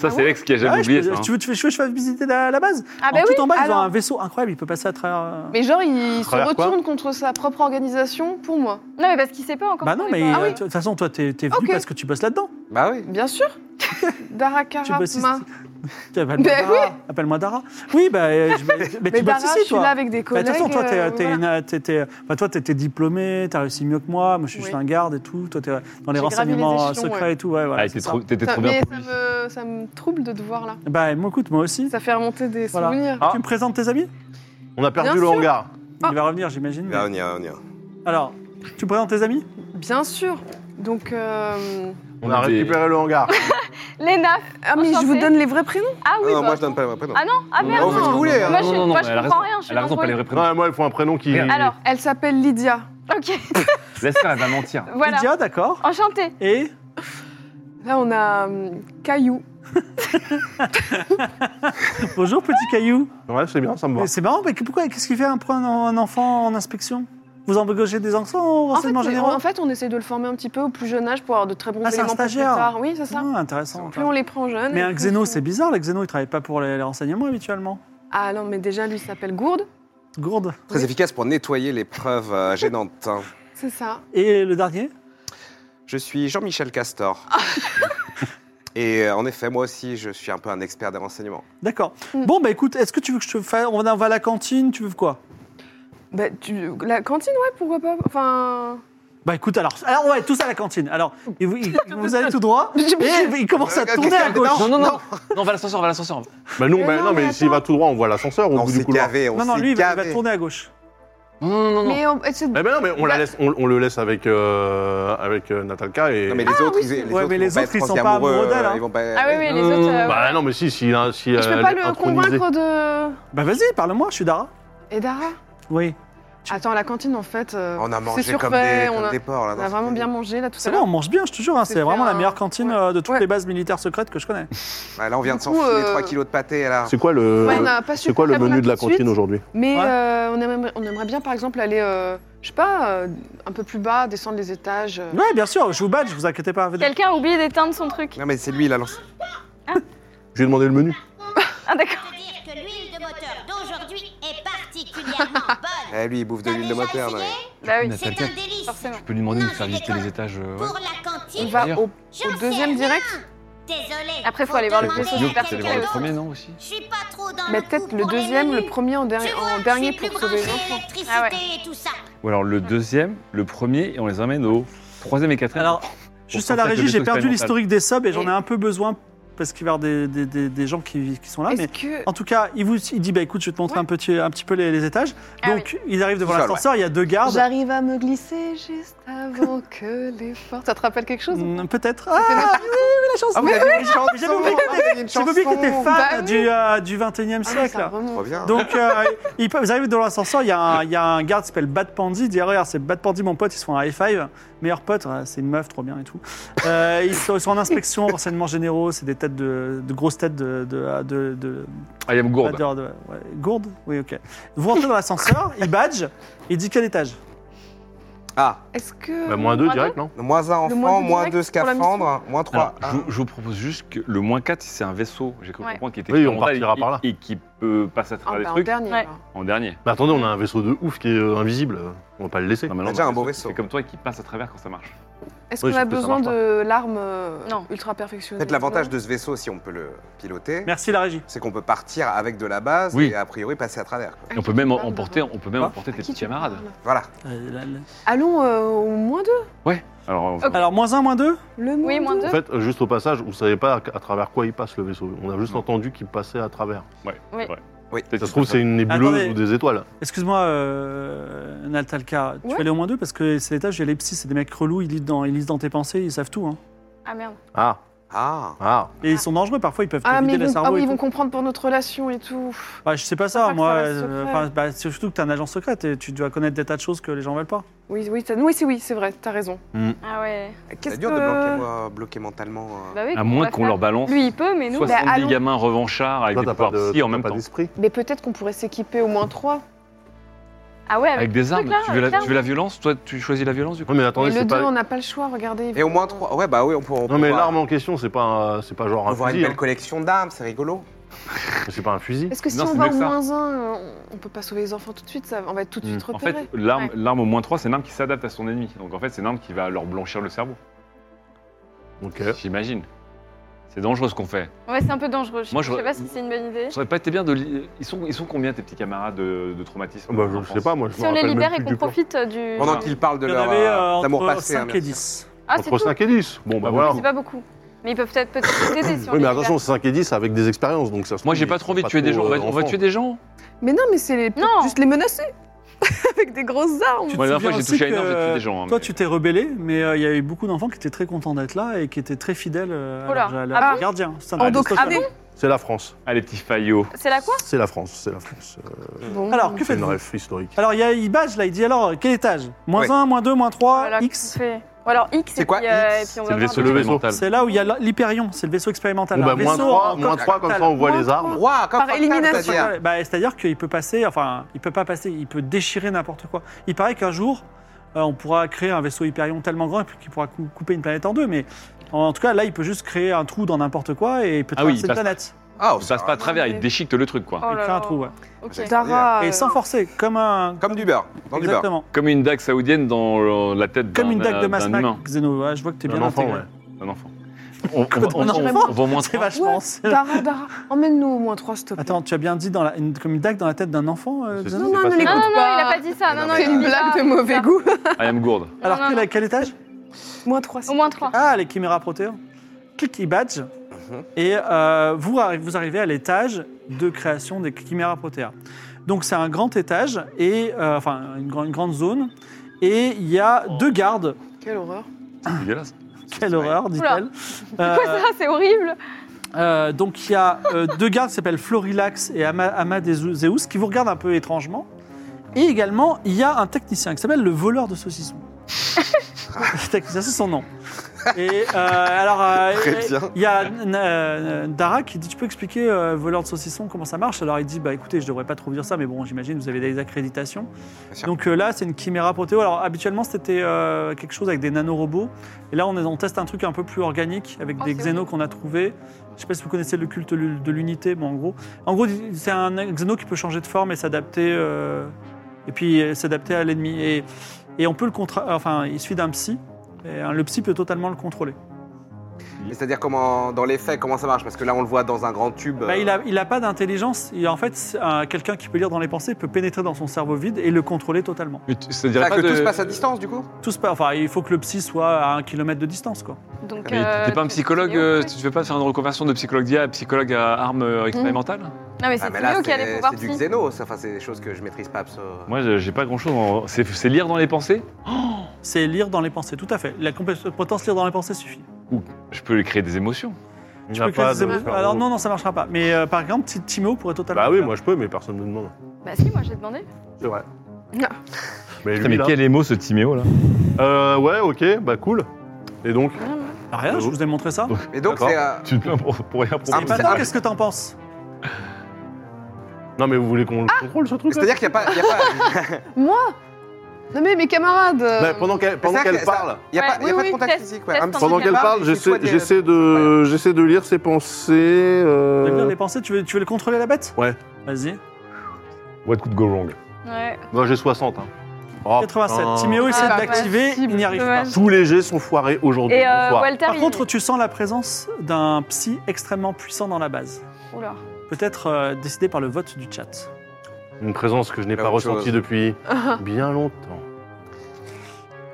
Speaker 8: Ça, c'est l'ex qui a
Speaker 1: Ah
Speaker 8: jamais
Speaker 1: ouais, je
Speaker 8: oublié
Speaker 1: peux-
Speaker 8: ça. hein.
Speaker 1: tu, veux, tu, veux, tu veux que je fasse visiter la, la base
Speaker 2: Ah,
Speaker 1: Alors,
Speaker 2: bah oui.
Speaker 1: Tout en bas, ils ont
Speaker 5: alors.
Speaker 1: un vaisseau incroyable, il peut passer à travers... euh,
Speaker 5: Mais genre, il se
Speaker 6: Travers quoi
Speaker 5: retourne contre sa propre organisation pour moi.
Speaker 2: Non, mais parce qu'il sait pas encore.
Speaker 1: Bah non,
Speaker 2: qu'on est
Speaker 1: mais
Speaker 2: pas-
Speaker 1: euh, de toute façon, toi, t'es t'es venu
Speaker 5: Ah Ok.
Speaker 1: parce que tu bosses là-dedans.
Speaker 4: Bah oui.
Speaker 1: [laughs]
Speaker 5: Bien sûr. Ah,
Speaker 1: Tu bosses ici. [laughs]
Speaker 5: Darakarapma.
Speaker 1: Appelle-moi
Speaker 5: Mais
Speaker 1: Dara. Appelle-moi Dara. Oui, bah, euh, je-
Speaker 5: [laughs]
Speaker 1: mais, mais
Speaker 5: Bah Mais
Speaker 1: tu bosses
Speaker 5: Dara, je
Speaker 1: ici,
Speaker 5: suis
Speaker 1: toi.
Speaker 5: là avec des
Speaker 1: Bah,
Speaker 5: collègues.
Speaker 1: De toute façon, toi, t'es
Speaker 5: euh,
Speaker 1: t'es
Speaker 5: voilà.
Speaker 1: une- t'es- t'es- bah, toi, t'étais diplômé, t'as réussi mieux que moi. Moi, je suis
Speaker 5: Oui.
Speaker 1: juste un garde et tout. Toi, t'es dans les
Speaker 5: J'ai gravi les
Speaker 1: renseignements euh,
Speaker 5: échelons,
Speaker 1: secrets
Speaker 5: ouais.
Speaker 1: et tout. Ouais, voilà,
Speaker 8: Ah,
Speaker 1: c'est
Speaker 8: t'étais
Speaker 1: ça.
Speaker 8: trop, t'étais
Speaker 5: Ça-
Speaker 8: trop bien.
Speaker 5: mais ça me, ça me trouble de te voir là.
Speaker 1: Bah, moi, écoute, moi aussi.
Speaker 5: Ça fait remonter des
Speaker 1: Voilà.
Speaker 5: souvenirs.
Speaker 6: Ah.
Speaker 1: Tu me présentes tes amis
Speaker 6: On a perdu
Speaker 5: Bien
Speaker 6: le
Speaker 5: sûr.
Speaker 6: hangar.
Speaker 5: Ah.
Speaker 1: Il va revenir, j'imagine.
Speaker 4: Là, on y va, on y va.
Speaker 1: Alors, tu me présentes tes amis
Speaker 5: Bien sûr. Donc, euh...
Speaker 6: On a récupéré le hangar.
Speaker 2: Les nafs.
Speaker 5: ah mais je
Speaker 2: Enchantée.
Speaker 5: vous donne les vrais prénoms.
Speaker 2: Ah oui.
Speaker 4: Ah non,
Speaker 2: bah.
Speaker 4: moi je donne pas le vrai prénom.
Speaker 2: Ah non, ah
Speaker 8: Non,
Speaker 2: merde.
Speaker 4: non, vous voulez, hein.
Speaker 2: Moi, je,
Speaker 8: Non, non, non,
Speaker 2: moi,
Speaker 8: mais
Speaker 2: je
Speaker 8: elle a
Speaker 2: comprends
Speaker 8: raison.
Speaker 2: rien. Je suis
Speaker 8: Elle a raison, pas les
Speaker 2: embrouillée.
Speaker 8: vrais prénoms.
Speaker 6: Non, moi, il faut un prénom qui.
Speaker 2: Alors,
Speaker 5: Elle s'appelle Lydia.
Speaker 2: ok,
Speaker 8: Laisse-la, elle va mentir.
Speaker 2: voilà.
Speaker 1: Lydia,
Speaker 5: Oh.
Speaker 1: d'accord.
Speaker 2: Enchantée.
Speaker 1: Et
Speaker 5: Là, on a hum, Caillou.
Speaker 1: bonjour, petit caillou.
Speaker 6: Ouais, c'est bien, ça me va.
Speaker 1: Mais C'est marrant, mais que- pourquoi Qu'est-ce qu'il fait un, point- un enfant en inspection Vous embauchez des enfants au
Speaker 5: En fait,
Speaker 1: renseignement
Speaker 5: on-
Speaker 1: général
Speaker 5: en fait, on essaie de le former un petit peu au plus jeune âge pour avoir de très bons
Speaker 1: Ah, c'est un
Speaker 5: éléments pour plus
Speaker 1: stagiaire.
Speaker 5: tard. Oui, c'est ça.
Speaker 1: Ah, Intéressant.
Speaker 5: Plus on les prend jeunes.
Speaker 1: Mais
Speaker 5: et
Speaker 1: un
Speaker 5: plus
Speaker 1: xéno,
Speaker 5: on-
Speaker 1: c'est bizarre. Les xénos, ils travaillent pas pour les les renseignements habituellement.
Speaker 5: Ah non, mais déjà, lui il s'appelle Gourde.
Speaker 1: Gourde.
Speaker 4: Très efficace pour nettoyer les preuves euh, gênantes. hein.
Speaker 5: C'est ça.
Speaker 1: Et le dernier
Speaker 4: Je suis Jean-Michel
Speaker 2: [laughs]
Speaker 4: Castor. Et euh, en effet, moi aussi, je suis un peu un expert des renseignements.
Speaker 1: D'accord.
Speaker 5: Mm.
Speaker 1: Bon, bah écoute, est-ce que tu veux que je te fasse. On va à la cantine, tu veux quoi
Speaker 5: Bah, tu... La cantine, ouais, pourquoi pas. Enfin.
Speaker 1: Bah écoute, alors, alors ouais, tous à la cantine. Alors, et vous,
Speaker 5: [laughs]
Speaker 1: il- vous allez tout droit et il commence
Speaker 4: Euh,
Speaker 1: à tourner à gauche.
Speaker 8: Non, non, non. Non, va à l'ascenseur, va à l'ascenseur.
Speaker 6: Bah non,
Speaker 5: Mais
Speaker 6: bah,
Speaker 5: non,
Speaker 6: non, mais
Speaker 5: mais
Speaker 6: s'il va tout droit, on voit l'ascenseur au
Speaker 4: On
Speaker 6: bout du
Speaker 4: s'est
Speaker 6: couloir.
Speaker 4: gavé, on
Speaker 1: Non, non,
Speaker 4: s'est
Speaker 1: lui, il va, il va
Speaker 4: gavé.
Speaker 1: tourner à gauche.
Speaker 8: Non, non, non, non.
Speaker 5: Mais on... et c'est-
Speaker 6: Eh ben non, mais on, la
Speaker 5: Bah-
Speaker 6: laisse, on, on le laisse avec, euh, avec euh, Natalka et.
Speaker 4: Non, mais les autres, ils, les
Speaker 1: Ouais,
Speaker 4: autres,
Speaker 1: mais
Speaker 4: ils
Speaker 1: les
Speaker 4: vont pas
Speaker 1: autres,
Speaker 4: être
Speaker 1: ils sont
Speaker 4: anti-
Speaker 1: pas
Speaker 4: amoureux,
Speaker 1: amoureux d'elle, hein.
Speaker 4: Ils vont pas.
Speaker 2: Ah oui, oui, les autres. euh,
Speaker 6: Bah non, mais si, si, hein, si
Speaker 5: Je peux pas le convaincre de.
Speaker 1: Bah vas-y, parle-moi, je suis Dara.
Speaker 5: Et Dara
Speaker 1: Oui.
Speaker 5: Attends, à la cantine, en fait, euh,
Speaker 4: On a mangé
Speaker 5: c'est surfait,
Speaker 4: comme des-
Speaker 5: on,
Speaker 4: comme
Speaker 5: a,
Speaker 4: des porcs, là,
Speaker 5: on
Speaker 4: dans
Speaker 5: a
Speaker 4: cette
Speaker 5: vraiment
Speaker 4: cantine.
Speaker 5: bien mangé là tout
Speaker 1: C'est
Speaker 5: à
Speaker 1: bon, on
Speaker 5: l'heure.
Speaker 1: mange bien, je te jure. hein,
Speaker 5: C'est
Speaker 1: c'est vraiment
Speaker 5: fait
Speaker 1: la
Speaker 5: un-
Speaker 1: meilleure cantine
Speaker 5: ouais.
Speaker 1: euh, de toutes
Speaker 5: Ouais.
Speaker 1: les bases militaires secrètes que je connais.
Speaker 4: Ouais, là, on vient de
Speaker 5: Du coup,
Speaker 4: s'enfiler
Speaker 5: euh,
Speaker 4: 3 kilos de pâté. Là.
Speaker 6: C'est quoi le,
Speaker 5: Ouais, on n'a pas su
Speaker 6: c'est quoi le
Speaker 5: faire là
Speaker 6: menu de la
Speaker 5: tout suite,
Speaker 6: cantine aujourd'hui
Speaker 5: Mais
Speaker 1: Ouais.
Speaker 5: euh, on, aimerait, on aimerait bien, par exemple, aller, euh, je sais pas, euh, un peu plus bas, descendre les étages. euh.
Speaker 1: Ouais, bien sûr, je vous badge, vous inquiétez pas.
Speaker 2: Quelqu'un a oublié d'éteindre son truc.
Speaker 4: Non, mais c'est lui, il a lancé.
Speaker 6: Je lui ai demandé le
Speaker 5: Euh,
Speaker 6: menu.
Speaker 2: Ah d'accord.
Speaker 9: Je veux dire que l'huile de moteur d'aujourd'hui est particulièrement bonne.
Speaker 4: Eh, lui, il bouffe
Speaker 9: T'as
Speaker 4: de l'huile de
Speaker 9: déjà
Speaker 4: moteur. non,
Speaker 9: essayé
Speaker 4: mais-
Speaker 2: Bah oui,
Speaker 3: Nathalie.
Speaker 9: C'est un délice.
Speaker 2: forcément.
Speaker 3: Je peux lui demander de me faire
Speaker 9: Non, je
Speaker 3: visiter
Speaker 9: déconne.
Speaker 3: les étages. euh, ouais.
Speaker 9: Pour la
Speaker 5: On
Speaker 9: cantine,
Speaker 5: va
Speaker 3: D'ailleurs,
Speaker 5: au,
Speaker 9: j'en
Speaker 5: au
Speaker 9: sais
Speaker 5: deuxième
Speaker 9: rien.
Speaker 5: direct
Speaker 9: Désolé.
Speaker 2: Après, faut aller voir le
Speaker 9: demander
Speaker 2: vaisseau
Speaker 9: à
Speaker 2: super
Speaker 9: quelqu'un
Speaker 3: Vous allez voir le
Speaker 9: d'autre.
Speaker 3: premier, non, aussi
Speaker 9: Je suis pas trop dans
Speaker 5: mais
Speaker 9: le
Speaker 5: peut-être
Speaker 9: coup
Speaker 5: le
Speaker 9: pour les
Speaker 5: deuxième, le
Speaker 9: menus.
Speaker 5: premier en,
Speaker 9: Tu
Speaker 5: derni-
Speaker 9: vois,
Speaker 5: en dernier
Speaker 9: je suis
Speaker 5: pour
Speaker 9: plus
Speaker 5: sauver les
Speaker 9: branchée
Speaker 5: enfants.
Speaker 9: électricité
Speaker 2: Ah ouais.
Speaker 9: et tout ça.
Speaker 3: Ou alors le deuxième, le premier, et on les emmène au troisième et quatrième.
Speaker 1: Alors, juste à la
Speaker 3: faire que
Speaker 1: régie,
Speaker 3: des
Speaker 1: j'ai
Speaker 3: choses
Speaker 1: perdu
Speaker 3: expérimentales.
Speaker 1: l'historique des subs et j'en
Speaker 5: Et-
Speaker 1: ai un peu besoin parce qu'il va y avoir des, des- des- des gens qui, qui sont là.
Speaker 5: Est-ce
Speaker 1: Ah, Mais
Speaker 5: que...
Speaker 1: en tout cas, il vous il dit bah écoute, je vais te montrer
Speaker 5: Ouais.
Speaker 1: un, petit, un petit peu les, les étages.
Speaker 2: Ah
Speaker 1: Donc, il arrive devant
Speaker 4: Tout seul,
Speaker 1: l'ascenseur, il y a deux gardes.
Speaker 5: J'arrive à me glisser juste avant que les portes... Ça te rappelle quelque chose
Speaker 1: Hmm, Peut-être. Ah, oui, oui, la chance.
Speaker 4: Ah, vous avez une chanson
Speaker 1: Mais j'avais oublié que
Speaker 4: Ah, vous avez une
Speaker 1: J'ai oublié que t'étais fan
Speaker 5: Bah oui.
Speaker 1: du, euh, du 21e
Speaker 5: Ah,
Speaker 1: siècle.
Speaker 5: ça remonte.
Speaker 4: Trop bien.
Speaker 1: Donc, euh, ils, peuvent- ils arrivent dans l'ascenseur, il y, a un- il y a un garde qui s'appelle Bad Pandy, il dit ah, Regarde, c'est Bad Pandy, mon pote, ils se font un high five. Meilleur pote, ouais, c'est une meuf, trop bien et tout. Euh, ils, sont, ils sont en inspection, renseignements généraux, c'est des têtes de, de grosses têtes de. de, de, de-
Speaker 3: I am Gourde.
Speaker 1: de- de- ouais, gourde Oui, ok. Vous rentrez dans l'ascenseur, il badge, il dit Quel étage
Speaker 4: Ah,
Speaker 5: Est-ce que...
Speaker 6: Bah, moins deux direct, non
Speaker 4: moins un
Speaker 5: Le moins
Speaker 4: enfant,
Speaker 5: deux
Speaker 4: moins
Speaker 5: direct
Speaker 4: deux
Speaker 5: pour la mission.
Speaker 4: scaphandres, moins trois.
Speaker 3: Alors, je, vous- je vous propose juste que le moins 4, si c'est un vaisseau, j'ai cru
Speaker 2: Ouais.
Speaker 3: comprendre qu'il était
Speaker 6: Oui, on
Speaker 3: expérimental
Speaker 6: partira
Speaker 3: et-
Speaker 6: par là.
Speaker 3: Et, qui peut passer à
Speaker 5: Ah,
Speaker 3: travers des
Speaker 5: bah, en
Speaker 3: trucs
Speaker 5: dernier,
Speaker 2: Ouais.
Speaker 5: alors.
Speaker 3: en dernier.
Speaker 6: Bah attendez, on a un vaisseau de ouf qui est euh, invisible. On va pas le laisser.
Speaker 3: Non, mais
Speaker 5: Bah,
Speaker 4: Déjà
Speaker 3: on a
Speaker 4: un beau
Speaker 3: vaisseau qui
Speaker 4: vaisseau.
Speaker 3: fait comme toi et qui passe à travers quand ça marche.
Speaker 2: Ah,
Speaker 5: Est-ce
Speaker 6: Oui,
Speaker 5: qu'on a
Speaker 6: sauf que ça
Speaker 5: besoin
Speaker 6: marche pas.
Speaker 5: de l'arme euh,
Speaker 2: Non.
Speaker 5: ultra
Speaker 4: En
Speaker 5: perfectionnée
Speaker 4: fait, l'avantage de ce vaisseau, si on peut le piloter,
Speaker 1: Merci la régie.
Speaker 4: c'est qu'on peut partir avec de la base
Speaker 3: Oui.
Speaker 4: et a priori passer à travers. quoi.
Speaker 3: Et on peut même en- emporter, on peut même emporter tes
Speaker 5: Qui
Speaker 3: petits
Speaker 5: tu
Speaker 3: camarades.
Speaker 5: parles
Speaker 4: Voilà.
Speaker 1: Euh, la- la-
Speaker 5: Allons euh, au moins deux.
Speaker 3: Alors, on-
Speaker 1: Alors, moins 1, moins 2
Speaker 5: Le moins
Speaker 2: Oui, moins
Speaker 5: deux.
Speaker 2: deux.
Speaker 6: En fait, euh, juste au passage, vous savez pas à, à travers quoi il passe le vaisseau. On a juste
Speaker 3: Non.
Speaker 6: entendu qu'il passait à travers.
Speaker 3: ouais,
Speaker 2: Oui.
Speaker 3: ouais.
Speaker 4: Oui.
Speaker 3: Peut-être
Speaker 6: Ça se trouve,
Speaker 3: que
Speaker 6: c'est une nébuleuse
Speaker 1: Attendez.
Speaker 6: ou des étoiles.
Speaker 1: Excuse-moi, euh, Naltalka, tu
Speaker 5: Ouais.
Speaker 1: vas aller au moins 2 parce que c'est l'étage, il y a les psys, c'est des mecs relous, ils lisent, dans, ils lisent dans tes pensées, ils savent tout. hein.
Speaker 2: Ah merde.
Speaker 6: Ah,
Speaker 4: Ah.
Speaker 6: ah.
Speaker 1: Et ils sont dangereux, parfois ils peuvent te
Speaker 5: Ah, mais
Speaker 1: vider le
Speaker 5: ils vont, ah
Speaker 1: cerveau.
Speaker 5: oui,
Speaker 1: et
Speaker 5: ils
Speaker 1: tout.
Speaker 5: vont comprendre pour notre relation et tout.
Speaker 1: Bah, je sais pas
Speaker 5: Faut
Speaker 1: ça,
Speaker 5: pas que
Speaker 1: moi.
Speaker 5: ça reste
Speaker 1: euh,
Speaker 5: secret.
Speaker 1: enfin, bah, c'est surtout que t'es un agent secret et tu dois connaître des tas de choses que les gens veulent pas.
Speaker 5: Oui, oui, t'as- oui, c'est oui, c'est vrai, t'as raison.
Speaker 2: Ah ouais.
Speaker 5: Qu'est-ce
Speaker 4: C'est dur de
Speaker 5: que-
Speaker 4: bloquer, moi, bloquer mentalement. euh.
Speaker 2: Bah oui.
Speaker 3: À
Speaker 2: qu'on
Speaker 3: moins
Speaker 2: va
Speaker 3: qu'on
Speaker 2: faire.
Speaker 3: leur balance
Speaker 2: Lui, il peut, mais nous.
Speaker 3: 70
Speaker 5: bah, allons.
Speaker 3: gamins revanchards avec
Speaker 6: Toi,
Speaker 3: des
Speaker 6: t'as pas
Speaker 3: pouvoirs
Speaker 6: de-
Speaker 3: psy en
Speaker 6: t'as
Speaker 3: même
Speaker 6: pas
Speaker 3: temps.
Speaker 6: d'esprit.
Speaker 5: Mais peut-être qu'on pourrait s'équiper au moins trois.
Speaker 2: Ah ouais,
Speaker 3: Avec
Speaker 2: avec.
Speaker 3: des armes.
Speaker 2: truc, là,
Speaker 3: Tu veux la-
Speaker 2: clairement.
Speaker 3: tu veux la violence Toi, tu choisis la violence, du coup
Speaker 6: Non, mais
Speaker 5: Mais
Speaker 6: attendez,
Speaker 5: le
Speaker 6: c'est
Speaker 5: deux, on
Speaker 6: pas.
Speaker 5: n'a pas le choix, regardez.
Speaker 4: Et au moins trois. Ouais, bah oui, on peut. on peut
Speaker 6: Non, mais
Speaker 4: voir-
Speaker 6: l'arme en question, c'est pas, un- c'est pas genre
Speaker 4: On
Speaker 6: un
Speaker 4: voit une
Speaker 6: fusil.
Speaker 4: belle collection d'armes, c'est rigolo.
Speaker 1: Mm.
Speaker 6: hein. C'est pas un fusil.
Speaker 5: Est-ce que si
Speaker 3: Non,
Speaker 5: on
Speaker 3: c'est
Speaker 5: va
Speaker 3: mieux
Speaker 5: au
Speaker 3: que ça. Hmm.
Speaker 5: moins un, euh, on on peut pas sauver les enfants tout de suite, ça, on va être tout de suite
Speaker 3: En
Speaker 5: repérés.
Speaker 3: fait, l'arme
Speaker 2: Ouais.
Speaker 3: l'arme au moins 3, c'est une arme qui s'adapte à son ennemi. Donc en fait, c'est une arme qui va leur blanchir le cerveau.
Speaker 6: Ok.
Speaker 5: Ah,
Speaker 3: J'imagine. C'est dangereux ce qu'on fait.
Speaker 2: Ouais, c'est un peu dangereux. Je
Speaker 3: Moi,
Speaker 2: je
Speaker 3: je-
Speaker 2: sais pas si c'est une bonne idée.
Speaker 3: Ça aurait pas été bien de. li- Ils sont, ils sont combien tes petits camarades de, de traumatisme
Speaker 6: Bah, je
Speaker 3: d'enfance
Speaker 6: sais pas, moi, je
Speaker 2: Si
Speaker 6: me
Speaker 2: on les
Speaker 6: rappelle
Speaker 2: libère
Speaker 6: même
Speaker 2: et
Speaker 6: plus
Speaker 2: qu'on
Speaker 6: du plan.
Speaker 2: profite euh, du.
Speaker 4: Pendant qu'ils parlent de
Speaker 1: Il y en
Speaker 4: leur
Speaker 1: avait
Speaker 4: euh,
Speaker 1: euh,
Speaker 4: amour
Speaker 1: entre
Speaker 4: passé. hein,
Speaker 1: 5
Speaker 4: bien
Speaker 1: et
Speaker 4: sûr.
Speaker 1: 10.
Speaker 2: Ah, c'est
Speaker 6: Entre
Speaker 2: tout.
Speaker 6: 5 et 10. Bon, bah
Speaker 3: Ah,
Speaker 6: voilà.
Speaker 2: C'est pas beaucoup. Mais ils peuvent peut-être peut-être nous aider si on
Speaker 6: Oui,
Speaker 2: les
Speaker 6: mais
Speaker 2: libère.
Speaker 6: attention, 5 et 10 avec des expériences, donc ça se
Speaker 3: Moi,
Speaker 6: trouve,
Speaker 3: j'ai pas
Speaker 6: ils
Speaker 3: trop
Speaker 6: sont
Speaker 3: envie de tuer des gens.
Speaker 6: trop,
Speaker 3: On va,
Speaker 6: euh,
Speaker 3: on va
Speaker 6: enfants.
Speaker 3: tuer des gens
Speaker 5: Mais non, mais c'est les...
Speaker 2: Non.
Speaker 5: juste les menacer [laughs] avec des grosses armes.
Speaker 1: Tu te
Speaker 3: Moi, la dernière
Speaker 1: souviens
Speaker 3: fois, j'ai
Speaker 1: aussi
Speaker 3: touché à une
Speaker 1: que,
Speaker 3: arme, j'ai tué des gens. hein,
Speaker 1: Toi,
Speaker 3: mais-
Speaker 1: tu t'es rebellé, mais euh, il y a eu beaucoup d'enfants qui étaient très contents d'être là et qui étaient très fidèles euh, à
Speaker 2: Oula.
Speaker 1: leur, à leur
Speaker 2: Ah bon
Speaker 1: gardien. C'est un
Speaker 5: Endoctriné.
Speaker 1: Aristote.
Speaker 6: C'est la France.
Speaker 3: Ah, les petits faillots.
Speaker 2: C'est la quoi
Speaker 6: C'est la France, c'est la France. Euh,
Speaker 5: Bon.
Speaker 1: Alors, que
Speaker 6: c'est une
Speaker 1: faites-vous Ah,
Speaker 6: rêve historique.
Speaker 1: Alors, il y a il badge là, il dit alors, quel étage Moins
Speaker 4: Oui.
Speaker 1: 1, moins 2, moins 3,
Speaker 2: Voilà,
Speaker 1: X.
Speaker 2: qu'on fait. Ou alors X.
Speaker 4: C'est
Speaker 2: et
Speaker 4: quoi,
Speaker 2: puis, euh,
Speaker 4: X
Speaker 2: et puis on
Speaker 3: C'est
Speaker 2: va
Speaker 3: le
Speaker 2: voir
Speaker 3: vaisseau
Speaker 2: de-
Speaker 6: vaisseau.
Speaker 3: expérimental.
Speaker 1: C'est là où il y a l'Hyperion, c'est le vaisseau expérimental.
Speaker 6: Bon,
Speaker 1: Un
Speaker 6: bah, moins
Speaker 1: vaisseau
Speaker 6: 3,
Speaker 1: en
Speaker 6: moins
Speaker 1: coque
Speaker 6: 3, comme
Speaker 1: fractale.
Speaker 6: ça, on voit les armes.
Speaker 4: Ouah, comme
Speaker 5: Par
Speaker 4: Fractal,
Speaker 5: élimination.
Speaker 4: c'est-à-dire.
Speaker 1: Bah, C'est-à-dire qu'il peut passer, enfin, il peut pas passer, il peut déchirer n'importe quoi. Il paraît qu'un jour, euh, on pourra créer un vaisseau Hyperion tellement grand qu'il pourra cou- couper une planète en deux, mais en tout cas, là, il peut juste créer un trou dans n'importe quoi et il peut
Speaker 3: Ah oui,
Speaker 1: traverser
Speaker 3: il
Speaker 1: une
Speaker 3: passe-
Speaker 1: planète.
Speaker 4: Ah,
Speaker 3: On passe pas à travers, il déchiquette le truc, quoi.
Speaker 2: Oh
Speaker 1: il
Speaker 2: là
Speaker 1: crée un
Speaker 2: là. Ah
Speaker 1: trou, ouais.
Speaker 2: Ok.
Speaker 4: C'est-
Speaker 5: Dara,
Speaker 1: Et
Speaker 5: euh,
Speaker 1: sans forcer, comme un.
Speaker 4: Comme du beurre. Dans du beurre.
Speaker 1: Exactement.
Speaker 3: Comme une dague saoudienne dans la tête d'un
Speaker 1: Comme une dague de
Speaker 3: euh, d'un
Speaker 1: massacre,
Speaker 3: humain,
Speaker 1: Xeno. Ouais, je vois que t'es bien
Speaker 6: Un enfant,
Speaker 1: intégré.
Speaker 6: ouais.
Speaker 3: d'un enfant. On, on,
Speaker 1: Comme
Speaker 3: on-
Speaker 1: un
Speaker 3: on-
Speaker 1: enfant.
Speaker 3: on va au moins
Speaker 2: Ah,
Speaker 1: C'est
Speaker 3: 3.
Speaker 1: vachement.
Speaker 5: Ouais.
Speaker 1: c'est-
Speaker 5: Dara, Dara, emmène-nous au moins trois, s'il te plaît.
Speaker 1: Attends, tu as bien dit dans la... une- comme une dague dans la tête d'un enfant, euh,
Speaker 6: C'est-
Speaker 1: Xeno
Speaker 5: Non, non,
Speaker 6: pas
Speaker 5: ne
Speaker 6: ça.
Speaker 5: l'écoute
Speaker 2: Non, non, non,
Speaker 5: pas.
Speaker 2: il a pas dit ça. Non, non,
Speaker 4: mais
Speaker 5: C'est
Speaker 2: il
Speaker 5: une
Speaker 2: dit pas.
Speaker 5: blague de mauvais
Speaker 2: Ça.
Speaker 5: goût. [laughs]
Speaker 3: I am gourde.
Speaker 2: Non,
Speaker 1: Alors,
Speaker 2: non,
Speaker 1: quel,
Speaker 2: non.
Speaker 1: quel étage
Speaker 5: Moins trois.
Speaker 2: Au moins 3.
Speaker 1: Ah, les chiméras protéines. Click e-badge. Et euh, vous, arri- vous arrivez à l'étage de création des chiméras protéines. Donc c'est un grand étage, et, euh, enfin une, grande- une grande zone. Et il y
Speaker 2: Oh.
Speaker 1: a deux gardes.
Speaker 5: Quelle horreur.
Speaker 3: C'est dégueulasse.
Speaker 1: Quelle horreur, dit-elle. Euh,
Speaker 2: Quoi ça [laughs] C'est horrible.
Speaker 1: euh, donc il y a euh, deux gardes qui s'appellent Florilax et Ama, Amadeus- Zeus qui vous regardent un peu étrangement. Et également, il y a un technicien qui s'appelle le voleur de
Speaker 4: [laughs]
Speaker 1: saucissons. Le technicien, c'est son nom. Et euh, alors, euh,
Speaker 4: Très bien.
Speaker 1: il y a euh, Dara qui dit Tu peux expliquer, euh, voleur de saucissons, comment ça marche Alors il dit Bah écoutez, je devrais pas trop vous dire ça, mais bon, j'imagine que vous avez des accréditations.
Speaker 4: sûr.
Speaker 1: Donc euh, là, c'est une chiméra protéo. Alors habituellement, c'était euh, quelque chose avec des nanorobots. Et là, on, est- on teste un truc un peu plus organique avec
Speaker 5: Oh,
Speaker 1: des
Speaker 5: c'est
Speaker 1: xénos qu'on a trouvés. Je sais pas si vous connaissez le culte lu- de l'unité, mais en gros, en gros, c'est un xéno qui peut changer de forme et s'adapter, euh, et puis euh, s'adapter à l'ennemi. Et, et on peut le contra- enfin, il suffit d'un psy. Et hein, le psy peut totalement le contrôler.
Speaker 4: Mais C'est-à-dire comment, dans les faits, comment ça marche Parce que là, on le voit dans un grand tube.
Speaker 1: Bah,
Speaker 4: euh,
Speaker 1: il n'a il a pas d'intelligence. Il- En fait, c'est un- quelqu'un qui peut lire dans les pensées peut pénétrer dans son cerveau vide et le contrôler totalement.
Speaker 3: Mais tu- ça dirait
Speaker 4: C'est-à-dire
Speaker 3: pas
Speaker 4: que
Speaker 3: de-
Speaker 4: tout se passe à distance, du coup
Speaker 1: Tout se passe. Enfin, il faut que le psy soit à un kilomètre de distance, quoi.
Speaker 8: Ah,
Speaker 5: Donc,
Speaker 3: Mais
Speaker 5: euh,
Speaker 3: t'es pas un psychologue,
Speaker 5: Léo,
Speaker 3: euh,
Speaker 5: ouais.
Speaker 3: tu tu veux pas faire une reconversion de psychologue d'IA à psychologue à arme
Speaker 2: Hmm.
Speaker 3: euh, expérimentale
Speaker 2: Non, mais
Speaker 4: Ah,
Speaker 2: c'est
Speaker 4: mais là,
Speaker 2: Léo qui a les
Speaker 4: c'est
Speaker 2: pouvoirs
Speaker 4: c'est du
Speaker 2: psy.
Speaker 4: xéno. ça, Enfin, c'est des choses que je maîtrise pas. perso.
Speaker 6: [laughs]
Speaker 8: Moi, je- j'ai pas grand chose. C'est c'est lire dans les pensées
Speaker 1: C'est lire dans les pensées, tout à fait. La compétence lire dans les pensées suffit.
Speaker 8: Je peux lui créer des émotions.
Speaker 6: Il
Speaker 1: Tu
Speaker 6: n'a
Speaker 1: peux créer
Speaker 6: pas
Speaker 1: des
Speaker 6: de-
Speaker 1: émotions. Alors non, non, ça marchera pas. Mais euh, par exemple, Ti- Timo pourrait totalement.
Speaker 6: Bah oui,
Speaker 1: le faire.
Speaker 6: moi je peux, mais personne ne me demande.
Speaker 2: Bah si, moi j'ai demandé.
Speaker 6: C'est vrai.
Speaker 5: Non.
Speaker 6: Mais
Speaker 8: Putain,
Speaker 6: lui,
Speaker 8: mais
Speaker 6: là-
Speaker 8: quel émo ce Timéo là
Speaker 6: Euh, ouais, ok, bah cool. Et donc
Speaker 1: Ah, rien, je vous ai montré ça.
Speaker 4: Et donc,
Speaker 6: D'accord.
Speaker 4: c'est. euh,
Speaker 8: [laughs] Tu te plains pour, pour rien
Speaker 1: Et
Speaker 8: proposer.
Speaker 4: c'est
Speaker 1: maintenant,
Speaker 4: un-
Speaker 1: qu'est-ce que t'en penses
Speaker 6: Non, mais vous voulez qu'on le contrôle ce truc là
Speaker 4: C'est-à-dire qu'il n'y a pas. il y a
Speaker 6: [laughs]
Speaker 4: pas-
Speaker 5: Moi Non, mais mes camarades euh,
Speaker 6: Bah, Pendant qu'elle pendant
Speaker 4: c'est vrai
Speaker 6: qu'elle
Speaker 4: que ça-
Speaker 6: parle.
Speaker 4: Il n'y a,
Speaker 2: Ouais,
Speaker 4: pas, il y a
Speaker 2: oui,
Speaker 4: pas de
Speaker 2: oui,
Speaker 4: contact
Speaker 2: teste-
Speaker 4: physique. ouais.
Speaker 2: teste
Speaker 4: Un petit-
Speaker 6: Pendant qu'elle parle, j'essaie
Speaker 4: dis-toi des-
Speaker 6: j'essaie de, j'essaie de lire ses pensées. euh,
Speaker 1: Tu veux lire les pensées tu veux, tu veux le contrôler la bête
Speaker 6: Ouais.
Speaker 1: Vas-y.
Speaker 8: What could go wrong
Speaker 2: Ouais.
Speaker 6: Bah, j'ai 60. Hein. Oh,
Speaker 1: 87.
Speaker 6: putain.
Speaker 1: Timéo essaie
Speaker 2: Ah,
Speaker 1: de l'activer,
Speaker 5: bah, possible.
Speaker 1: il n'y arrive pas.
Speaker 2: Dommage.
Speaker 6: Tous les jets sont foirés aujourd'hui.
Speaker 2: Et euh,
Speaker 6: Bonsoir.
Speaker 2: Walter,
Speaker 1: Par
Speaker 2: il-
Speaker 1: contre, tu sens la présence d'un psy extrêmement puissant dans la base.
Speaker 5: Oula.
Speaker 1: Peut-être euh, décidé par le vote du chat.
Speaker 6: Une présence que je n'ai
Speaker 4: La
Speaker 6: pas
Speaker 4: autre
Speaker 6: ressentie
Speaker 4: chose.
Speaker 5: [laughs]
Speaker 6: depuis bien longtemps.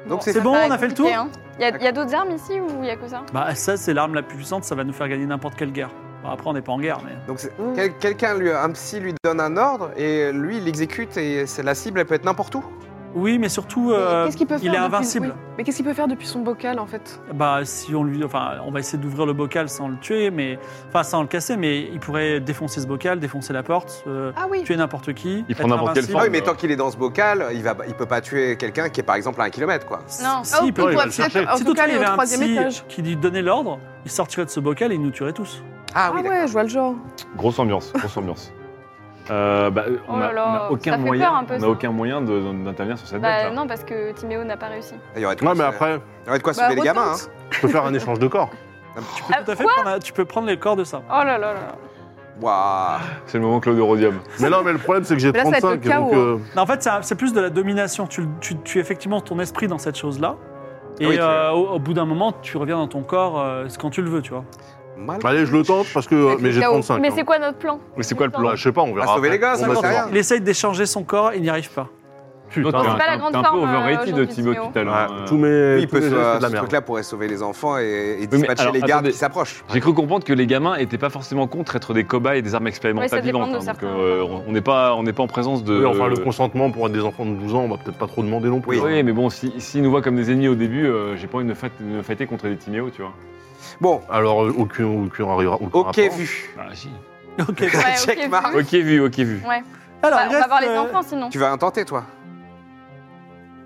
Speaker 4: Donc,
Speaker 1: C'est
Speaker 4: c'est.
Speaker 1: bon,
Speaker 2: ça
Speaker 1: on
Speaker 2: va
Speaker 1: a fait le tour
Speaker 2: compliquer, hein. Il y a, il y a d'autres armes ici ou il y a que ça
Speaker 1: Bah ça, c'est l'arme la plus puissante, ça va nous faire gagner n'importe quelle guerre. Bon, après, on n'est pas en guerre, mais...
Speaker 4: Donc,
Speaker 5: Oh.
Speaker 4: c'est- quel- quelqu'un, lui, un psy, lui donne un ordre et lui, il l'exécute et c'est la cible, elle peut être n'importe où.
Speaker 1: Oui, mais surtout,
Speaker 5: Mais
Speaker 1: euh,
Speaker 5: qu'est-ce qu'il peut faire
Speaker 1: il est
Speaker 5: depuis-
Speaker 1: invincible.
Speaker 5: oui. Mais qu'est-ce qu'il peut faire depuis son bocal en fait
Speaker 1: Bah, si on lui, enfin, on va essayer d'ouvrir le bocal sans le tuer, mais enfin sans le casser, mais il pourrait défoncer ce bocal, défoncer la porte, euh,
Speaker 5: Ah oui
Speaker 1: tuer n'importe qui.
Speaker 8: Il prend
Speaker 1: être
Speaker 8: n'importe quelle
Speaker 1: invincible.
Speaker 8: forme.
Speaker 4: Ah oui, mais tant qu'il est dans ce bocal, il va, il peut pas tuer quelqu'un qui est par exemple à un kilomètre, quoi.
Speaker 2: Non.
Speaker 1: Si,
Speaker 5: Ah,
Speaker 1: il
Speaker 5: on
Speaker 1: peut-
Speaker 6: il va
Speaker 5: pourrait
Speaker 6: le chercher.
Speaker 5: peut-être, En
Speaker 1: si
Speaker 5: tout
Speaker 1: toutefois
Speaker 5: cas,
Speaker 1: il y
Speaker 5: aller au
Speaker 1: avait un
Speaker 5: troisième
Speaker 1: psy
Speaker 5: étage.
Speaker 1: qui lui donnait l'ordre, il sortirait de ce bocal et il nous tuerait tous.
Speaker 4: Ah
Speaker 5: Ah,
Speaker 4: oui, d'accord.
Speaker 5: ouais, je vois le genre.
Speaker 8: Grosse ambiance, grosse ambiance. Euh, bah, euh, on
Speaker 2: Oh là là,
Speaker 8: n'a
Speaker 2: ça
Speaker 8: aucun
Speaker 2: fait
Speaker 8: moyen,
Speaker 2: peur un peu,
Speaker 8: on a
Speaker 2: ça.
Speaker 8: aucun moyen de- d'intervenir sur cette
Speaker 2: Bah
Speaker 8: bête. là.
Speaker 2: non, parce que Timéo n'a pas réussi.
Speaker 4: Il y aurait de quoi,
Speaker 6: Ouais, mais
Speaker 4: se-
Speaker 6: après,
Speaker 4: il y aurait de quoi
Speaker 5: Bah,
Speaker 4: sauver les gamins.
Speaker 5: retente.
Speaker 4: hein.
Speaker 6: je peux faire un échange de corps.
Speaker 1: Tu peux
Speaker 2: Ah,
Speaker 1: tout à fait
Speaker 2: quoi
Speaker 1: prendre, un- tu peux prendre les corps de ça.
Speaker 2: Oh là là là.
Speaker 4: Waouh.
Speaker 8: C'est le moment Claude Rhodium.
Speaker 6: Mais non, mais le problème, c'est que j'ai
Speaker 5: Mais là, ça va être
Speaker 6: 35.
Speaker 5: le chaos, hein.
Speaker 6: donc, euh,
Speaker 1: Non, en fait, ça- c'est plus de la domination. Tu, tu, tu effectivement ton esprit dans cette chose-là. Et
Speaker 4: Oui, tu-
Speaker 1: euh, au, au bout d'un moment, tu reviens dans ton corps euh, c'est quand tu le veux, tu vois.
Speaker 4: Mal.
Speaker 6: euh, Allez, je le tente parce que.
Speaker 5: Avec
Speaker 6: Mais
Speaker 5: le
Speaker 6: j'ai
Speaker 5: chaos.
Speaker 6: 35.
Speaker 2: Mais
Speaker 6: hein.
Speaker 2: c'est quoi notre plan
Speaker 8: Mais c'est quoi le plan
Speaker 6: Bah, Je sais pas, on verra.
Speaker 4: À sauver les
Speaker 6: après.
Speaker 4: gosses,
Speaker 6: On
Speaker 4: ça
Speaker 6: va
Speaker 4: sert à
Speaker 6: voir.
Speaker 4: rien.
Speaker 1: Il essaye d'échanger son corps, il n'y arrive pas. [laughs]
Speaker 8: Toi, t'es
Speaker 6: Putain.
Speaker 8: un-
Speaker 2: pas la grande
Speaker 8: t'es un peu
Speaker 2: forme, euh,
Speaker 8: overrated,
Speaker 2: aujourd'hui,
Speaker 8: Thibaut,
Speaker 2: Timéo.
Speaker 8: tout à l'heure.
Speaker 6: Ouais,
Speaker 8: Euh,
Speaker 6: tous mes,
Speaker 4: Oui, il
Speaker 6: tous
Speaker 4: peut
Speaker 6: mes
Speaker 4: se-
Speaker 6: gestes, c'est de la
Speaker 4: ce
Speaker 6: merde.
Speaker 4: truc-là pourrait sauver les enfants et, et
Speaker 8: mais
Speaker 4: dispatcher
Speaker 8: alors,
Speaker 4: les gardes
Speaker 8: attendez.
Speaker 4: qui s'approchent.
Speaker 8: J'ai cru comprendre que les gamins n'étaient pas forcément contre être des cobayes et des armes
Speaker 2: Ouais, ça
Speaker 8: expérimentales
Speaker 2: dépend
Speaker 8: vivantes.
Speaker 2: de
Speaker 8: hein, donc,
Speaker 2: certains.
Speaker 8: euh, on n'est pas, on n'est pas en présence de.
Speaker 6: Oui, enfin, le consentement pour être des enfants de 12 ans, on va peut-être pas trop demander non
Speaker 4: Oui.
Speaker 6: plus. hein.
Speaker 8: Oui, mais bon, si- s'ils nous voient comme des ennemis au début, euh, j'ai pas envie de me, fight- de me fighter contre des Timéo, tu vois.
Speaker 4: Bon,
Speaker 6: Alors, euh, aucun, aucun arrivera. aucun
Speaker 4: ok,
Speaker 6: rapport.
Speaker 4: vu.
Speaker 1: Bah,
Speaker 8: Ah, si.
Speaker 1: Ok.
Speaker 2: Ouais,
Speaker 4: Check
Speaker 2: ok,
Speaker 4: mark.
Speaker 2: vu.
Speaker 8: Ok, vu, ok, vu.
Speaker 1: Alors,
Speaker 2: Bah, on va
Speaker 1: reste,
Speaker 2: voir les
Speaker 1: euh,
Speaker 2: enfants sinon.
Speaker 4: Tu vas intenter, toi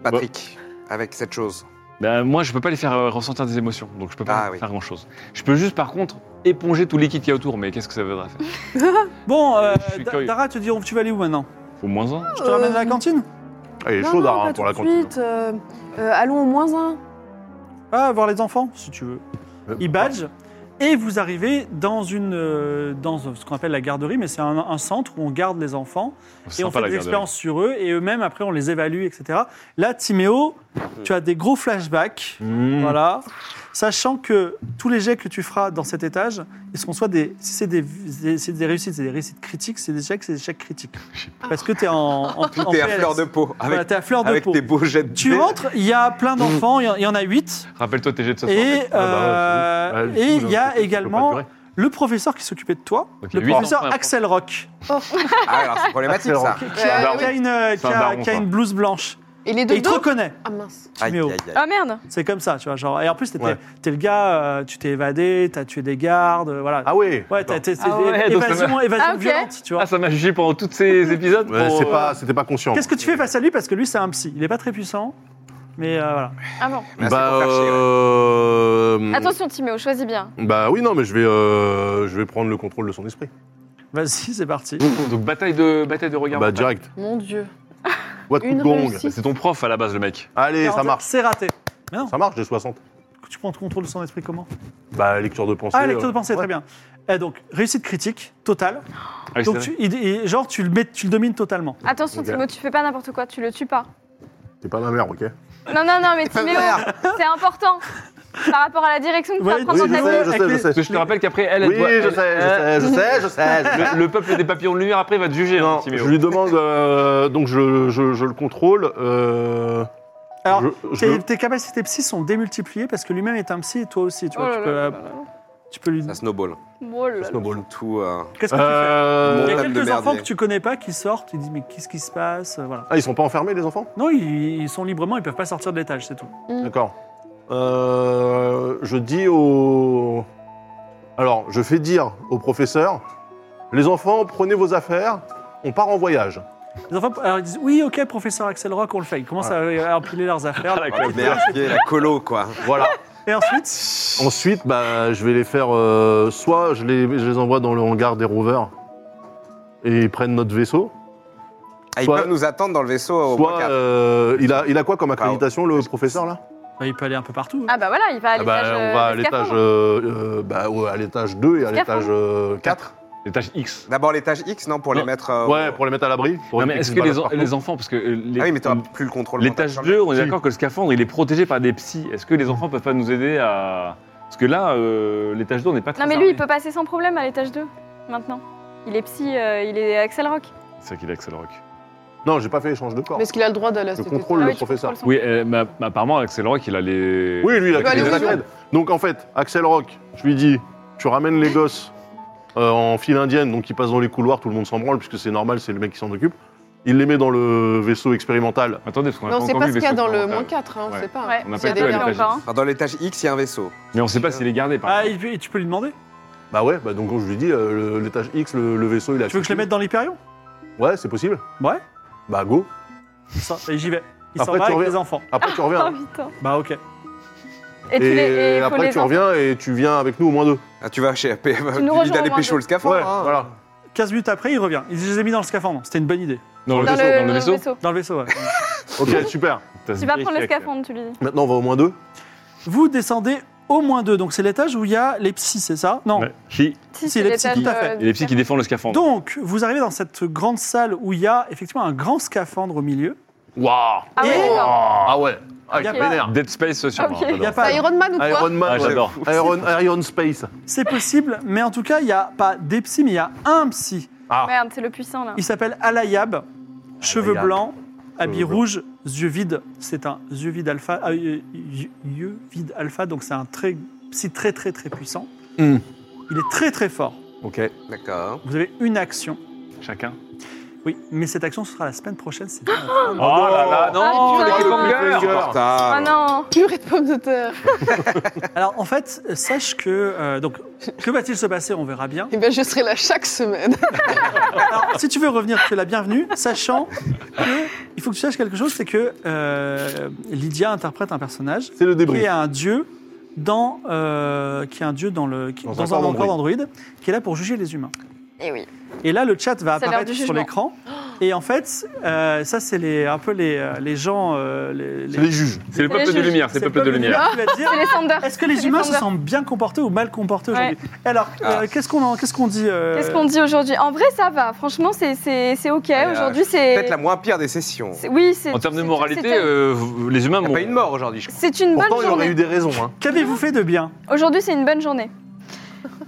Speaker 4: Patrick, avec cette chose.
Speaker 8: Bah, moi, je peux pas les faire euh, ressentir des émotions, donc je peux pas
Speaker 4: Ah, oui.
Speaker 8: faire grand chose. Je peux juste, par contre, éponger tout le liquide qu'il y a autour, mais qu'est-ce que ça voudra faire
Speaker 1: Bon, euh,
Speaker 8: Je suis
Speaker 1: Da-
Speaker 8: curieux.
Speaker 1: Dara, tu dis où tu vas aller où maintenant
Speaker 8: Faut moins un.
Speaker 1: Je te ramène
Speaker 4: Euh,
Speaker 1: à la cantine
Speaker 6: Ah, il est
Speaker 5: Non,
Speaker 6: chaud,
Speaker 5: non,
Speaker 6: Dara,
Speaker 5: pas
Speaker 6: hein, pour
Speaker 5: tout
Speaker 6: la
Speaker 5: de
Speaker 6: cantine.
Speaker 5: suite, euh, euh, allons au moins un.
Speaker 1: Ah, voir les enfants, si tu veux.
Speaker 6: Euh,
Speaker 8: bah.
Speaker 1: E-badge. Et vous arrivez dans, une, euh, dans ce qu'on appelle la garderie, mais c'est un, un centre où on garde les enfants et on
Speaker 8: Sympa,
Speaker 1: fait
Speaker 8: la
Speaker 1: des
Speaker 8: garderie.
Speaker 1: expériences sur eux et eux-mêmes après on les évalue, etc. Là, Timéo,
Speaker 8: Euh.
Speaker 1: tu as des gros flashbacks,
Speaker 8: Mmh.
Speaker 1: voilà, sachant que tous les jets que tu feras dans cet étage, ils seront soit des, si c'est des, des- c'est des réussites, c'est des réussites critiques, c'est des échecs, c'est des échecs critiques. Parce que tu es en, en, en
Speaker 4: Ah. [laughs] T'es à
Speaker 1: PLS.
Speaker 4: fleur de peau,
Speaker 1: Voilà,
Speaker 4: avec,
Speaker 1: t'es à fleur de
Speaker 4: avec
Speaker 1: peau.
Speaker 4: tes beaux jets de
Speaker 1: Tu
Speaker 4: dés.
Speaker 1: rentres, il y a plein
Speaker 6: Mm.
Speaker 1: d'enfants, il y en- il y en a huit.
Speaker 8: Rappelle-toi tes jets de ce soir.
Speaker 1: Et
Speaker 6: bah Ah bah
Speaker 1: euh,
Speaker 6: ouais, c'est
Speaker 1: et
Speaker 6: ouf.
Speaker 1: il
Speaker 6: Ouais,
Speaker 1: y
Speaker 6: je- je
Speaker 1: a
Speaker 6: peux pas
Speaker 1: également
Speaker 6: durer.
Speaker 1: le professeur qui s'occupait de toi,
Speaker 8: Ok,
Speaker 1: le
Speaker 8: huit
Speaker 1: professeur
Speaker 8: enfants,
Speaker 1: Axel Rock,
Speaker 5: Oh.
Speaker 4: Ah, alors c'est problématique, ça.
Speaker 1: [laughs] qui a,
Speaker 5: Euh,
Speaker 1: qui a une, euh, qui
Speaker 8: un
Speaker 1: a-
Speaker 8: daron,
Speaker 1: qui a
Speaker 8: ça.
Speaker 1: une blouse blanche.
Speaker 5: Il est de
Speaker 1: Et il te
Speaker 5: dos
Speaker 1: reconnaît,
Speaker 5: Ah mince.
Speaker 4: Aïe,
Speaker 1: Timéo.
Speaker 4: aïe, aïe.
Speaker 2: Ah merde
Speaker 1: C'est comme ça, tu vois. Genre, et en plus, t'étais
Speaker 6: Ouais.
Speaker 1: t'es le gars, euh, tu t'es évadé, t'as tué des gardes, euh, voilà.
Speaker 6: Ah oui
Speaker 1: ouais,
Speaker 6: d'accord.
Speaker 1: t'as t'es-
Speaker 8: Ah ouais,
Speaker 1: t'es-
Speaker 8: donc ça
Speaker 1: évasion, évasion
Speaker 2: Ah, ok.
Speaker 1: violente, tu vois.
Speaker 8: Ah, ça m'a jugé pendant tous
Speaker 1: [laughs]
Speaker 8: ces épisodes.
Speaker 6: Ouais,
Speaker 8: pour,
Speaker 6: c'est
Speaker 8: euh,
Speaker 6: pas- C'était pas conscient.
Speaker 1: Oh, Qu'est-ce que tu fais face à lui Parce que lui, c'est un psy. Il est pas très puissant, mais euh, voilà.
Speaker 2: Ah bon.
Speaker 4: Là, c'est
Speaker 6: Bah,
Speaker 4: pour faire chier, ouais.
Speaker 6: euh,
Speaker 2: Attention Timéo, choisis bien.
Speaker 6: Bah oui, non, mais je vais, euh, je vais prendre le contrôle de son esprit.
Speaker 1: Vas-y, c'est parti.
Speaker 8: Donc, bataille de, bataille de regard. Bah,
Speaker 6: Bah direct.
Speaker 5: Mon dieu.
Speaker 6: What coup
Speaker 5: Une
Speaker 6: de gong.
Speaker 5: réussite.
Speaker 8: C'est ton prof à la base, le mec.
Speaker 6: Allez, ça marche.
Speaker 1: C'est raté. Mais non,
Speaker 6: Ça marche, j'ai 60.
Speaker 1: tu prends le contrôle de son esprit comment
Speaker 6: Bah, lecture de pensée.
Speaker 1: Ah, lecture de
Speaker 6: euh,
Speaker 1: pensée,
Speaker 6: ouais.
Speaker 1: très bien. Et donc, réussite critique, totale.
Speaker 8: Ah, oui, c'est
Speaker 1: Donc,
Speaker 8: vrai.
Speaker 1: tu, il- il- genre, tu le, mets, tu le domines totalement.
Speaker 2: Attention
Speaker 6: Ok.
Speaker 2: Timéo, tu fais pas n'importe quoi, tu le tues pas.
Speaker 6: T'es pas ma mère, ok
Speaker 2: Non, non, non,
Speaker 6: [laughs]
Speaker 2: mais Timéo, c'est important par rapport à la direction que tu vas
Speaker 1: Ouais,
Speaker 2: prendre
Speaker 6: Oui,
Speaker 2: dans ta
Speaker 6: je sais,
Speaker 2: vie.
Speaker 6: je
Speaker 1: Avec
Speaker 6: sais, je
Speaker 1: les-
Speaker 6: sais.
Speaker 8: Parce que je te rappelle qu'après, elle, elle
Speaker 6: Oui,
Speaker 8: doit-
Speaker 6: je
Speaker 8: elle-
Speaker 6: sais,
Speaker 8: elle-
Speaker 6: je sais, je sais, je sais.
Speaker 1: [laughs]
Speaker 6: je sais.
Speaker 8: Le, le peuple des papillons de lumière, après, va te juger. hein,
Speaker 6: Non,
Speaker 8: Timéo.
Speaker 6: je lui demande, euh, donc je, je- je le contrôle. euh,
Speaker 1: Alors,
Speaker 6: je- je-
Speaker 1: Tes, tes capacités psy sont démultipliées parce que lui-même est un psy et toi aussi, tu vois.
Speaker 5: Oh
Speaker 1: tu,
Speaker 5: là
Speaker 1: peux,
Speaker 5: là
Speaker 1: euh,
Speaker 5: là là.
Speaker 1: tu peux lui.
Speaker 4: Ça snowball.
Speaker 5: Oh là là.
Speaker 6: Snowball.
Speaker 4: Tout. euh,
Speaker 1: Qu'est-ce que
Speaker 6: Euh,
Speaker 1: tu fais Il y a
Speaker 4: montagne de
Speaker 1: quelques enfants
Speaker 4: merdier.
Speaker 1: que tu connais pas qui sortent, ils disent mais qu'est-ce qui se passe euh, Voilà.
Speaker 6: Ah, ils sont pas enfermés, les enfants
Speaker 1: Non, ils, ils sont librement, ils peuvent pas sortir de l'étage, c'est tout.
Speaker 6: D'accord. Euh, je dis au. Alors, je fais dire au professeur les enfants, prenez vos affaires, on part en voyage.
Speaker 1: Les enfants, alors ils disent oui, ok, professeur Axel Rock, on le fait. Ils commencent à, à empiler leurs affaires.
Speaker 6: [laughs]
Speaker 4: le merdier, la colo, quoi.
Speaker 6: Voilà.
Speaker 1: et ensuite,
Speaker 6: Ensuite, bah, je vais les faire. euh, soit je les, je les envoie dans le hangar des rovers et ils prennent notre vaisseau.
Speaker 4: Ah, ils
Speaker 6: Soit-
Speaker 4: peuvent nous attendre dans le vaisseau au
Speaker 6: Soit
Speaker 4: brancard.
Speaker 6: euh, il, a, il a quoi comme accréditation, le professeur là
Speaker 1: bah, il peut aller un peu partout. hein.
Speaker 2: Ah bah voilà, il va à
Speaker 6: Ah bah,
Speaker 2: l'étage.
Speaker 6: On
Speaker 2: euh,
Speaker 6: va à
Speaker 2: des
Speaker 6: l'étage
Speaker 2: scaphandres.
Speaker 6: euh, euh, bah, ouais, à l'étage 2 et à
Speaker 2: Scaphandre.
Speaker 6: l'étage euh, 4.
Speaker 8: L'étage X.
Speaker 4: D'abord l'étage X, non, pour les
Speaker 8: Non.
Speaker 4: mettre. euh,
Speaker 6: Ouais,
Speaker 4: au-
Speaker 6: pour les mettre à l'abri. pour
Speaker 8: Non, mais
Speaker 6: éviter
Speaker 8: est-ce
Speaker 6: qu'ils
Speaker 8: que
Speaker 6: se
Speaker 8: les,
Speaker 6: baladent
Speaker 8: en-
Speaker 6: partout.
Speaker 8: les enfants, parce que euh, les-
Speaker 4: Ah oui, mais t'auras plus le contrôle.
Speaker 8: l'étage
Speaker 4: mental.
Speaker 8: 2, on est
Speaker 6: Si.
Speaker 8: d'accord que le scaphandre, il est protégé par des psys. Est-ce que les enfants peuvent pas nous aider à. Parce que là, euh, l'étage 2, on n'est pas très.
Speaker 2: Non mais lui, il
Speaker 8: armé.
Speaker 2: peut passer sans problème à l'étage 2, maintenant. Il est psy, euh, il est Axel Rock.
Speaker 8: C'est vrai qu'il a Axel Rock.
Speaker 6: Non, j'ai pas fait échange de corps.
Speaker 5: Mais est-ce qu'il a le droit d'aller à
Speaker 6: Je
Speaker 5: cet
Speaker 6: contrôle
Speaker 2: Ah
Speaker 6: Oh, le
Speaker 2: oui, tu
Speaker 6: professeur.
Speaker 2: contrôles son-
Speaker 8: Oui, euh, mais apparemment, Axel Rock, il a les.
Speaker 6: Oui, lui, il a
Speaker 5: Il peut
Speaker 6: fait
Speaker 5: aller
Speaker 6: des
Speaker 5: aux
Speaker 6: accrèdes. Donc en fait, Axel Rock, je lui dis tu ramènes les gosses euh, en file indienne, donc ils passent dans les couloirs, tout le monde s'en branle, puisque c'est normal, c'est le mec qui s'en occupe. Il les met dans le vaisseau expérimental.
Speaker 8: Attendez, parce qu'on a
Speaker 5: Mais on
Speaker 8: pas
Speaker 5: sait
Speaker 8: encore
Speaker 5: pas
Speaker 8: vu
Speaker 5: ce qu'il y a
Speaker 8: vaisseau
Speaker 5: dans le
Speaker 8: expérimental.
Speaker 5: moins 4, hein, on
Speaker 8: Ouais.
Speaker 5: sait pas.
Speaker 2: Ouais,
Speaker 8: On appelle
Speaker 2: il y a
Speaker 8: ça
Speaker 2: des
Speaker 8: l'étage
Speaker 2: liens encore, hein.
Speaker 4: Enfin, dans l'étage X, il y a un vaisseau.
Speaker 8: Mais on sait pas s'il est gardé par
Speaker 1: Ah,
Speaker 8: exemple.
Speaker 1: il peut- tu peux lui demander
Speaker 6: Bah ouais, bah donc je lui dis euh, le- l'étage X, le, le vaisseau, il a.
Speaker 1: Tu veux que je les mette dans l'Hyperion
Speaker 6: Ouais, c'est possible.
Speaker 1: Ouais.
Speaker 6: Bah go.
Speaker 1: Ça, et j'y vais. Il s'en
Speaker 6: Après,
Speaker 1: va
Speaker 6: tu
Speaker 1: avec
Speaker 6: reviens.
Speaker 1: les enfants.
Speaker 6: Après tu reviens.
Speaker 2: Oh
Speaker 6: hein.
Speaker 2: putain.
Speaker 1: Bah ok.
Speaker 2: [laughs] Et, tu
Speaker 6: Et,
Speaker 2: les- et faut
Speaker 6: après
Speaker 2: les
Speaker 6: tu reviens et tu viens avec nous au moins deux.
Speaker 4: Ah, tu vas chez AP. Tu
Speaker 2: nous
Speaker 4: lui dis
Speaker 2: rejoins au
Speaker 4: d'aller
Speaker 2: moins
Speaker 4: pécho
Speaker 2: deux.
Speaker 4: le scaphandre.
Speaker 6: ouais,
Speaker 4: hein.
Speaker 6: voilà.
Speaker 1: 15 minutes après, il revient. Il dit, je les ai mis dans le scaphandre. C'était une bonne idée.
Speaker 8: Dans le
Speaker 2: dans
Speaker 8: vaisseau,
Speaker 2: le,
Speaker 8: dans le vaisseau.
Speaker 1: Dans le
Speaker 6: [laughs]
Speaker 1: vaisseau, ouais.
Speaker 6: Ok, super.
Speaker 2: Tu vas prendre le scaphandre, tu lui dis.
Speaker 6: Maintenant on va au moins deux.
Speaker 1: Vous descendez au moins deux. Donc c'est l'étage où il y a les psys, c'est ça Non.
Speaker 8: Ouais. Si,
Speaker 2: Si,
Speaker 1: Si, les psys,
Speaker 2: l'étage,
Speaker 1: tout à fait.
Speaker 2: euh,
Speaker 8: il y a les psys qui défendent le scaphandre.
Speaker 1: Donc, vous arrivez dans cette grande salle où il y a effectivement un grand scaphandre au milieu.
Speaker 6: Waouh.
Speaker 2: Ah
Speaker 1: Et-
Speaker 2: ouais, d'accord.
Speaker 6: Ah ouais. Ah,
Speaker 1: Il y a
Speaker 6: il
Speaker 1: pas-
Speaker 6: m'énerve.
Speaker 8: Dead Space sur
Speaker 2: Ok.
Speaker 8: moi.
Speaker 1: Il y a
Speaker 8: j'adore.
Speaker 1: pas.
Speaker 5: C'est Iron Man ou quoi
Speaker 6: Iron Man,
Speaker 8: Ah,
Speaker 6: ouais.
Speaker 8: j'adore.
Speaker 6: Iron, Iron Space.
Speaker 1: C'est possible, mais en tout cas, il n'y a pas des psys, mais il y a un psy.
Speaker 6: Oh.
Speaker 2: Merde, c'est le puissant là.
Speaker 1: Il s'appelle Alayab, cheveux
Speaker 6: Alayab.
Speaker 1: blancs, habits
Speaker 6: blancs.
Speaker 1: rouges, yeux vides. C'est un yeux vide alpha, ah, yeux- yeux yeux vide alpha, donc c'est un très, psy très très très puissant.
Speaker 6: Hmm.
Speaker 1: Il est très très fort.
Speaker 6: Ok.
Speaker 4: D'accord.
Speaker 1: Vous avez une action.
Speaker 8: Chacun.
Speaker 1: Oui, mais cette action ce sera la semaine prochaine. C'est la
Speaker 3: [gasps]
Speaker 8: Oh
Speaker 1: fin.
Speaker 8: là là, non,
Speaker 2: Ah,
Speaker 8: les
Speaker 2: putain.
Speaker 8: cliffhangers.
Speaker 2: Ah
Speaker 4: Portable.
Speaker 2: non
Speaker 5: Purée de pommes de terre.
Speaker 1: Alors en fait, sache que euh, donc que va-t-il se passer On verra bien.
Speaker 5: Eh bien, je serai là chaque semaine. [laughs]
Speaker 1: Alors, si tu veux revenir, tu es la bienvenue, sachant que il faut que tu saches quelque chose, c'est que euh, Lydia interprète un personnage
Speaker 6: C'est le
Speaker 1: qui
Speaker 6: débrief.
Speaker 1: est un dieu dans euh, qui est un dieu dans le qui-
Speaker 6: Dans
Speaker 1: dans,
Speaker 6: un
Speaker 1: un
Speaker 6: corps
Speaker 1: endroit d'android qui est là pour juger les humains.
Speaker 2: Eh oui.
Speaker 1: Et là, le chat va
Speaker 2: C'est l'heure
Speaker 1: apparaître
Speaker 2: du
Speaker 1: sur
Speaker 2: jugement.
Speaker 1: l'écran. Et en fait, euh, ça c'est les un peu les, euh, les gens euh, les,
Speaker 6: C'est les juges.
Speaker 8: C'est le peuple
Speaker 2: les
Speaker 8: de
Speaker 2: juges.
Speaker 8: lumière, c'est le peuple de lumière.
Speaker 1: qui va dire,
Speaker 2: C'est les Sanders.
Speaker 1: Est-ce que les
Speaker 2: C'est
Speaker 1: humains se
Speaker 2: Sanders.
Speaker 1: sentent bien comportés ou mal comportés
Speaker 2: Ouais.
Speaker 1: aujourd'hui Alors,
Speaker 8: Ah.
Speaker 1: euh, qu'est-ce qu'on en- qu'est-ce qu'on dit euh,
Speaker 2: Qu'est-ce qu'on dit aujourd'hui En vrai, ça va. Franchement, c'est- c'est c'est ok.
Speaker 4: Allez,
Speaker 2: Aujourd'hui, c'est.
Speaker 4: Peut-être la moins pire des sessions.
Speaker 2: c'est- Oui, c'est.
Speaker 8: En termes de
Speaker 2: c'est-
Speaker 8: moralité,
Speaker 2: c'est-
Speaker 8: euh, les humains
Speaker 4: Il a
Speaker 8: m'ont.
Speaker 4: pas une mort aujourd'hui, je crois.
Speaker 2: C'est une bonne
Speaker 6: Pourtant, il aurait
Speaker 2: journée.
Speaker 6: eu des raisons. Hein.
Speaker 1: Qu'avez-vous fait de bien
Speaker 2: Aujourd'hui, c'est une bonne journée.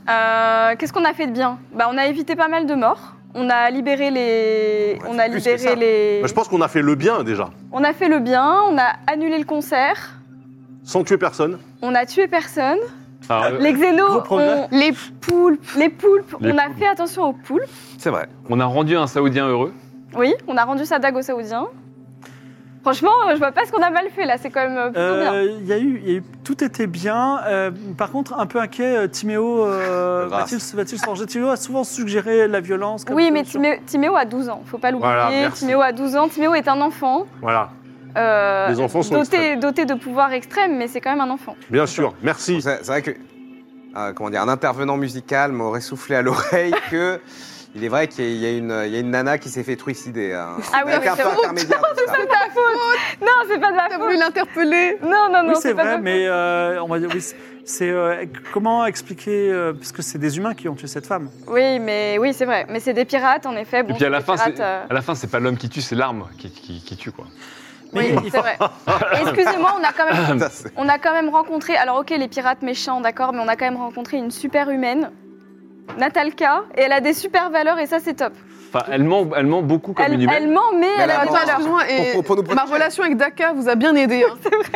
Speaker 2: Euh, Qu'est-ce qu'on a fait de bien bah, On a évité pas mal de morts. On a libéré les.
Speaker 4: On
Speaker 2: On
Speaker 4: a fait
Speaker 2: a
Speaker 4: plus que ça.
Speaker 2: libéré les.
Speaker 6: Bah, je pense qu'on a fait le bien déjà,
Speaker 2: On a fait le bien, on a annulé le concert,
Speaker 6: sans tuer personne.
Speaker 2: on a tué personne.
Speaker 8: Ah, euh,
Speaker 2: Les
Speaker 1: Gros
Speaker 2: xénos,
Speaker 1: progrès.
Speaker 2: ont- les poulpes, les poulpes,
Speaker 8: Les
Speaker 2: on a fait attention aux poulpes.
Speaker 4: C'est vrai.
Speaker 8: On a rendu un Saoudien heureux.
Speaker 2: Oui, on a rendu sa dague aux Saoudiens. Franchement, euh, je vois pas ce qu'on a mal fait là, c'est quand même euh, plutôt bien.
Speaker 1: Euh, Il y a eu, il y a eu- tout était bien. Euh, par contre, un peu inquiet, euh, Timéo euh,
Speaker 4: Grâce.
Speaker 1: va-t-il va-t-il changer Timéo a souvent suggéré la violence. comme
Speaker 2: Oui, mais
Speaker 1: solution.
Speaker 2: Timéo, Timéo a 12 ans, faut pas l'oublier.
Speaker 6: Voilà, merci.
Speaker 2: Timéo a 12 ans, Timéo est un enfant.
Speaker 6: Voilà,
Speaker 2: euh,
Speaker 6: Les enfants sont
Speaker 2: doté,
Speaker 6: extrêmes.
Speaker 2: doté de pouvoirs extrêmes, mais c'est quand même un enfant.
Speaker 6: bien sûr, merci.
Speaker 4: C'est c'est vrai que, euh, comment dire, un intervenant musical m'aurait soufflé à l'oreille que. Il est vrai qu'il y a une, il y a une nana qui s'est fait trucider. hein.
Speaker 2: Ah oui,
Speaker 4: Avec
Speaker 2: oui,
Speaker 4: un peu
Speaker 2: c'est vrai.
Speaker 4: intermédiaire. tout ça.
Speaker 2: C'est ta faute Non, c'est pas de ma
Speaker 5: T'as
Speaker 2: faute
Speaker 5: voulu l'interpeller
Speaker 2: Non, non, non,
Speaker 1: Oui, c'est
Speaker 2: pas de ma
Speaker 1: vrai,
Speaker 2: faute.
Speaker 1: mais euh, on va dire oui. c'est- C'est euh, comment expliquer euh, parce que c'est des humains qui ont tué cette femme.
Speaker 2: Oui, mais oui, c'est vrai. Mais c'est des pirates, en effet.
Speaker 8: Et puis
Speaker 2: Bon,
Speaker 8: à
Speaker 2: c'est
Speaker 8: la
Speaker 2: des
Speaker 8: fin, c'est-
Speaker 2: pirates, euh,
Speaker 8: à la fin, c'est pas l'homme qui tue, c'est l'arme qui, qui- qui tue quoi.
Speaker 2: Oui, c'est vrai. Excusez-moi, on a quand même
Speaker 4: Ça, c'est-
Speaker 2: On a quand même rencontré, alors ok, les pirates méchants, d'accord, mais on a quand même rencontré une super humaine, Natalka, et elle a des super valeurs et ça c'est top.
Speaker 8: Enfin, elle ment, elle ment beaucoup comme une
Speaker 2: Elle,
Speaker 8: humaine.
Speaker 2: elle ment, mais elle
Speaker 4: elle
Speaker 2: a
Speaker 4: a
Speaker 2: des
Speaker 4: menti.
Speaker 5: Bah, Attends,
Speaker 2: valeurs.
Speaker 5: excuse-moi, et
Speaker 4: Pour- pour nous
Speaker 5: ma
Speaker 4: protéger.
Speaker 5: relation avec Daka vous a bien aidé. hein.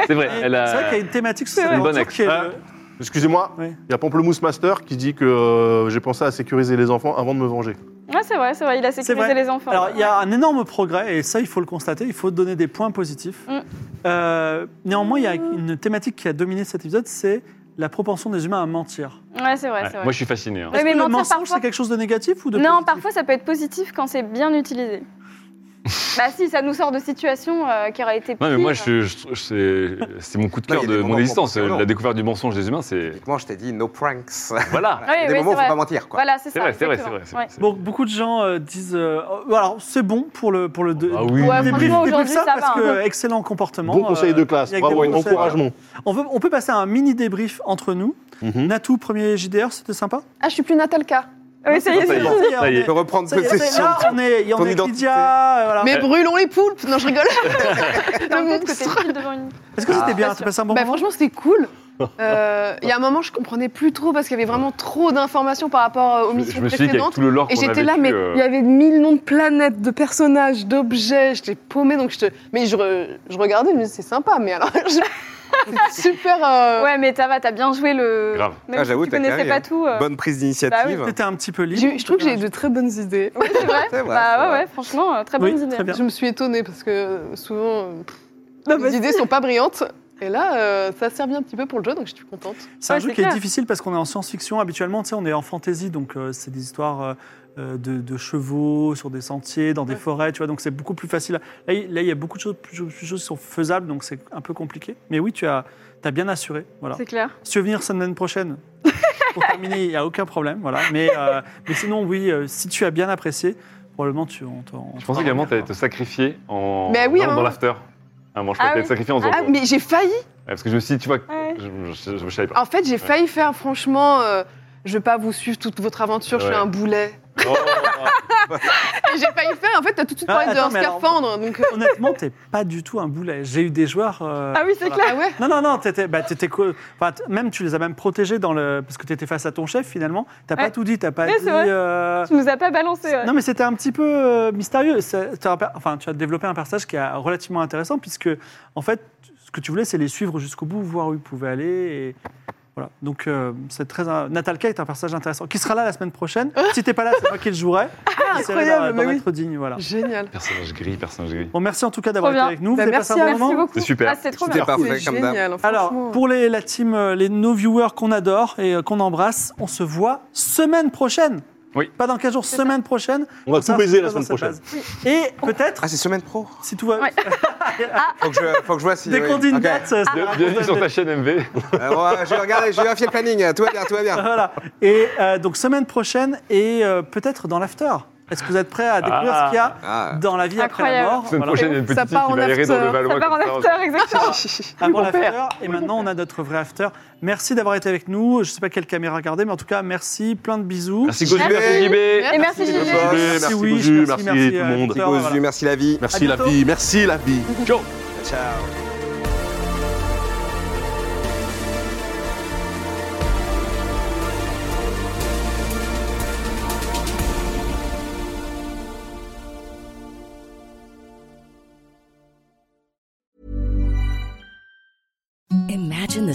Speaker 8: C'est vrai.
Speaker 1: Et
Speaker 8: Elle
Speaker 1: C'est vrai
Speaker 8: a...
Speaker 1: qu'il y a une thématique sur cette
Speaker 6: vrai.
Speaker 1: aventure qui est
Speaker 8: Hein
Speaker 6: Ah.
Speaker 1: le-
Speaker 6: Excusez-moi, il
Speaker 1: Oui.
Speaker 6: y a Pamplemousse Master qui dit que euh, j'ai pensé à sécuriser les enfants avant de me venger.
Speaker 2: Ouais, c'est vrai, c'est vrai, il a sécurisé
Speaker 1: vrai.
Speaker 2: les enfants.
Speaker 1: Alors, il y a un énorme progrès, et ça, il faut le constater, il faut donner des points positifs.
Speaker 2: Mm.
Speaker 1: Euh, néanmoins, il y a une thématique qui a dominé cet épisode, c'est la propension des humains à mentir.
Speaker 2: Ouais, c'est vrai,
Speaker 8: Ouais,
Speaker 2: c'est vrai.
Speaker 8: Moi, je suis fasciné. hein.
Speaker 2: Ouais,
Speaker 1: Est-ce
Speaker 2: mais
Speaker 1: que le
Speaker 2: mentir
Speaker 1: mensonge,
Speaker 2: parfois-
Speaker 1: c'est quelque chose de négatif ou de
Speaker 2: Non,
Speaker 1: positif
Speaker 2: parfois ça peut être positif quand c'est bien utilisé.
Speaker 1: [laughs]
Speaker 2: bah si, ça nous sort de situations euh, qui auraient été
Speaker 8: Non, mais
Speaker 2: pires.
Speaker 8: moi, je, je- je- c'est- c'est mon coup de
Speaker 4: Non, il
Speaker 8: cœur
Speaker 4: y a
Speaker 8: de
Speaker 4: des
Speaker 8: mon
Speaker 4: moments
Speaker 8: existence. euh,
Speaker 4: proportionnels.
Speaker 8: La découverte du mensonge des humains, c'est.
Speaker 4: Typiquement, je t'ai dit no pranks.
Speaker 8: Voilà.
Speaker 2: Oui,
Speaker 4: Il y a des
Speaker 2: oui,
Speaker 4: moments où
Speaker 2: c'est
Speaker 4: faut pas
Speaker 2: vrai.
Speaker 4: mentir. Quoi.
Speaker 2: Voilà, c'est
Speaker 8: C'est
Speaker 2: ça.
Speaker 8: vrai, c'est vrai, c'est
Speaker 2: exactement.
Speaker 8: vrai. c'est-
Speaker 2: Ouais.
Speaker 8: c'est-
Speaker 1: Bon, beaucoup de gens euh, disent. euh, oh, alors, c'est bon pour le pour le. de-
Speaker 8: Ah oui.
Speaker 2: Ouais,
Speaker 1: débrief-
Speaker 2: franchement,
Speaker 1: débrief
Speaker 2: aujourd'hui,
Speaker 1: ça,
Speaker 2: ça va,
Speaker 1: parce que
Speaker 2: hein.
Speaker 1: excellent comportement.
Speaker 6: Bon
Speaker 1: euh,
Speaker 6: conseil de classe,
Speaker 1: il y a que
Speaker 6: bravo,
Speaker 1: des bons conseils.
Speaker 6: encouragement.
Speaker 1: On, veut- on peut passer à un mini débrief entre nous.
Speaker 6: Mhm.
Speaker 1: Natou, premier JDR, c'était sympa.
Speaker 5: [laughs] Ah, je suis plus Natalka.
Speaker 2: Oui, ça y est,
Speaker 4: Ah, Ça
Speaker 2: c'est
Speaker 4: y est.
Speaker 2: bon.
Speaker 4: Ça y est.
Speaker 1: on
Speaker 4: Je peux reprendre
Speaker 1: Ça y est, c'est-
Speaker 4: possession.
Speaker 1: là, on est, il y en
Speaker 4: Ton
Speaker 1: a avec
Speaker 4: identité.
Speaker 1: Lydia,
Speaker 8: Ah.
Speaker 1: euh, voilà.
Speaker 5: Mais brûlons les poulpes Non,
Speaker 8: [laughs]
Speaker 5: je rigole.
Speaker 2: T'as un
Speaker 5: Le
Speaker 2: peu de côté
Speaker 5: monstre.
Speaker 2: pile devant [laughs] une...
Speaker 1: Est-ce que c'était
Speaker 4: Ah.
Speaker 1: bien
Speaker 5: Bien
Speaker 1: T'as
Speaker 5: sûr.
Speaker 1: passé un bon
Speaker 5: Bah,
Speaker 1: moment
Speaker 5: Franchement, c'était cool. Euh, Il y a un moment, je comprenais plus trop parce qu'il y avait vraiment trop d'informations par rapport euh, aux
Speaker 8: Je,
Speaker 5: missions
Speaker 8: je me suis dit qu'avec
Speaker 5: précédentes.
Speaker 8: tout le lore
Speaker 5: Et
Speaker 8: qu'on a
Speaker 5: j'étais là,
Speaker 8: vécu,
Speaker 5: mais
Speaker 8: euh,
Speaker 5: il y avait mille noms de planètes, de personnages, d'objets. J'étais paumée, donc je te... Mais je, re- je regardais, je me disais, c'est sympa, mais alors... [laughs] je- c'est super... euh,
Speaker 2: Ouais, mais ça va, t'as bien joué le...
Speaker 8: Grave.
Speaker 2: Même
Speaker 4: Ah,
Speaker 2: si
Speaker 4: j'avoue,
Speaker 2: tu
Speaker 4: t'as
Speaker 2: connaissais
Speaker 4: carré,
Speaker 2: pas
Speaker 4: hein.
Speaker 2: tout. euh,
Speaker 4: Bonne prise
Speaker 2: Bah oui.
Speaker 4: d'initiative.
Speaker 1: T'étais un petit peu libre.
Speaker 5: j'ai- Je trouve que j'ai eu de très bonnes idées.
Speaker 2: Oui, c'est vrai.
Speaker 4: C'est vrai,
Speaker 2: bah
Speaker 4: c'est
Speaker 2: ouais,
Speaker 4: vrai.
Speaker 2: ouais, franchement, euh, très
Speaker 1: Oui,
Speaker 2: bonnes idées.
Speaker 1: très bien.
Speaker 5: Je me suis étonnée parce que souvent, euh,
Speaker 2: Non,
Speaker 5: les idées sont pas brillantes. Et là, euh, ça sert bien un petit peu pour le jeu, donc je suis contente.
Speaker 1: C'est un
Speaker 2: Ouais,
Speaker 1: jeu
Speaker 2: c'est
Speaker 1: qui est
Speaker 2: clair.
Speaker 1: difficile parce qu'on est en science-fiction. Habituellement, tu sais, on est en fantasy, donc euh, c'est des histoires euh, euh, de, de chevaux sur des sentiers, dans des
Speaker 5: Ouais.
Speaker 1: forêts, tu vois. Donc c'est beaucoup plus facile. Là, il là, il y a beaucoup de choses, plus- plus de choses qui sont faisables, donc c'est un peu compliqué. Mais oui, tu as, as bien assuré. Voilà.
Speaker 2: C'est clair.
Speaker 1: Si tu veux venir semaine
Speaker 5: [laughs]
Speaker 1: prochaine pour terminer, il n'y a aucun problème. Voilà. Mais, euh, mais sinon, oui, euh, si tu as bien apprécié, probablement tu on t'en- on
Speaker 8: Je pensais
Speaker 1: t'en
Speaker 8: également que
Speaker 1: remercie.
Speaker 8: t'allais te sacrifier en...
Speaker 5: Mais oui,
Speaker 8: dans,
Speaker 5: hein.
Speaker 8: dans l'after. Ah, moi, je
Speaker 2: Ah
Speaker 8: pensais
Speaker 2: oui.
Speaker 8: te sacrifier en faisant
Speaker 5: Ah,
Speaker 8: quoi. Ouais,
Speaker 5: mais j'ai failli
Speaker 8: Parce que je me suis dit, tu vois,
Speaker 2: Ouais.
Speaker 8: je, je, je- je savais pas.
Speaker 5: En fait, j'ai failli faire, franchement, euh, je vais pas vous suivre toute votre aventure, je suis
Speaker 8: Ouais.
Speaker 5: un boulet.
Speaker 8: Oh,
Speaker 5: Et j'ai failli faire, en fait, t'as tout de suite
Speaker 1: Ah,
Speaker 5: parlé
Speaker 1: attends,
Speaker 5: d'un
Speaker 1: mais alors-
Speaker 5: scaphandre, donc... euh,
Speaker 1: Honnêtement, t'es pas du tout un boulet. J'ai eu des joueurs. euh,
Speaker 2: Ah oui, c'est
Speaker 1: voilà.
Speaker 2: clair.
Speaker 5: Ah
Speaker 1: Non,
Speaker 5: ouais
Speaker 1: non, non, t'étais, bah, t'étais co- enfin, t- même tu les as même protégés dans le, parce que t'étais face à ton chef finalement. T'as pas
Speaker 2: Ouais.
Speaker 1: tout dit, t'as pas
Speaker 2: Ouais,
Speaker 1: dit.
Speaker 2: c'est vrai.
Speaker 1: euh,
Speaker 2: Tu nous as pas balancé. ouais.
Speaker 1: Non, mais c'était un petit peu euh, mystérieux. Ça- t'as un per- Enfin, tu as développé un personnage qui est relativement intéressant puisque en fait, ce que tu voulais, c'est les suivre jusqu'au bout, voir où ils pouvaient aller. Et... Voilà. Donc euh, c'est très. un- Natalka est un personnage intéressant qui sera là la semaine
Speaker 2: [laughs]
Speaker 1: prochaine. si t'es pas là, c'est moi qui le jouerai.
Speaker 2: Ah,
Speaker 1: J'essaierai d'en-
Speaker 5: incroyable,
Speaker 1: d'en
Speaker 5: mais oui.
Speaker 1: être digne, voilà.
Speaker 5: Génial.
Speaker 8: personnage gris, personnage gris.
Speaker 1: Bon, merci en tout cas d'avoir
Speaker 2: Trop
Speaker 1: été
Speaker 2: bien.
Speaker 1: avec nous. Vous
Speaker 5: Bah,
Speaker 1: avez
Speaker 5: merci
Speaker 1: passé un
Speaker 5: à
Speaker 1: bon
Speaker 2: Merci
Speaker 1: moment
Speaker 2: beaucoup.
Speaker 8: C'est super.
Speaker 2: Ah, c'est trop
Speaker 4: C'était
Speaker 2: bien.
Speaker 5: C'est
Speaker 4: parfait, comme d'hab.
Speaker 5: génial,
Speaker 1: Alors,
Speaker 5: franchement. [laughs]
Speaker 1: pour les, la team, euh, les nos viewers qu'on adore et euh, qu'on embrasse, on se voit semaine prochaine.
Speaker 8: Oui.
Speaker 1: Pas dans 15 jours, semaine prochaine.
Speaker 6: On va
Speaker 1: Ça,
Speaker 6: tout baiser
Speaker 1: dans
Speaker 6: la semaine
Speaker 1: cette
Speaker 6: prochaine.
Speaker 1: phase. Et peut-être,
Speaker 4: Ah, c'est semaine pro.
Speaker 1: si tout va
Speaker 2: Ouais.
Speaker 4: Faut que je, faut que je vois si.
Speaker 1: [laughs] dès
Speaker 4: oui.
Speaker 1: qu'on dit une
Speaker 4: Ok.
Speaker 1: date, ça-
Speaker 8: Bien- Bienvenue sur ta chaîne MV.
Speaker 4: Euh, ouais, je vais regarder, je vais vérifier le planning. Tout va bien, tout va bien.
Speaker 1: [laughs] Voilà. Et euh, donc semaine prochaine et euh, peut-être dans l'after. Est-ce que vous êtes prêts à découvrir
Speaker 8: Ah.
Speaker 1: ce qu'il y a
Speaker 4: Ah,
Speaker 1: dans la vie
Speaker 2: Incroyable.
Speaker 1: après la mort
Speaker 8: semaine
Speaker 1: Voilà.
Speaker 8: prochaine, il y a une
Speaker 5: Ça
Speaker 8: petite fille
Speaker 5: part
Speaker 8: qui
Speaker 5: en
Speaker 8: va errer dans
Speaker 5: after.
Speaker 8: le Valois.
Speaker 2: Ça part en
Speaker 8: comme
Speaker 2: after, exactement.
Speaker 1: Avant
Speaker 5: Oui, mon père.
Speaker 1: l'after. Et maintenant, on a notre vrai after. Merci d'avoir été avec nous. Je sais pas quelle caméra regarder, mais en tout cas, merci. Plein de bisous.
Speaker 6: Merci Gozu,
Speaker 2: Merci.
Speaker 6: merci JB,
Speaker 2: Et merci,
Speaker 4: Merci,
Speaker 2: Gilles.
Speaker 4: Bob.
Speaker 6: merci
Speaker 1: Merci, oui,
Speaker 6: Gozu,
Speaker 1: merci,
Speaker 6: merci
Speaker 1: merci,
Speaker 6: tout
Speaker 1: euh,
Speaker 6: le monde.
Speaker 4: Merci Gozu,
Speaker 1: voilà.
Speaker 4: merci la vie.
Speaker 6: Merci la
Speaker 1: bientôt.
Speaker 6: vie, merci la vie. Ciao
Speaker 4: Ciao.
Speaker 9: Imagine the